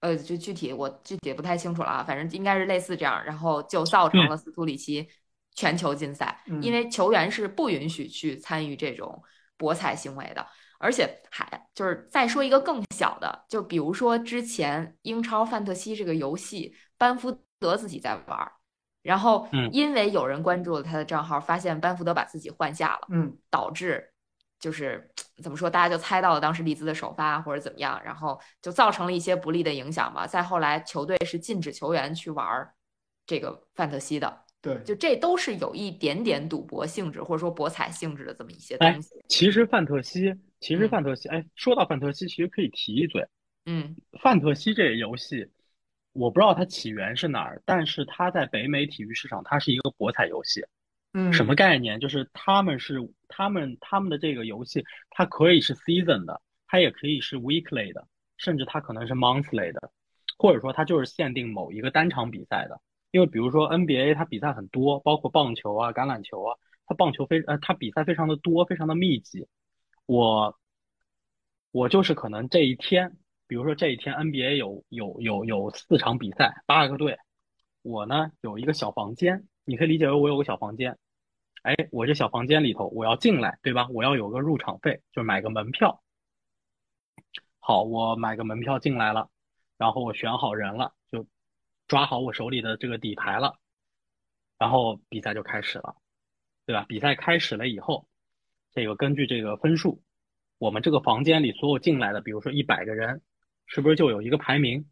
呃，就具体我具体不太清楚了啊，反正应该是类似这样，然后就造成了斯图里奇全球禁赛，
嗯
因为球员是不允许去参与这种博彩行为的。而且还就是再说一个更小的，就比如说之前英超范特西这个游戏，班福德自己在玩儿，然后
嗯
因为有人关注了他的账号，发现班福德把自己换下了，
嗯
导致就是怎么说，大家就猜到了当时利兹的首发或者怎么样，然后就造成了一些不利的影响吧。再后来，球队是禁止球员去玩儿这个范特西的，
对，
就这都是有一点点赌博性质或者说博彩性质的这么一些
哎
东西。
其实范特西，其实
嗯
范特西，哎，说到范特西，其实可以提一嘴，
嗯
范特西这个游戏，我不知道它起源是哪儿，但是它在北美体育市场，它是一个博彩游戏。
嗯
什么概念？就是他们是他们他们的这个游戏，它可以是 season 的，它也可以是 weekly 的，甚至它可能是 monthly 的，或者说它就是限定某一个单场比赛的。因为比如说 NBA 它比赛很多，包括棒球啊、橄榄球啊，它棒球非呃它比赛非常的多，非常的密集。我我就是可能这一天，比如说这一天 NBA 有有有有四场比赛，八个队，我呢有一个小房间，你可以理解为我有个小房间。哎，我这小房间里头我要进来，对吧？我要有个入场费，就是买个门票。好，我买个门票进来了，然后我选好人了，就抓好我手里的这个底牌了，然后比赛就开始了，对吧？比赛开始了以后，这个根据这个分数，我们这个房间里所有进来的，比如说一百个人，是不是就有一个排名？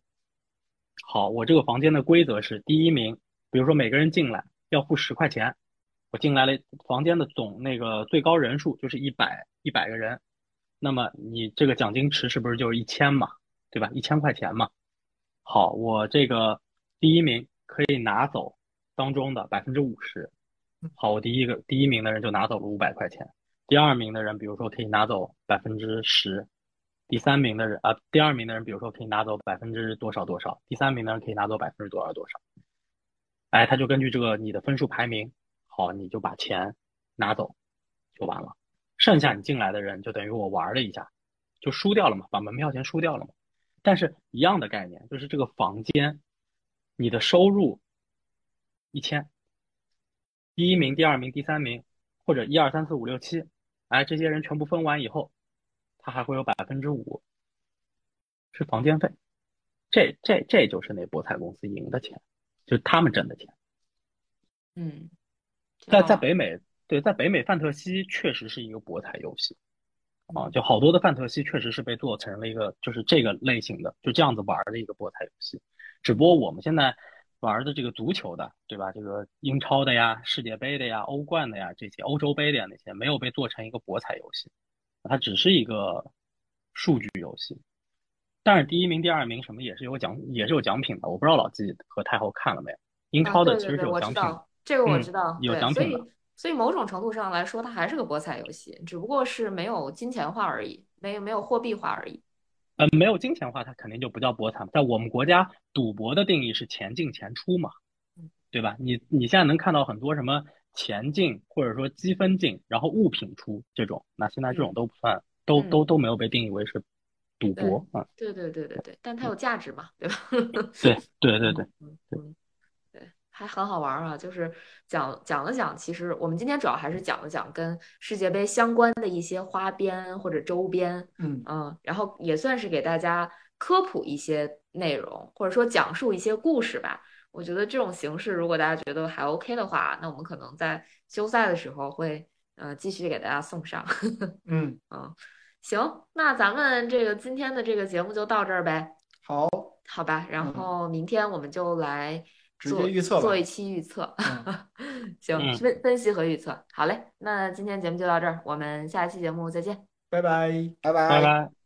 好，我这个房间的规则是第一名，比如说每个人进来要付十块钱，我进来了，房间的总那个最高人数就是一百一百个人，那么你这个奖金池是不是就是一千嘛，对吧？一千块钱嘛。好，我这个第一名可以拿走当中的百分之五十。好，我第一个第一名的人就拿走了五百块钱，第二名的人比如说可以拿走百分之十，第三名的人啊，第二名的人比如说可以拿走百分之多少多少，第三名的人可以拿走百分之多少多少。哎，他就根据这个你的分数排名，好，你就把钱拿走就完了，剩下你进来的人就等于我玩了一下，就输掉了嘛，把门票钱输掉了嘛。但是一样的概念，就是这个房间，你的收入一千，第一名、第二名、第三名，或者一二三四五六七，哎，这些人全部分完以后，他还会有百分之五是房间费，这这这就是那博彩公司赢的钱，就是他们挣的钱。
嗯，啊知
在
道
在
了
北美，对，在北美，范特西确实是一个博彩游戏啊，
嗯
就好多的范特西确实是被做成了一个就是这个类型的，就这样子玩儿的一个博彩游戏。只不过我们现在玩儿的这个足球的，对吧？这个英超的呀、世界杯的呀、欧冠的呀这些欧洲杯的呀那些，没有被做成一个博彩游戏，它只是一个数据游戏。但是第一名、第二名什么也是有奖，也是有奖品的。我不知道老纪和太后看了没有，英
啊
超的
对
其
对
实
对
是有
我
奖
知
品的。
道，这个我
嗯
知道，
有
对，
奖
所
品
以
的
所以某种程度上来说，它还是个博彩游戏，只不过是没有金钱化而已，没有没有货币化而已。
呃，没有金钱化，它肯定就不叫博彩嘛。在我们国家，赌博的定义是钱进钱出嘛，
嗯
对吧？你你现在能看到很多什么钱进，或者说积分进，然后物品出这种，那现在这种
嗯
都不算，都
嗯
都都没有被定义为是赌博啊。
对对对对对，但
嗯
它有价值嘛，对吧？
对对对对，
嗯嗯，对，还很好玩儿啊。就是讲讲了讲，其实我们今天主要还是讲了讲跟世界杯相关的一些花边或者周边，
嗯
嗯，然后也算是给大家科普一些内容，或者说讲述一些故事吧。我觉得这种形式，如果大家觉得还 OK 的话，那我们可能在休赛的时候会呃继续给大家送上。
嗯，
嗯，行，那咱们这个今天的这个节目就到这儿呗，
好，
好吧？然
嗯
后明天我们就来
直
做
接预测吧
做一期预测，
嗯
行，
嗯
分分析和预测。好嘞，那今天节目就到这儿，我们下期节目再见。
拜拜。
拜拜
拜拜。